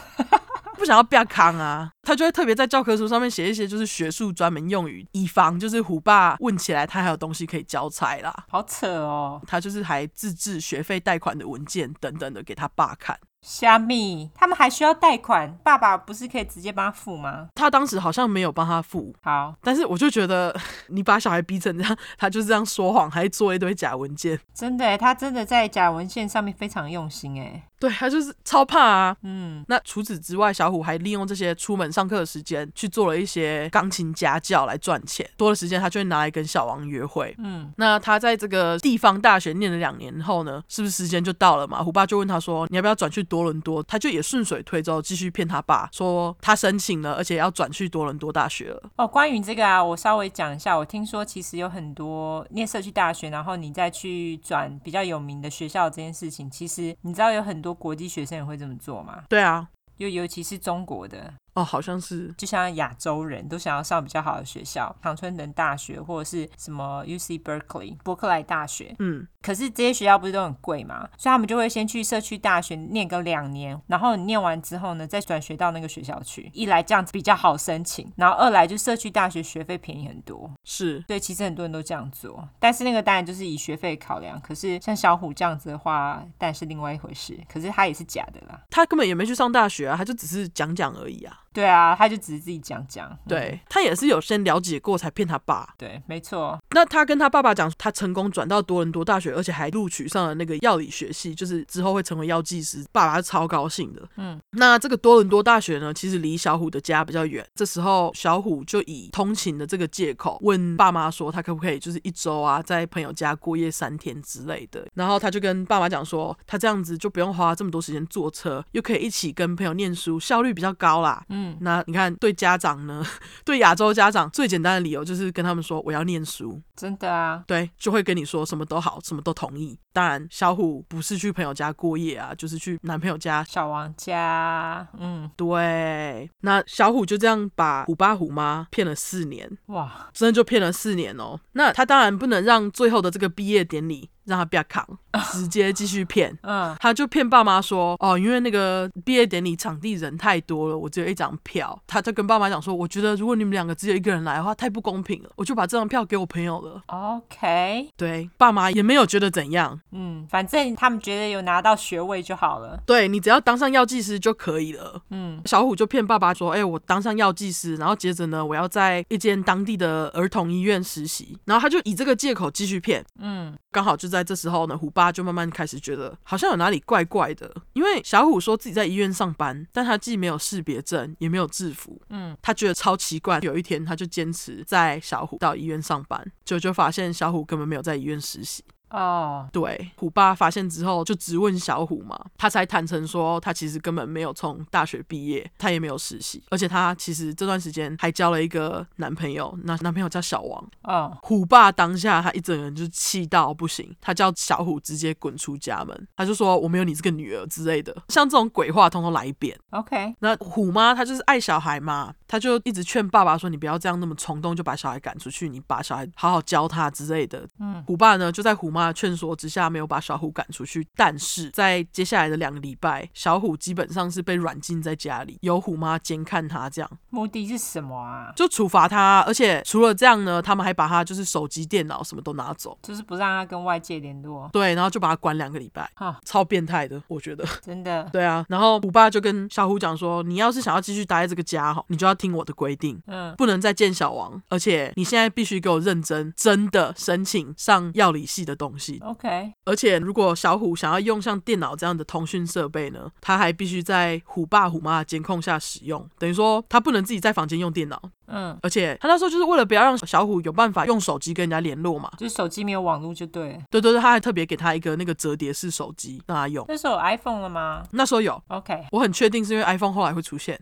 A: 不想要被康啊，他就会特别在教科书上面写一些就是学术专门用语，以防就是虎爸问起来他还有东西可以交差啦。
B: 好扯哦。
A: 他就是还自制学费贷款的文件等等的给他爸看。
B: 虾米，他们还需要贷款，爸爸不是可以直接帮他付吗？
A: 他当时好像没有帮他付，
B: 好，
A: 但是我就觉得嗯你把小孩逼成这样，他就是这样说谎，还做一堆假文件。
B: 真的欸，他真的在假文献上面非常用心哎。
A: 对他就是超怕啊。
B: 嗯，
A: 那除此之外，小虎还利用这些出门上课的时间去做了一些钢琴家教来赚钱，多的时间他就会拿来跟小王约会。
B: 嗯，
A: 那他在这个地方大学念了两年后呢，是不是时间就到了嘛？虎爸就问他说：“你要不要转去多伦多？”他就也顺水推舟，继续骗他爸说他申请了，而且要转去多伦多大学了。
B: 哦，关于这个啊，我稍微讲一下。我听说其实有很多念社区大学，然后你再去转比较有名的学校这件事情，其实你知道有很多国际学生也会这么做吗？
A: 对啊，
B: 又尤其是中国的，
A: 哦，好像是
B: 就像亚洲人都想要上比较好的学校，常春藤大学或者是什么 U C Berkeley 伯克莱大学。
A: 嗯，
B: 可是这些学校不是都很贵嘛，所以他们就会先去社区大学念个两年，然后你念完之后呢，再转学到那个学校去。一来这样子比较好申请，然后二来就社区大学学费便宜很多。
A: 是
B: 对，其实很多人都这样做，但是那个当然就是以学费考量。可是像小虎这样子的话，当然是另外一回事。可是他也是假的啦。
A: 他根本也没去上大学啊，他就只是讲讲而已啊。
B: 对啊，他就只是自己讲讲。嗯
A: 对他也是有先了解过才骗他爸。
B: 对，没错。
A: 那他跟他爸爸讲，他成功转到多伦多大学，而且还录取上了那个药理学系，就是之后会成为药剂师。爸爸是超高兴的。
B: 嗯，
A: 那这个多伦多大学呢，其实离小虎的家比较远。这时候小虎就以通勤的这个借口问爸妈说，他可不可以就是一周啊，在朋友家过夜三天之类的。然后他就跟爸妈讲说，他这样子就不用花这么多时间坐车，又可以一起跟朋友念书，效率比较高啦。
B: 嗯，
A: 那你看，对家长呢， 对亚洲家长最简单的理由就是跟他们说我要念书，
B: 真的啊。
A: 对，就会跟你说什么都好，什么都同意。当然，小虎不是去朋友家过夜啊，就是去男朋友家。
B: 小王家，嗯，
A: 对，那小虎就这样把虎爸虎妈骗了四年，
B: 哇，
A: 真的就骗了四年哦。那他当然不能让最后的这个毕业典礼让他不要扛，直接继续骗。
B: 嗯，
A: 他就骗爸妈说，哦，因为那个毕业典礼场地人太多了，我只有一张票。他就跟爸妈讲说，我觉得如果你们两个只有一个人来的话，太不公平了，我就把这张票给我朋友了。
B: OK，
A: 对，爸妈也没有觉得怎样，
B: 嗯，反正他们觉得有拿到学位就好了，
A: 对你只要当上药剂师就可以了。
B: 嗯，
A: 小虎就骗爸爸说：“哎、我当上药剂师，然后接着呢，我要在一间当地的儿童医院实习。”然后他就以这个借口继续骗。
B: 嗯，
A: 刚好就在这时候呢，虎爸就慢慢开始觉得好像有哪里怪怪的，因为小虎说自己在医院上班，但他既没有识别证，也没有制服，
B: 嗯，
A: 他觉得超奇怪。有一天，他就坚持在小虎到医院上班，就就发现小虎根本没有在医院实习。
B: 哦，
A: 对，虎爸发现之后就质问小虎嘛，他才坦诚说他其实根本没有从大学毕业，他也没有实习，而且他其实这段时间还交了一个男朋友，那男朋友叫小王。
B: 哦，
A: 虎爸当下他一整个人就气到不行，他叫小虎直接滚出家门，他就说我没有你这个女儿之类的，像这种鬼话通通来一遍。
B: ，OK，
A: 那虎妈她就是爱小孩嘛，她就一直劝爸爸说：“你不要这样那么冲动，就把小孩赶出去，你把小孩好好教他之类的。”
B: 嗯，
A: 虎爸呢就在虎妈的劝说之下，没有把小虎赶出去。但是在接下来的两个礼拜，小虎基本上是被软禁在家里，由虎妈监看他，这样
B: 目的是什么啊？
A: 就处罚他。而且除了这样呢，他们还把他就是手机、电脑什么都拿走，
B: 就是不让他跟外界联络，
A: 对，然后就把他关两个礼拜，
B: 哈，
A: 超变态的，我觉得。
B: 真的，
A: 对啊，然后虎爸就跟小虎讲说，你要是想要继续待在这个家哈，你就要听我的规定，
B: 嗯，
A: 不能再见小王，而且你现在必须给我认真，真的申请上药理系的东西。
B: OK，
A: 而且如果小虎想要用像电脑这样的通讯设备呢，他还必须在虎爸虎妈的监控下使用，等于说他不能自己在房间用电脑。
B: 嗯，
A: 而且他那时候就是为了不要让小虎有办法用手机跟人家联络嘛，
B: 就是手机没有网络就对了。
A: 对对对，他还特别给他一个那个折叠式手机让他用。
B: 那时候有 iPhone 了吗
A: 那时候有，
B: ？OK，OK，、
A: 我很确定是因为 iPhone 后来会出现。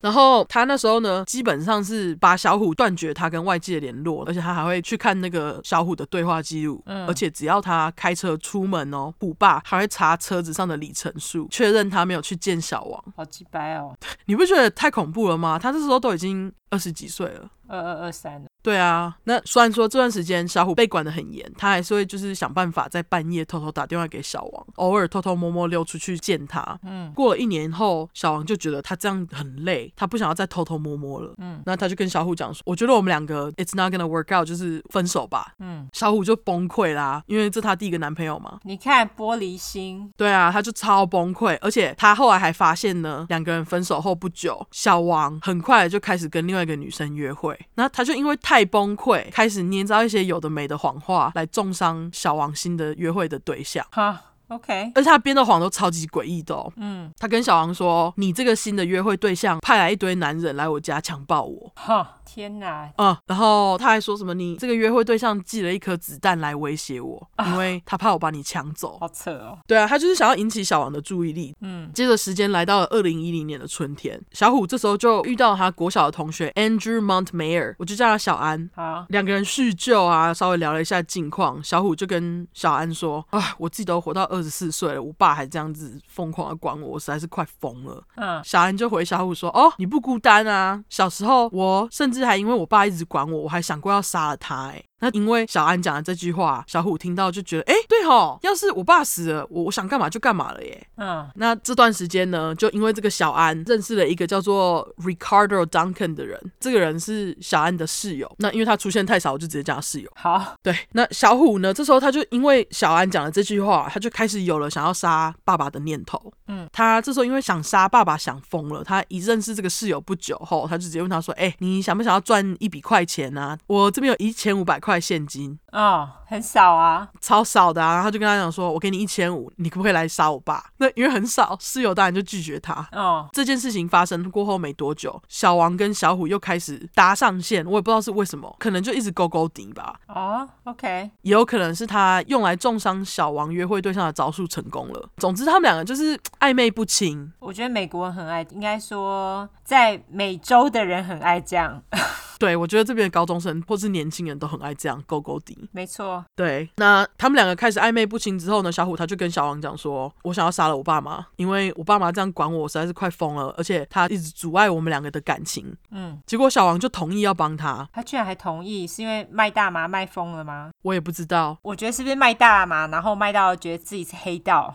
A: 然后他那时候呢，基本上是把小虎断绝他跟外界的联络，而且他还会去看那个小虎的对话记录。
B: 嗯
A: 而且只要他开车出门哦，虎爸还会查车子上的里程数，确认他没有去见小王。
B: 好鸡掰哦，
A: 你不觉得太恐怖了吗？他这时候都已经二十几岁了。
B: 二二二三了。
A: 对啊，那虽然说这段时间小虎被管得很严，他还是会就是想办法在半夜偷偷打电话给小王，偶尔偷偷摸摸溜出去见他。
B: 嗯
A: 过了一年后，小王就觉得他这样很累，他不想要再偷偷摸摸了。
B: 嗯
A: 那他就跟小虎讲说：“我觉得我们两个 it's not gonna work out，就是分手吧。
B: 嗯”，
A: 小虎就崩溃啦，因为这她第一个男朋友嘛。
B: 你看玻璃心，
A: 对啊，他就超崩溃，而且他后来还发现呢，两个人分手后不久，小王很快就开始跟另外一个女生约会。那他就因为太崩溃，开始捏造一些有的没的谎话来重伤小王新的约会的对象，
B: 哈，OK，
A: 而且他编的谎都超级诡异的哦。
B: 嗯，
A: 他跟小王说：“你这个新的约会对象派来一堆男人来我家强暴我。
B: 哈，天哪”，
A: 啊、然后他还说什么：“你这个约会对象寄了一颗子弹来威胁我，因为他怕我把你抢走。
B: 好扯哦，
A: 对啊，他就是想要引起小王的注意力。
B: 嗯
A: 接着时间来到了二零一零年的春天，小虎这时候就遇到他国小的同学 Andrew Montmayor，我就叫他小安。
B: 好，
A: 两个人叙旧啊，稍微聊了一下近况。小虎就跟小安说：“啊，我自己都活到二十四岁了，我爸还这样子疯狂的管我，我实在是快疯了。”
B: 嗯
A: 小安就回小虎说：“哦，你不孤单啊！小时候我甚至还因为我爸一直管我，我还想过要杀了他、欸。”哎，那因为小安讲的这句话，小虎听到就觉得：“哎、对吼，要是我爸死了，我我想干嘛就干嘛了耶。”
B: 嗯
A: 那这段时间呢，就因为这个小安认识了一个叫做 Ricardo Duncan 的人，这个人是小安的室友。那因为他出现太少，我就直接叫他室友。
B: 好，
A: 对，那小虎呢？这时候他就因为小安讲了这句话，他就开始有了想要杀爸爸的念头。
B: 嗯，
A: 他这时候因为想杀爸爸想疯了，他一认识这个室友不久后，他就直接问他说：“哎、你想不想要赚一笔快钱啊？我这边有一千五百块现金，
B: 哦，很少啊，
A: 超少的啊。”然后他就跟他讲说：“我给你一千五，你可不可以来杀我爸？”那因为很少，室友当然就拒绝他。
B: 哦，
A: 这件事情发生过后没多久，小王跟小虎又开始搭上线，我也不知道是为什么，可能就一直勾勾底吧。
B: 哦，OK，
A: 也有可能是他用来重伤小王约会对象的招数成功了。总之，他们两个就是嘖暧昧不清。
B: 我觉得美国人很爱，应该说在美洲的人很爱这样，
A: 对我觉得这边的高中生或是年轻人都很爱这样勾勾底。
B: 没错，
A: 对，那他们两个开始暧昧不清之后呢，小虎他就跟小王讲说：“我想要杀了我爸妈，因为我爸妈这样管我，我实在是快疯了，而且他一直阻碍我们两个的感情。”
B: 嗯，
A: 结果小王就同意要帮他，
B: 他居然还同意，是因为卖大麻卖疯了吗？
A: 我也不知道。
B: 我觉得是不是卖大麻，然后卖到觉得自己是黑道？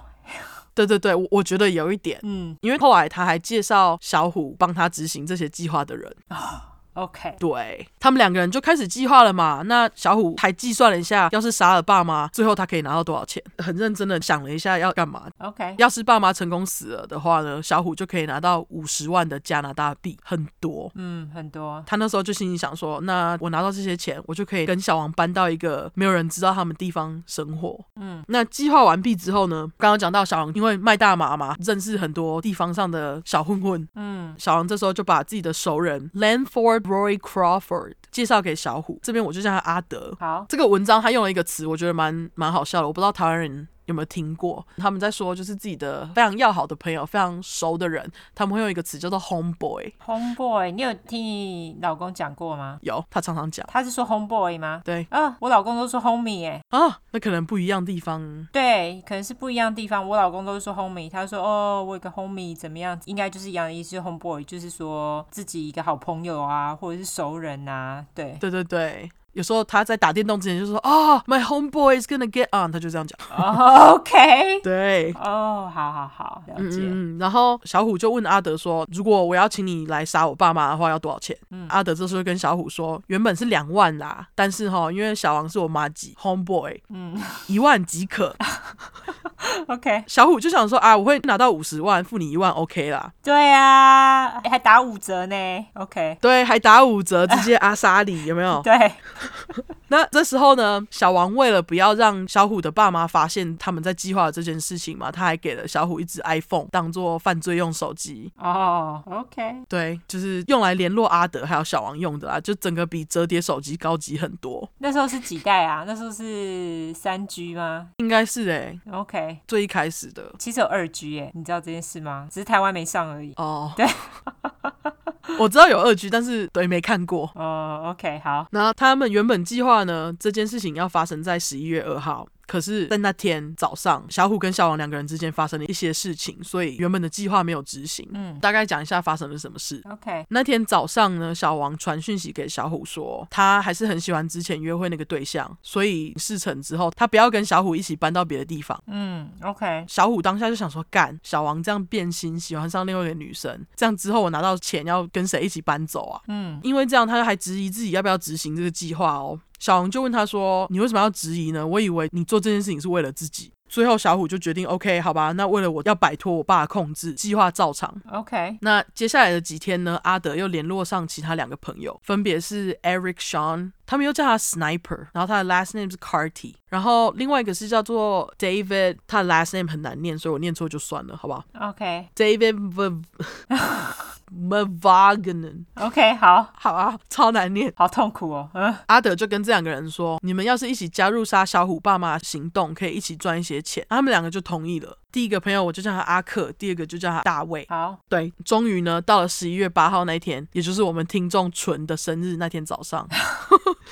A: 对对对，我我觉得有一点，
B: 嗯
A: 因为后来他还介绍小虎帮他执行这些计划的人。
B: ，OK，
A: 对他们两个人就开始计划了嘛。那小虎还计算了一下，要是杀了爸妈，最后他可以拿到多少钱？很认真的想了一下要干嘛。
B: OK，
A: 要是爸妈成功死了的话呢，小虎就可以拿到五十万的加拿大币，很多。
B: 嗯，很多，
A: 他那时候就心里想说，那我拿到这些钱，我就可以跟小王搬到一个没有人知道他们地方生活。
B: 嗯，
A: 那计划完毕之后呢，刚刚讲到小王因为卖大麻嘛，认识很多地方上的小混混，
B: 嗯
A: 小王这时候就把自己的熟人 Lanford Roy Crawford 介绍给小虎，这边我就叫他阿德。
B: 好，
A: 这个文章他用了一个词，我觉得蛮蛮好笑的，我不知道台湾人有没有听过。他们在说就是自己的非常要好的朋友、非常熟的人，他们会用一个词叫做 homeboy。
B: homeboy，你有听你老公讲过吗？
A: 有，他常常讲。
B: 他是说 homeboy 吗？
A: 对
B: 啊，我老公都说 homie 哎、
A: 啊，那可能不一样地方。
B: 对，可能是不一样的地方。我老公都是说 homie，他说哦，我有个 homie 怎么样，应该就是一样的意思，就是 homeboy，就是说自己一个好朋友啊，或者是熟人啊，对，
A: 对对对。有时候他在打电动之前就说啊、m y homeboy is gonna get on，他就这样讲。
B: 哦 OK，
A: 对，
B: 哦，好好好，了解。
A: 嗯，然后小虎就问阿德说：“如果我要请你来杀我爸妈的话，要多少钱？”阿德这时候跟小虎说：“原本是两万啦，但是哈，因为小王是我妈级 homeboy，嗯， 一万即可。 嗯
B: OK，”
A: 小虎就想说：“啊，我会拿到五十万，付你一万，OK 啦。
B: 对啊，还打五折呢。OK，”
A: 对，还打五折，直接阿莎里有没有？
B: 对，
A: 那这时候呢，小王为了不要让小虎的爸妈发现他们在计划这件事情嘛，他还给了小虎一只 iPhone 当做犯罪用手机。
B: 哦，OK，
A: 对，就是用来联络阿德还有小王用的啦，啊就整个比折叠手机高级很多，
B: 那时候是几代啊？那时候是三 G 吗
A: 应该是诶、欸
B: ？OK，
A: 最一开始的
B: 其实有二 G 耶，你知道这件事吗？只是台湾没上而已。
A: 哦。
B: 对，
A: 我知道有二 G，但是对没看过。
B: 哦，OK，好，
A: 然后他们原本计划呢，这件事情要发生在十一月二号，可是，在那天早上，小虎跟小王两个人之间发生了一些事情，所以原本的计划没有执行。嗯，大概讲一下发生了什么事。
B: OK，
A: 那天早上呢，小王传讯息给小虎说，他还是很喜欢之前约会那个对象，所以事成之后，他不要跟小虎一起搬到别的地方。
B: 嗯，OK，
A: 小虎当下就想说，干，小王这样变心，喜欢上另外一个女生，这样之后我拿到钱要跟谁一起搬走啊？
B: 嗯，
A: 因为这样，他还质疑自己要不要执行这个计划哦。小王就问他说：“你为什么要质疑呢？我以为你做这件事情是为了自己。”最后，小虎就决定，OK，好吧，那为了我要摆脱我爸的控制，计划照常。
B: OK，
A: 那接下来的几天呢，阿德又联络上其他两个朋友，分别是 Eric Sean，他们又叫他 Sniper，然后他的 last name 是 Carty，然后另外一个是叫做 David，他的 last name 很难念，所以我念错就算了，好不好
B: OK，
A: ？David V Mavagnan，
B: OK，好
A: 好啊，超难念。
B: 好痛苦哦，嗯
A: 阿德就跟这两个人说：“你们要是一起加入杀小虎爸妈的行动，可以一起赚一些钱。”他们两个就同意了。第一个朋友我就叫他阿克，第二个就叫他大卫。
B: 好，
A: 对，终于呢，到了十一月八号那一天，也就是我们听众纯的生日那天早 上，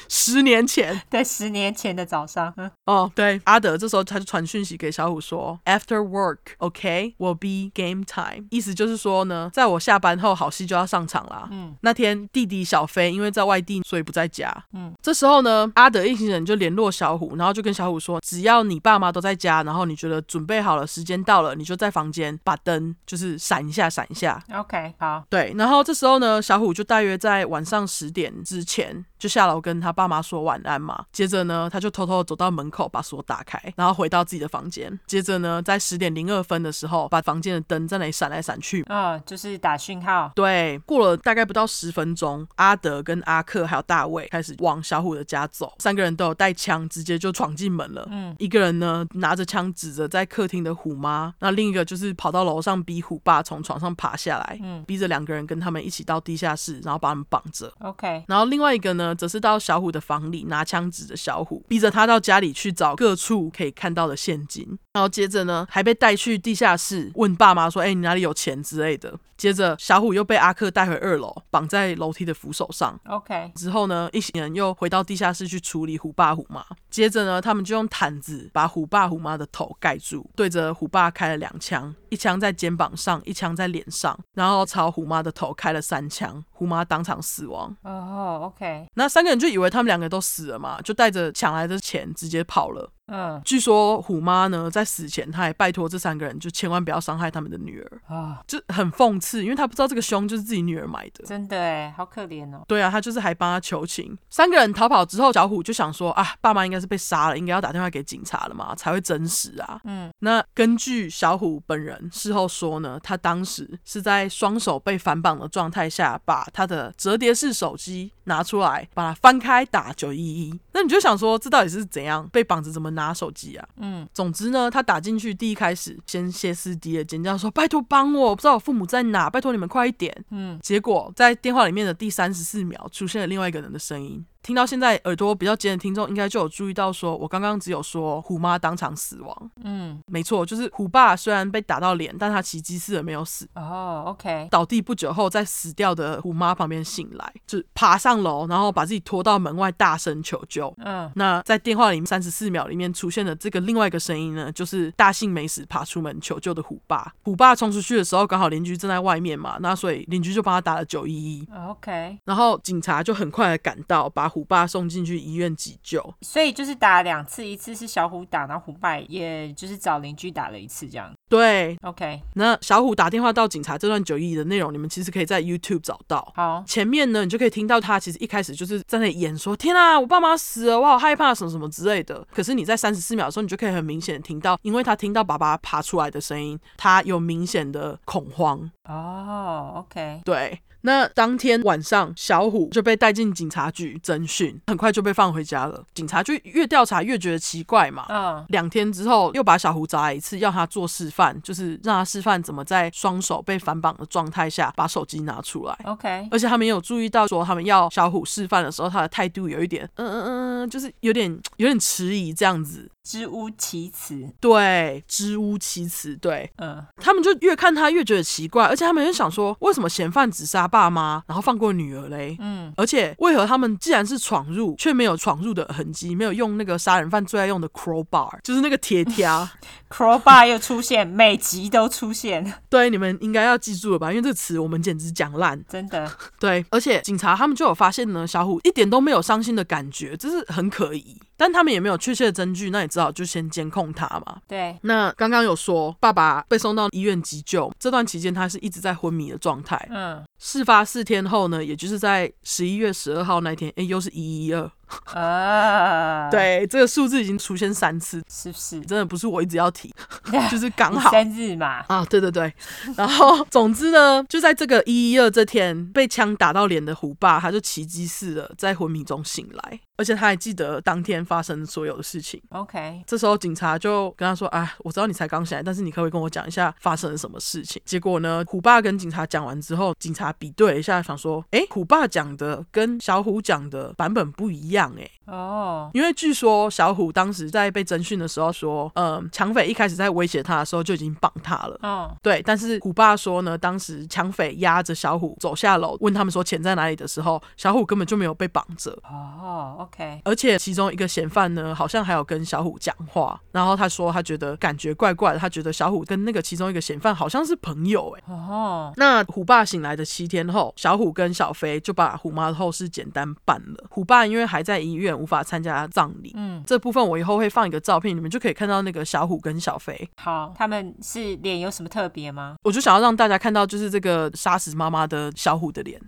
A: 十年前
B: 对，十年前的早上，嗯
A: 哦。对，阿德这时候他就传讯息给小虎说：“After work, OK, will be game time。”意思就是说呢，在我下班后，好戏就要上场啦。嗯，那天弟弟小飞因为在外地，所以不在家。嗯，这时候呢，阿德一行人就联络小虎，然后就跟小虎说：“只要你爸妈都在家，然后你觉得准备好了，时间到了，你就在房间把灯就是闪一下，闪一下。”
B: ，OK，好，
A: 对，然后这时候呢，小虎就大约在晚上十点之前就下楼跟他爸妈说晚安嘛。接着呢，他就偷偷地走到门口把锁打开，然后回到自己的房间。接着呢，在十点零二分的时候，把房间的灯在那里闪来闪去。
B: 嗯，就是打讯号，
A: 对，过了大概不到十分钟，阿德跟阿克还有大卫开始往小虎的家走，三个人都有带枪，直接就闯进门了。嗯，一个人呢拿着枪指着在客厅的虎妈，那另一个就是跑到楼上逼虎爸从床上爬下来，嗯，逼着两个人跟他们一起到地下室，然后把他们绑着。
B: OK，
A: 然后另外一个呢，则是到小虎的房里拿枪指着小虎，逼着他到家里去找各处可以看到的现金。然后接着呢，还被带去地下室问爸妈说：“哎、你哪里有钱之类的。”接着小虎又被阿克带回二楼，绑在楼梯的扶手上。
B: OK，
A: 之后呢，一行人又回到地下室去处理虎爸虎妈。接着呢，他们就用毯子把虎爸虎妈的头盖住，对着虎爸开了两枪，一枪在肩膀上，一枪在脸上，然后朝虎妈的头开了三枪，虎妈当场死亡。
B: 哦，OK，
A: 那三个人就以为他们两个都死了嘛，就带着抢来的钱直接跑了。
B: 嗯，
A: 据说虎妈呢，在死前她还拜托这三个人就千万不要伤害他们的女儿，
B: 啊，
A: 就很讽刺，因为她不知道这个凶就是自己女儿买的。
B: 真的哎，好可怜哦，
A: 对啊，她就是还帮她求情。三个人逃跑之后，小虎就想说啊，爸妈应该是被杀了，应该要打电话给警察了嘛，才会真实啊。
B: 嗯，
A: 那根据小虎本人事后说呢，他当时是在双手被反绑的状态下，把他的折叠式手机拿出来，把它翻开打九一一。那你就想说，这到底是怎样被绑着怎么拿手机啊？
B: 嗯，
A: 总之呢，他打进去第一开始先歇斯底里地尖叫说：“拜托帮我，我不知道我父母在哪，拜托你们快一点。”嗯，结果在电话里面的第三十四秒出现了另外一个人的声音。听到现在耳朵比较尖的听众应该就有注意到说我刚刚只有说虎妈当场死亡，
B: 嗯，
A: 没错，就是虎爸虽然被打到脸，但他奇迹似的没有死。
B: 哦，OK，
A: 倒地不久后，在死掉的虎妈旁边醒来，就是爬上楼，然后把自己拖到门外，大声求救。
B: 嗯，
A: 那在电话里面三十四秒里面出现的这个另外一个声音呢，就是大幸没死爬出门求救的虎爸。虎爸冲出去的时候，刚好邻居正在外面嘛，那所以邻居就帮他打了九一一。
B: OK，
A: 然后警察就很快的赶到，把虎爸送进去医院急救。
B: 所以就是打了两次，一次是小虎打，然后虎爸也就是找邻居打了一次这样。
A: 对，
B: OK，
A: 那小虎打电话到警察这段九一一的内容，你们其实可以在 YouTube 找到。
B: 好，
A: 前面呢，你就可以听到他其实一开始就是在那里演说：“天啊，我爸妈死了，我好害怕，什么什么之类的。”可是你在三十四秒的时候，你就可以很明显地听到，因为他听到爸爸爬出来的声音，他有明显的恐慌。
B: 哦，OK，
A: 对，那当天晚上，小虎就被带进警察局侦讯，很快就被放回家了。警察就越调查越觉得奇怪嘛。
B: 嗯，
A: 两天之后，又把小胡找来一次，要他做示范，就是让他示范怎么在双手被反绑的状态下把手机拿出来。
B: OK，
A: 而且他们也有注意到，说他们要小虎示范的时候，他的态度有一点，嗯嗯嗯嗯，就是有点有点迟疑这样子，
B: 支吾其词，
A: 对，支吾其词，对，
B: 嗯，
A: 他们就越看他越觉得奇怪，而且他们就想说，为什么嫌犯只杀爸妈，然后放过女儿嘞？
B: 嗯，
A: 而且为何他们既然是闯入，却没有闯入的痕迹，没有用那个杀人犯最爱用的 crowbar，就是那个铁条。
B: crowbar 又出现，每集都出现，
A: 对，你们应该要记住了吧？因为这个词我们简直讲烂。
B: 真的，
A: 对，而且警察他们就有发现呢，小虎一点都没有伤心的感觉，这是很可疑。但他们也没有确切的证据，那也只好就先监控他嘛。
B: 对，
A: 那刚刚有说，爸爸被送到医院急救，这段期间他是一直在昏迷的状态。
B: 嗯，
A: 事发四天后呢，也就是在十一月十二号那一天，哎，又是一一二，
B: 啊，，
A: 对，这个数字已经出现三次，
B: 是不是？
A: 真的不是我一直要提， 就
B: 你
A: 是刚好。
B: 生日嘛，
A: 啊，对对对，然后总之呢，就在这个一一二这天，被枪打到脸的胡爸，他就奇迹似的在昏迷中醒来，而且他还记得当天发生所有的事情。
B: OK，
A: 这时候警察就跟他说：“哎，我知道你才刚醒来，但是你可不可以跟我讲一下发生了什么事情？”结果呢，虎爸跟警察讲完之后，警察比对了一下，想说：“哎，虎爸讲的跟小虎讲的版本不一样，哎，
B: 哦，
A: 因为据说小虎当时在被侦讯的时候说，嗯，抢匪一开始在威胁他的时候就已经绑他了。”
B: 哦，
A: 对，但是虎爸说呢，当时抢匪压着小虎走下楼，问他们说钱在哪里的时候，小虎根本就没有被绑着，
B: 哦，OK，
A: 而且其中一个嫌犯呢，好像还有跟小虎讲话，然后他说他觉得感觉怪怪的，他觉得小虎跟那个其中一个嫌犯好像是朋友诶。
B: 哦，
A: 那虎爸醒来的七天后，小虎跟小飞就把虎妈的后事简单办了。虎爸因为还在医院，无法参加葬礼。
B: 嗯，
A: 这部分我以后会放一个照片，你们就可以看到那个小虎跟小飞。
B: 好，他们是脸有什么特 别吗？
A: 我就想要让大家看到，就是这个杀死妈妈的小虎的脸。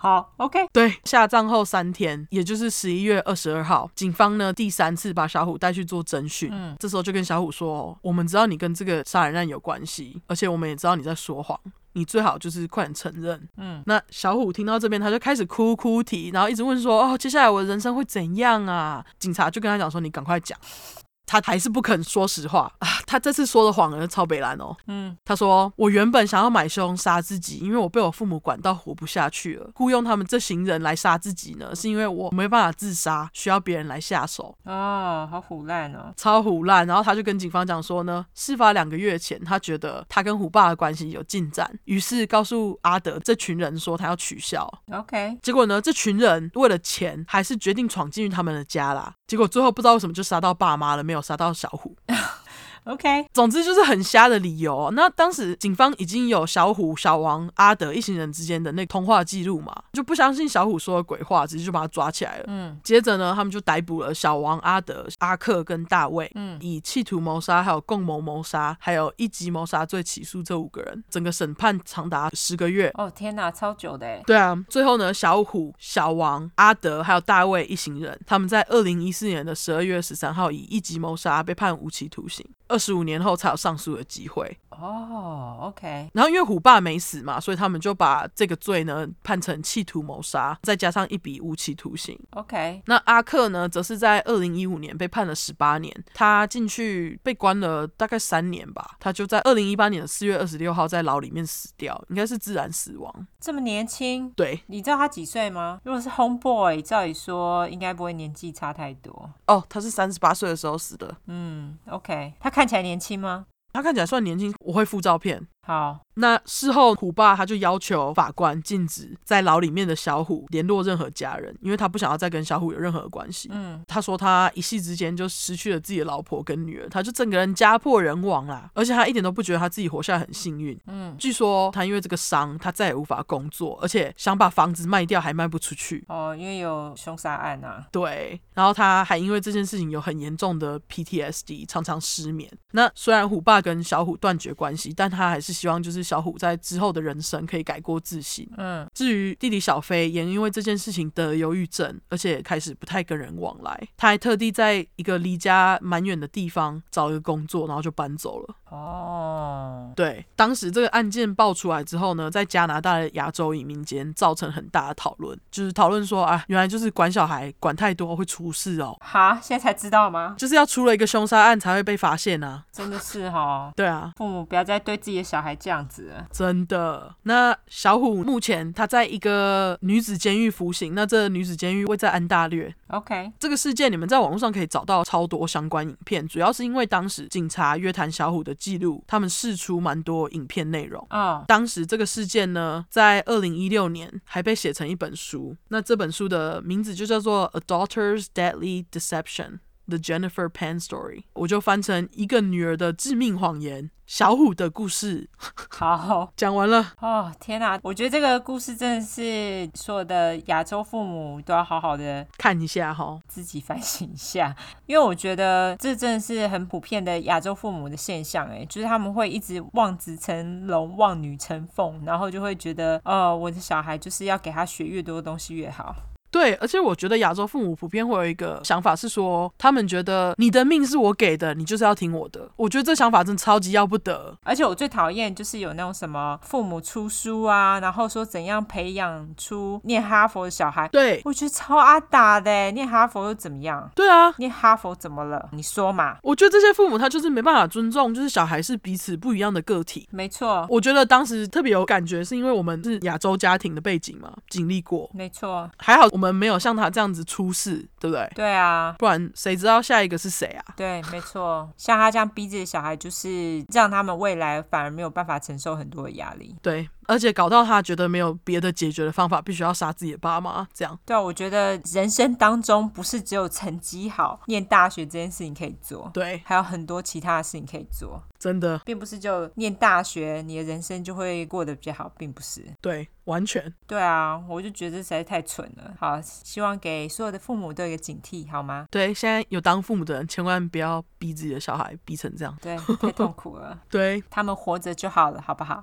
B: 好，OK，
A: 对，下葬后三天，也就是十一月二十二号，警方呢第三次把小虎带去做侦讯。
B: 嗯
A: 这时候就跟小虎说、哦：“我们知道你跟这个杀人案有关系，而且我们也知道你在说谎，你最好就是快点承认。”
B: 嗯，
A: 那小虎听到这边，他就开始哭哭啼，然后一直问说：“哦，接下来我的人生会怎样啊？”警察就跟他讲说：“你赶快讲。”他还是不肯说实话啊！他这次说的谎呢，超北蓝哦。
B: 嗯，
A: 他说：“我原本想要买凶杀自己，因为我被我父母管到活不下去了。雇佣他们这行人来杀自己呢，是因为我没办法自杀，需要别人来下手，
B: 哦，好腐烂哦，
A: 超胡烂。”然后他就跟警方讲说呢，事发两个月前，他觉得他跟虎爸的关系有进展，于是告诉阿德这群人说他要取消。
B: OK，
A: 结果呢，这群人为了钱，还是决定闯进去他们的家啦。结果最后不知道为什么就杀到爸妈了，没有杀到小虎。
B: OK，
A: 总之就是很瞎的理由、哦。那当时警方已经有小虎、小王、阿德一行人之间的那通话记录嘛，就不相信小虎说的鬼话，直接就把他抓起来了。
B: 嗯
A: 接着呢，他们就逮捕了小王、阿德、阿克跟大卫，
B: 嗯
A: 以企图谋杀、还有共谋谋杀、还有一级谋杀罪起诉这五个人。整个审判长达十个月。
B: 哦，天哪，超久的耶，欸
A: 对啊，最后呢，小虎、小王、阿德还有大卫一行人，他们在二零一四年的十二月十三号以一级谋杀被判无期徒刑，二十五年后才有上诉的机会。
B: 哦，OK，
A: 然后因为虎爸没死嘛，所以他们就把这个罪呢判成企图谋杀，再加上一笔无期徒刑。
B: OK，
A: 那阿克呢，则是在二零一五年被判了十八年，他进去被关了大概三年吧，他就在二零一八年的四月二十六号在牢里面死掉，应该是自然死亡。
B: 这么年轻，
A: 对，
B: 你知道他几岁吗？如果是 homeboy，照理说应该不会年纪差太多。
A: 哦，他是三十八岁的时候死的，
B: 嗯，OK，他看起来年轻吗？
A: 他看起来算年轻，我会附照片。
B: 好，
A: 那事后，虎爸他就要求法官禁止在牢里面的小虎联络任何家人，因为他不想要再跟小虎有任何的关系。
B: 嗯，
A: 他说他一夕之间就失去了自己的老婆跟女儿，他就整个人家破人亡啦。而且他一点都不觉得他自己活下来很幸运。
B: 嗯，
A: 据说他因为这个伤，他再也无法工作，而且想把房子卖掉还卖不出去。
B: 哦，因为有凶杀案啊，
A: 对，然后他还因为这件事情有很严重的 PTSD，常常失眠。那虽然虎爸跟小虎断绝关系，但他还是希望就是小虎在之后的人生可以改过自新。
B: 嗯，
A: 至于弟弟小飞，也因为这件事情得了忧郁症，而且开始不太跟人往来。他还特地在一个离家蛮远的地方找了个工作，然后就搬走了。
B: 哦，
A: 对，当时这个案件爆出来之后呢，在加拿大的亚洲移民间造成很大的讨论，就是讨论说啊，原来就是管小孩管太多会出事哦。
B: 哈，现在才知道吗？
A: 就是要出了一个凶杀案才会被发现啊。
B: 真的是哈，
A: 对啊，
B: 父母不要再对自己的小孩这样子了。
A: 真的。那小虎目前他在一个女子监狱服刑，那这女子监狱位在安大略。
B: OK，
A: 这个事件你们在网络上可以找到超多相关影片，主要是因为当时警察约谈小虎的记录，他们试出蛮多影片内容。
B: 哦，
A: 当时这个事件呢，在二零一六年还被写成一本书。那这本书的名字就叫做《A Daughter's Deadly Deception: The Jennifer Pan Story》，我就翻成《一个女儿的致命谎言》——小虎的故事。
B: 好，
A: 讲完了，
B: 哦，天哪、我觉得这个故事真的是所有的亚洲父母都要好好的
A: 看一下哈。
B: 自己反省一下，因为我觉得这真的是很普遍的亚洲父母的现象，哎，就是他们会一直望子成龙、望女成凤，然后就会觉得，哦，我的小孩就是要给他学越多东西越好。
A: 对，而且我觉得亚洲父母普遍会有一个想法是说，他们觉得你的命是我给的，你就是要听我的。我觉得这想法真的超级要不得。
B: 而且我最讨厌就是有那种什么父母出书啊，然后说怎样培养出念哈佛的小孩，
A: 对，
B: 我觉得超阿达的欸，念哈佛又怎么样？
A: 对啊，
B: 念哈佛怎么了？你说嘛？
A: 我觉得这些父母他就是没办法尊重，就是小孩是彼此不一样的个体。
B: 没错，
A: 我觉得当时特别有感觉，是因为我们是亚洲家庭的背景嘛，经历过，
B: 没错，
A: 还好我们没有像他这样子出事，对不对？
B: 对啊。
A: 不然谁知道下一个是谁啊？
B: 对，没错，像他这样逼自己的小孩，就是让他们未来反而没有办法承受很多的压力。
A: 对，而且搞到他觉得没有别的解决的方法，必须要杀自己的爸妈，这样
B: 对啊，我觉得人生当中不是只有成绩好、念大学这件事情可以做，
A: 对，
B: 还有很多其他的事情可以做。
A: 真的
B: 并不是就念大学，你的人生就会过得比较好，并不是。
A: 对，完全
B: 对啊，我就觉得这实在太蠢了。好，希望给所有的父母都有一个警惕，好吗？
A: 对。现在有当父母的人，千万不要逼自己的小孩逼成这样，
B: 对，太痛苦了，
A: 对，
B: 他们活着就好了，好不好？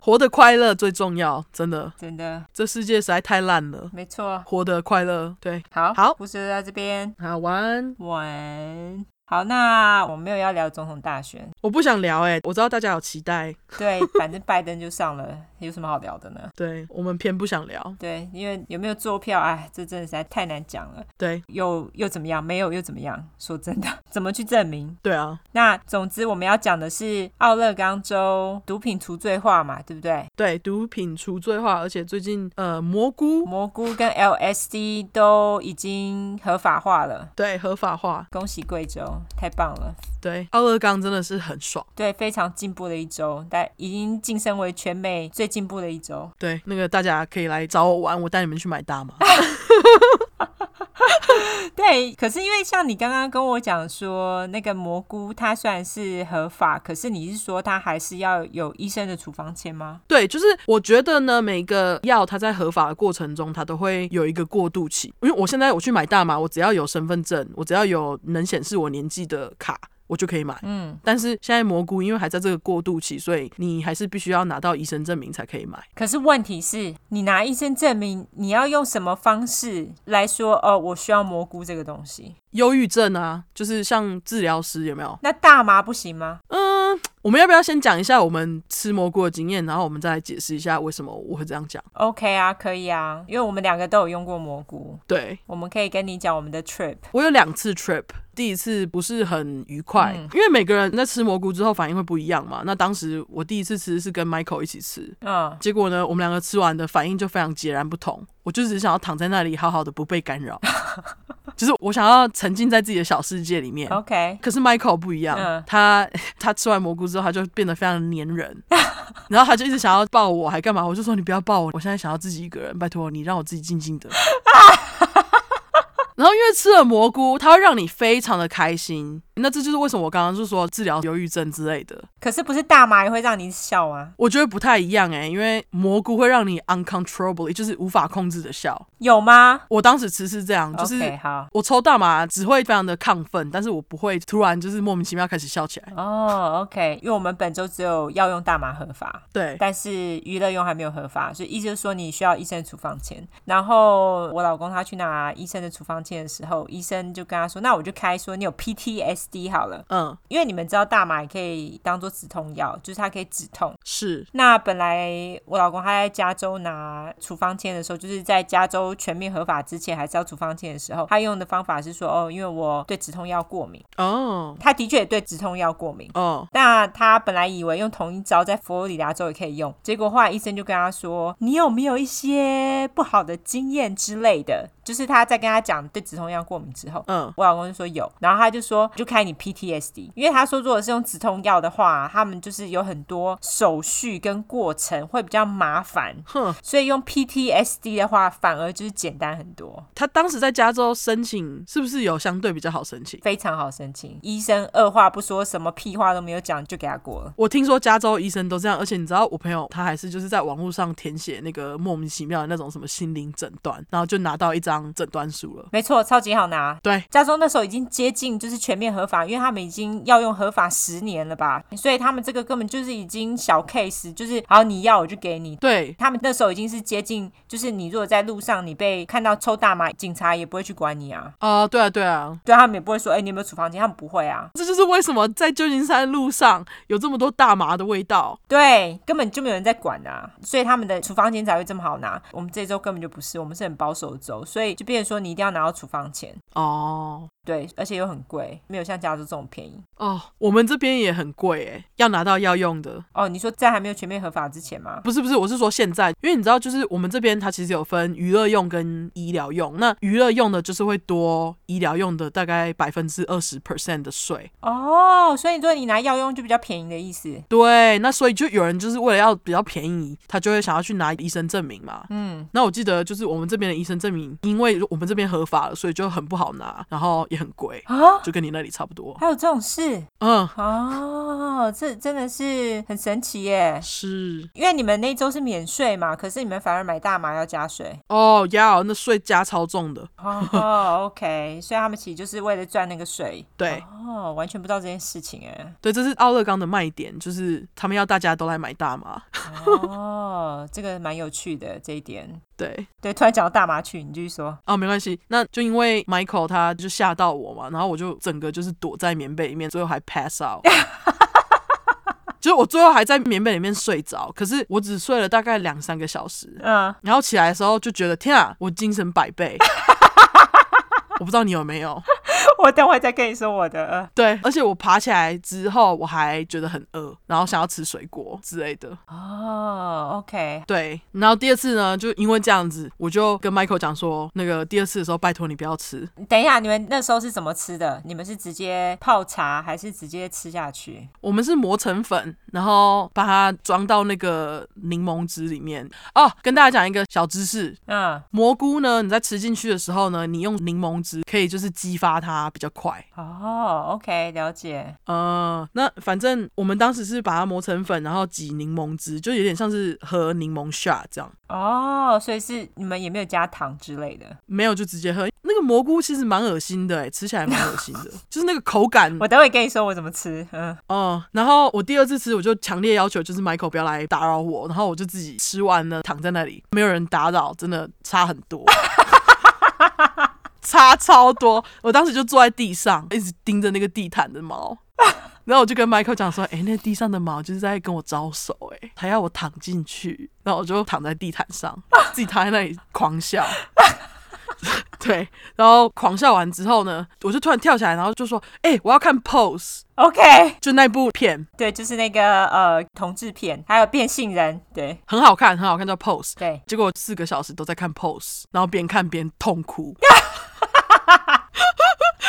A: 活得快乐最重要，真的，
B: 真的，
A: 这世界实在太烂了，
B: 没错。
A: 活得快乐，对，
B: 好，
A: 好
B: 故事就到这边，
A: 好玩。
B: 晚安。好，那我没有要聊总统大选，
A: 我不想聊哎、我知道大家有期待，
B: 对， 反正拜登就上了，有什么好聊的呢？
A: 对我们偏不想聊，
B: 对，因为有没有做票，哎，这真的实在太难讲了。
A: 对
B: 有又怎么样？没有又怎么样？说真的， 怎么去证明？
A: 对啊，
B: 那总之，我们要讲的是奥勒冈州毒品除罪化嘛，对不对？
A: 对，毒品除罪化，而且最近呃，蘑菇
B: 蘑菇跟 LSD 都已经合法化了，
A: 对合法化，
B: 恭喜贵州，太棒了！
A: 对奥勒冈真的是很爽，
B: 对，非常进步的一州，但已经晋升为全美最进步的一州。
A: 对那个大家可以来找我玩，我带你们去买大麻，
B: 对，可是因为像你刚刚跟我讲说，那个蘑菇它虽然是合法，可是你是说它还是要有医生的处方签吗？
A: 对，就是我觉得呢，每个药它在合法的过程中，它都会有一个过渡期，因为我现在我去买大麻，我只要有身份证，我只要有能显示我年纪的卡。我就可以买，嗯，但是现在蘑菇因为还在这个过渡期，所以你还是必须要拿到医生证明才可以买。
B: 可是问题是，你拿医生证明，你要用什么方式来说？哦，我需要蘑菇这个东西。
A: 忧郁症啊，就是像治疗师有没有？
B: 那大麻不行吗？
A: 嗯，我们要不要先讲一下我们吃蘑菇的经验，然后我们再来解释一下为什么我会这样讲？
B: OK 啊，可以啊，因为我们两个都有用过蘑菇，
A: 对
B: 我们可以跟你讲我们的 trip。
A: 我有两次 trip，第一次不是很愉快，因为每个人在吃蘑菇之后反应会不一样嘛。那当时我第一次吃是跟 Michael 一起吃，
B: 嗯，
A: 结果呢，我们两个吃完的反应就非常截然不同。我就只想要躺在那里，好好的不被干扰。就是我想要沉浸在自己的小世界里面。
B: OK，
A: 可是 Michael 不一样，
B: 嗯
A: 他 他吃完蘑菇之后，他就变得非常粘人， 然后他就一直想要抱我，还干嘛？我就说你不要抱我，我现在想要自己一个人，拜托你让我自己静静的。 然后因为吃了蘑菇，它会让你非常的开心。那这就是为什么我刚刚就说治疗忧郁症之类的，
B: 可是不是大麻也会让你笑啊？
A: 我觉得不太一样欸诶、因为蘑菇会让你 uncontrollably，就是无法控制的笑。
B: 有吗？
A: 我当时吃是这样，就是
B: OK，好
A: 我抽大麻只会非常的亢奋，但是我不会突然就是莫名其妙开始笑起来。
B: 哦，OK、o k 因为我们本周只有药用大麻合法，
A: 对，
B: 但是娱乐用还没有合法，所以意思就是说你需要医生的处方签。然后我老公他去拿医生的处方签的时候，医生就跟他说：“那我就开说你有 PTSD 好了，
A: 嗯，
B: 因为你们知道大麻也可以当做止痛药，就是它可以止痛。”
A: 是
B: 那本来我老公他在加州拿处方签的时候，就是在加州全面合法之前，还是要处方签的时候，他用的方法是说，哦，因为我对止痛药过敏，
A: 哦
B: 他的确也对止痛药过敏。
A: 哦，
B: 那他本来以为用同一招在佛罗里达州也可以用，结果后来医生就跟他说：“你有没有一些不好的经验之类的？”就是他在跟他讲对止痛药过敏之后，
A: 嗯
B: 我老公就说有，然后他就说就开你 PTSD，因为他说如果是用止痛药的话，他们就是有很多手续跟过程会比较麻烦，
A: 哼，
B: 所以用 PTSD 的话反而就是简单很多，
A: 他当时在加州申请是不是有相对比较好申请？
B: 非常好申请。医生二话不说，什么屁话都没有讲就给他过了。
A: 我听说加州医生都这样，而且你知道我朋友他还是就是在网络上填写那个莫名其妙的那种什么心灵诊断，然后就拿到一张诊断书了。
B: 没错，超级好拿，
A: 对，
B: 加州那时候已经接近就是全面合法，因为他们已经要用合法十年了吧，所以他们这个根本就是已经小 case，就是好你要我就给你。
A: 对，
B: 他们那时候已经是接近，就是你如果在路上你被看到抽大麻，警察也不会去管你啊，
A: 哦、对啊，对啊，
B: 对他们也不会说，哎、你有没有处方间，他们不会啊，
A: 这就是为什么在旧金山路上有这么多大麻的味道。
B: 对，根本就没有人在管啊，所以他们的处方间才会这么好拿。我们这周根本就不是，我们是很保守的州，所以就变成说你一定要拿到处方钱，
A: 哦
B: 对，而且又很贵，没有像加州这种便宜。
A: 哦，我们这边也很贵诶，要拿到药用的。
B: 哦，你说在还没有全面合法之前吗？
A: 不是不是，我是说现在，因为你知道，就是我们这边它其实有分娱乐用跟医疗用。那娱乐用的就是会多医疗用的大概百分之二十 percent 的税。
B: 哦，所以你说你拿药用就比较便宜的意思。
A: 对，那所以就有人就是为了要比较便宜，他就会想要去拿医生证明嘛。
B: 嗯，
A: 那我记得就是我们这边的医生证明，因为我们这边合法了，所以就很不好拿，然后也很贵，
B: 啊，
A: 就跟你那里差不多。
B: 还有这种事
A: 嗯，
B: 哦，这真的是很神奇耶。
A: 是
B: 因为你们那周是免税嘛，可是你们反而买大麻要加税。
A: 哦，要那税加超重的，
B: 哦，OK，所以他们其实就是为了赚那个税。
A: 对
B: 哦，完全不知道这件事情哎。
A: 对，这是奥勒冈的卖点，就是他们要大家都来买大麻。
B: 哦，这个蛮有趣的这一点。
A: 对，
B: 对，突然讲到大麻去，你继续说。
A: 哦，没关系，那就因为 Michael 他就吓到我嘛，然后我就整个就是躲在棉被里面，最后还 pass out。就是我最后还在棉被里面睡着，可是我只睡了大概两三个小时，
B: 嗯，
A: 然后起来的时候就觉得天啊，我精神百倍。 我不知道你有没有，
B: 我等会再跟你说我的。呃
A: 对，而且我爬起来之后我还觉得很饿，然后想要吃水果之类的，
B: 哦，OK，
A: 对。然后第二次呢，就因为这样子，我就跟 Michael 讲说，那个第二次的时候拜托你不要吃，
B: 等一下，你们那时候是怎么吃的？你们是直接泡茶，还是直接吃下去？
A: 我们是磨成粉，然后把它装到那个柠檬汁里面。哦，跟大家讲一个小知识，
B: 嗯，
A: 蘑菇呢，你在吃进去的时候呢，你用柠檬汁可以就是激发它比较快。
B: 哦，OK，了解。
A: 呃，那反正我们当时是把它磨成粉，然后挤柠檬汁，就有点像是喝柠檬 shot 这样。
B: 哦，所以是你们也没有加糖之类的。
A: 没有就直接喝那个蘑菇，其实蛮恶心的，哎，吃起来蛮恶心的，就是那个口感
B: 我等会跟你说我怎么吃。嗯，
A: 哦、然后我第二次吃，我就强烈要求就是 Michael 不要来打扰我，然后我就自己吃完了，躺在那里，没有人打扰，真的差很多， 差超多。我当时就坐在地上，一直盯着那个地毯的毛，然后我就跟 Michael 讲说：“哎、那地上的毛就是在跟我招手、哎，他要我躺进去。”然后我就躺在地毯上，自己躺在那里狂笑。 对，然后狂笑完之后呢，我就突然跳起来，然后就说：“哎、我要看 pose。”
B: OK，
A: 就那部片
B: 对，就是那个呃同志片，还有变性人，对
A: 很好看，很好看，叫 Pose。
B: 对。
A: 结果四个小时都在看 Pose，然后边看边痛哭。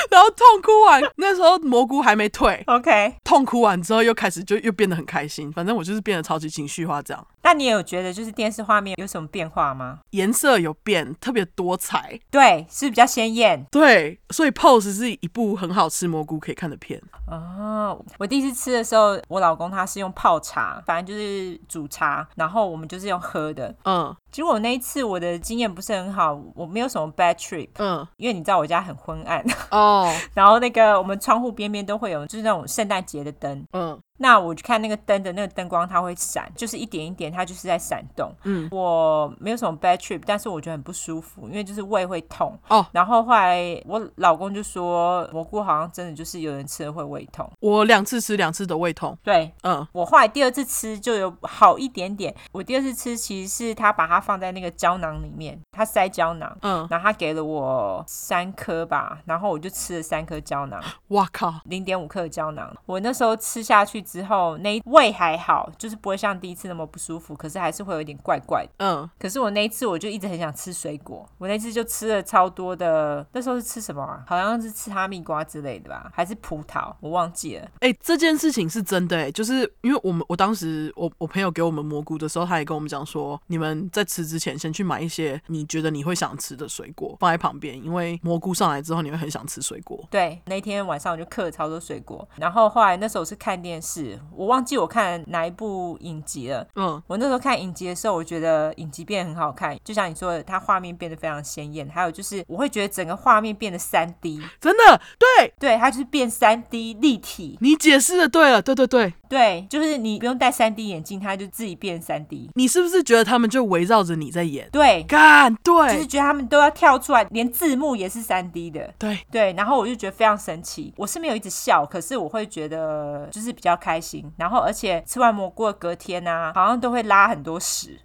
A: 然后痛哭完，那时候蘑菇还没退，
B: OK，
A: 痛哭完之后又开始就又变得很开心，反正我就是变得超级情绪化这样。
B: 那你有觉得就是电视画面有什么变化吗？
A: 颜色有变，特别多彩，
B: 对，是比较鲜艳
A: 对，所以 Pose 是一部很好吃蘑菇可以看的片。
B: 哦。我第一次吃的时候，我老公他是用泡茶，反正就是煮茶，然后我们就是用喝的。
A: 嗯
B: 结果我那一次我的经验不是很好，我没有什么 bad trip，
A: 嗯
B: 因为你知道我家很昏暗，
A: 哦
B: 然后那个我们窗户边边都会有就是那种圣诞节的灯，
A: 嗯
B: 那我就看那个灯的那个灯光，它会闪，就是一点一点，它就是在闪动。
A: 嗯，
B: 我没有什么 bad trip，但是我觉得很不舒服，因为就是胃会痛。
A: 哦，
B: 然后后来我老公就说，蘑菇好像真的就是有人吃了会胃痛。
A: 我两次吃两次都胃痛。
B: 对
A: 嗯
B: 我后来第二次吃就有好一点点，我第二次吃其实是他把它放在那个胶囊里面，他塞胶囊。
A: 嗯，
B: 然后他给了我三颗吧，然后我就吃了三颗胶囊，
A: 哇靠，
B: 零点五克的胶囊。我那时候吃下去之后，那一胃还好，就是不会像第一次那么不舒服，可是还是会有一点怪怪的。
A: 嗯
B: 可是我那一次我就一直很想吃水果，我那次就吃了超多的，那时候是吃什么啊？好像是吃哈密瓜之类的吧，还是葡萄，我忘记了。
A: 哎、这件事情是真的哎、就是因为我们我当时我我朋友给我们蘑菇的时候，他也跟我们讲说，你们在吃之前先去买一些你觉得你会想吃的水果放在旁边，因为蘑菇上来之后你会很想吃水果。
B: 对，那天晚上我就嗑了超多水果，然后后来那时候是看电视，我忘记我看哪一部影集了。
A: 嗯
B: 我那时候看影集的时候，我觉得影集变得很好看，就像你说的，它画面变得非常鲜艳，还有就是我会觉得整个画面变得三 D，
A: 真的，对
B: 对，它就是变三 D 立体，
A: 你解释的对了，对对对，
B: 对，就是你不用戴三 D 眼镜，它就自己变三 D，
A: 你是不是觉得他们就围绕着你在演？
B: 对，
A: 干，对、
B: 就是觉得他们都要跳出来，连字幕也是三 D 的。
A: 对，
B: 对，然后我就觉得非常神奇。我是没有一直笑，可是我会觉得就是比较开心。然后而且吃完蘑菇的隔天啊，好像都会拉很多屎。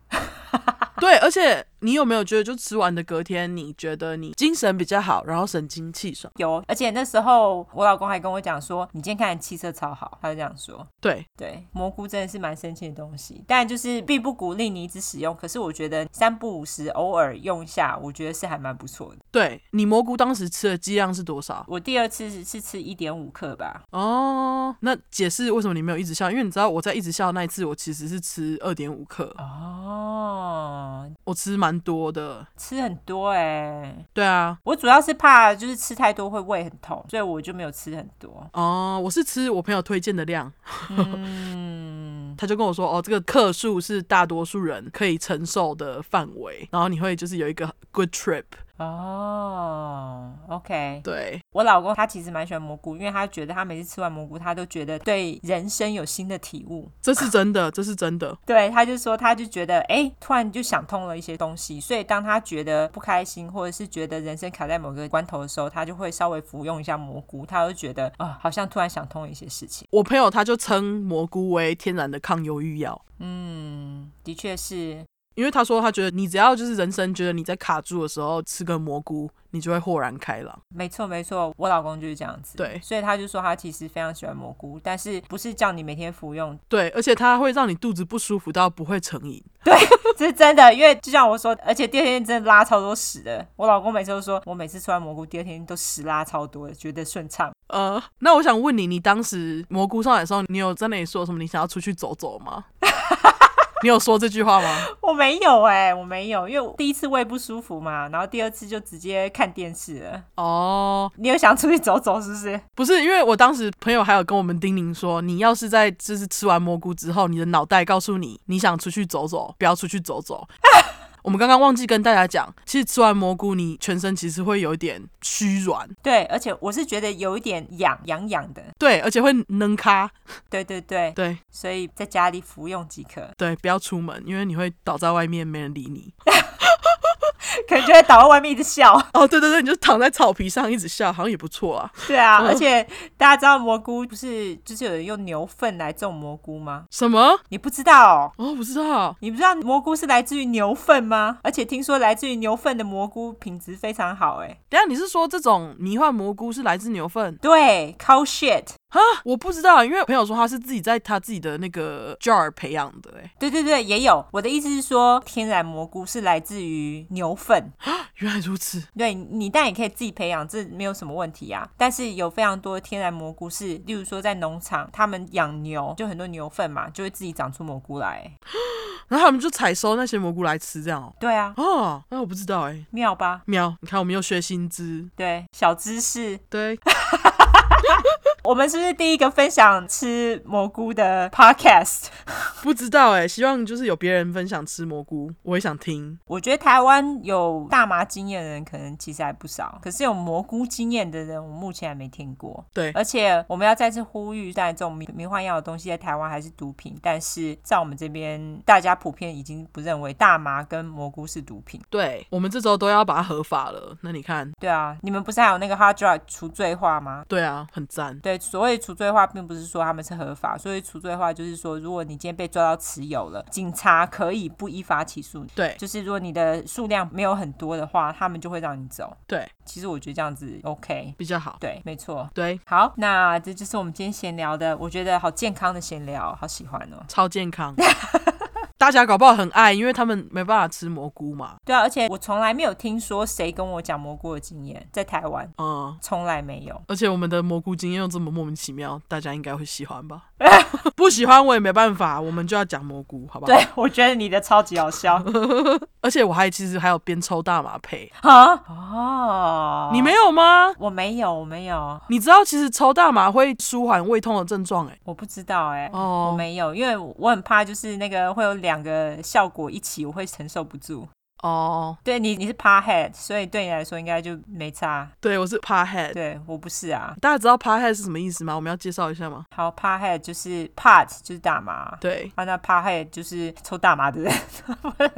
A: 对，而且你有没有觉得，就吃完的隔天，你觉得你精神比较好，然后神清气爽？
B: 有，而且那时候我老公还跟我讲说，你今天看的气色超好，他就这样说。
A: 对，
B: 对，蘑菇真的是蛮神奇的东西，但就是并不鼓励你一直使用。可是我觉得三不五时偶尔用一下，我觉得是还蛮不错的。
A: 对你蘑菇当时吃的剂量是多少？
B: 我第二次是是吃一点五克吧，
A: 哦，那解释为什么你没有一直笑，因为你知道我在一直笑的那一次，我其实是吃二点五克，
B: 哦，
A: 我吃蛮多的。
B: 吃很多哎、
A: 对啊，
B: 我主要是怕就是吃太多会胃很痛，所以我就没有吃很多。
A: 哦，我是吃我朋友推荐的量，
B: 嗯，
A: 他就跟我说，哦，这个克数是大多数人可以承受的范围，然后你会就是有一个 good trip。
B: 哦，OK，
A: 对，
B: 我老公他其实蛮喜欢蘑菇，因为他觉得他每次吃完蘑菇，他都觉得对人生有新的体悟。
A: 这是真的， 这是真的。
B: 对，他就说他就觉得哎，突然就想通了一些东西，所以当他觉得不开心或者是觉得人生卡在某个关头的时候，他就会稍微服用一下蘑菇，他就觉得啊、好像突然想通了一些事情。
A: 我朋友他就称蘑菇为天然的抗忧郁药，
B: 嗯，的确是，
A: 因为他说他觉得你只要就是人生觉得你在卡住的时候吃个蘑菇，你就会豁然开朗。
B: 没错，没错，我老公就是这样子。
A: 对
B: 所以他就说他其实非常喜欢蘑菇，但是不是叫你每天服用，
A: 对，而且它会让你肚子不舒服到不会成瘾。
B: 这是真的。因为就像我说，而且第二天真的拉超多屎的。我老公每次都说，我每次吃完蘑菇，第二天都屎拉超多的，觉得顺畅。
A: 呃，那我想问你，你当时蘑菇上来的时候，你有在那里说什么？你想要出去走走吗？ 你有说这句话吗？
B: 我没有哎、我没有，因为我第一次胃不舒服嘛，然后第二次就直接看电视了。
A: 哦、
B: 你有想出去走走是不是？
A: 不是，因为我当时朋友还有跟我们叮咛说，你要是在就是吃完蘑菇之后，你的脑袋告诉你你想出去走走，不要出去走走。 我们刚刚忘记跟大家讲，其实吃完蘑菇，你全身其实会有一点虚软，
B: 对，而且我是觉得有一点痒痒痒的。
A: 对，而且会能咖，
B: 对对对，
A: 对
B: 所以在家里服用即可，
A: 对，不要出门，因为你会倒在外面，没人理你。
B: 可能就会倒在外面一直笑。
A: 哦，对对对，你就躺在草皮上一直笑，好像也不错啊。
B: 对啊，
A: 嗯
B: 而且大家知道蘑菇不是就是有人用牛粪来种蘑菇吗？
A: 什么？
B: 你不知道哦、
A: 哦，不知道。
B: 你不知道蘑菇是来自于牛粪吗？而且听说来自于牛粪的蘑菇品质非常好、欸，哎，
A: 等一下你是说这种迷幻蘑菇是来自牛粪
B: 对，cow shit，
A: 哈，我不知道，因为朋友说他是自己在他自己的那个 jar 培养的、欸，
B: 对对对，也有。我的意思是说，天然蘑菇是来自于牛分。
A: 原来如此，
B: 对你，但也可以自己培养，这没有什么问题啊。但是有非常多的天然蘑菇是，例如说在农场，他们养牛，就很多牛粪嘛，就会自己长出蘑菇来。
A: 然后他们就采收那些蘑菇来吃，这样哦。
B: 对啊，
A: 哦，那我不知道哎、
B: 妙吧？
A: 喵，你看我们又学新知，
B: 对，小知识。
A: 对，
B: 我们是不是第一个分享吃蘑菇的 podcast？
A: 不知道哎、希望就是有别人分享吃蘑菇，我也想听。
B: 我觉得台湾有大麻经验的人可能其实还不少，可是有蘑菇经验的人，我目前还没听过。
A: 对
B: 而且我们要再次呼吁，当然这种迷迷幻药的东西在台湾还是毒品，但是在我们这边，大家普遍已经不认为大麻跟蘑菇是毒品。
A: 对，我们这周都要把它合法了，那你看，
B: 对啊，你们不是还有那个 hard drug 除罪化吗？
A: 对啊，很赞。
B: 对，所谓除罪化，并不是说他们是合法，所以除罪化就是说，如果你今天被抓到持有了，警察可以不依法起诉你。
A: 对
B: 就是如果你的数量没有很多的话，他们就会让你走。
A: 对，
B: 其实我觉得这样子 OK，
A: 比较好。
B: 对，没错。
A: 对，
B: 好，那这就是我们今天闲聊的，我觉得好健康的闲聊，好喜欢哦。
A: 超健康。 大家搞不好很爱，因为他们没办法吃蘑菇嘛。
B: 对啊，而且我从来没有听说谁跟我讲蘑菇的经验，在台湾
A: 嗯，
B: 从来没有。
A: 而且我们的蘑菇经验又这么莫名其妙，大家应该会喜欢吧？ 不喜欢我也没办法，我们就要讲蘑菇，好不好？
B: 对，我觉得你的超级好笑
A: 而且我还其实还有边抽大麻配，
B: 啊！哦，
A: 你没有吗？
B: 我没有，我没有。
A: 你知道其实抽大麻会舒缓胃痛的症状、欸，
B: 我不知道哎、
A: 哦
B: 我没有，因为我很怕就是那个会有两个效果一起，我会承受不住。
A: 哦，
B: 对你，你是趴 head，所以对你来说应该就没差。
A: 对，我是 p a h e a d
B: 对我不是啊。
A: 大家知道 p a h e a d 是什么意思吗？我们要介绍一下吗？
B: 好，趴 head 就是 pot 就是大麻， ，
A: 对
B: 啊，那趴 head 就是抽大麻的人，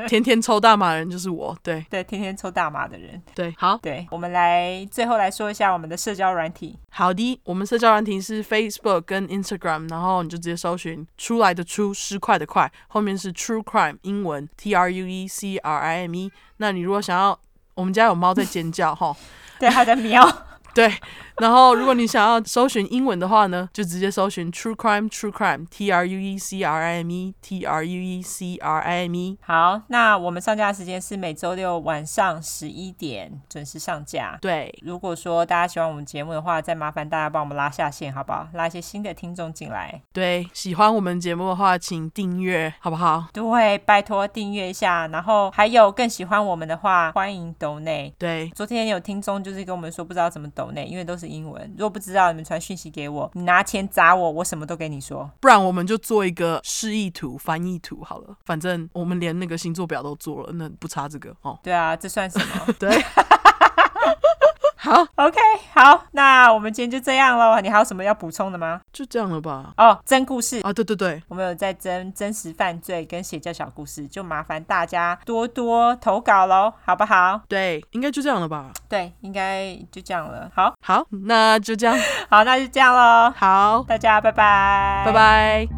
A: 天天抽大麻的人就是我，对
B: 对，天天抽大麻的人。
A: 对，好
B: 对，我们来最后来说一下我们的社交软体。
A: 好的，我们社交软体是 Facebook 跟 Instagram，然后你就直接搜寻出来的出失快的快，后面是 True Crime 英文 T R U E C R I M E。那你如果想要，我们家有猫在尖叫哈，
B: 对，他在瞄。
A: 对，然后如果你想要搜寻英文的话呢，就直接搜寻 True Crime True Crime T R U E C R I M E T R U E C R I M E。
B: 好，那我们上架的时间是每周六晚上十一点准时上架。
A: 对，
B: 如果说大家喜欢我们节目的话，再麻烦大家帮我们拉下线，好不好？拉一些新的听众进来。
A: 对，喜欢我们节目的话，请订阅，好不好？
B: 对，拜托订阅一下。然后还有更喜欢我们的话，欢迎抖内。
A: 对，
B: 昨天有听众就是跟我们说不知道怎么抖内，因为都是英文。如果不知道，你们传讯息给我，你拿钱砸我，我什么都跟你说。
A: 不然我们就做一个示意图、翻译图好了。反正我们连那个星座表都做了，那不差这个哦。
B: 对啊，这算什 么
A: 对，好，
B: ？OK，好，那我们今天就这样喽。你还有什么要补充的吗？
A: 就这样了吧？
B: 哦，真故事。
A: 啊，对对对，
B: 我们有在真真实犯罪跟邪教小故事，就麻烦大家多多投稿喽，好不好？
A: 对，应该就这样了吧？
B: 对，应该就这样了。好，
A: 好，那就这样，
B: 好，那就这样喽，
A: 好，
B: 大家拜拜，
A: 拜。拜。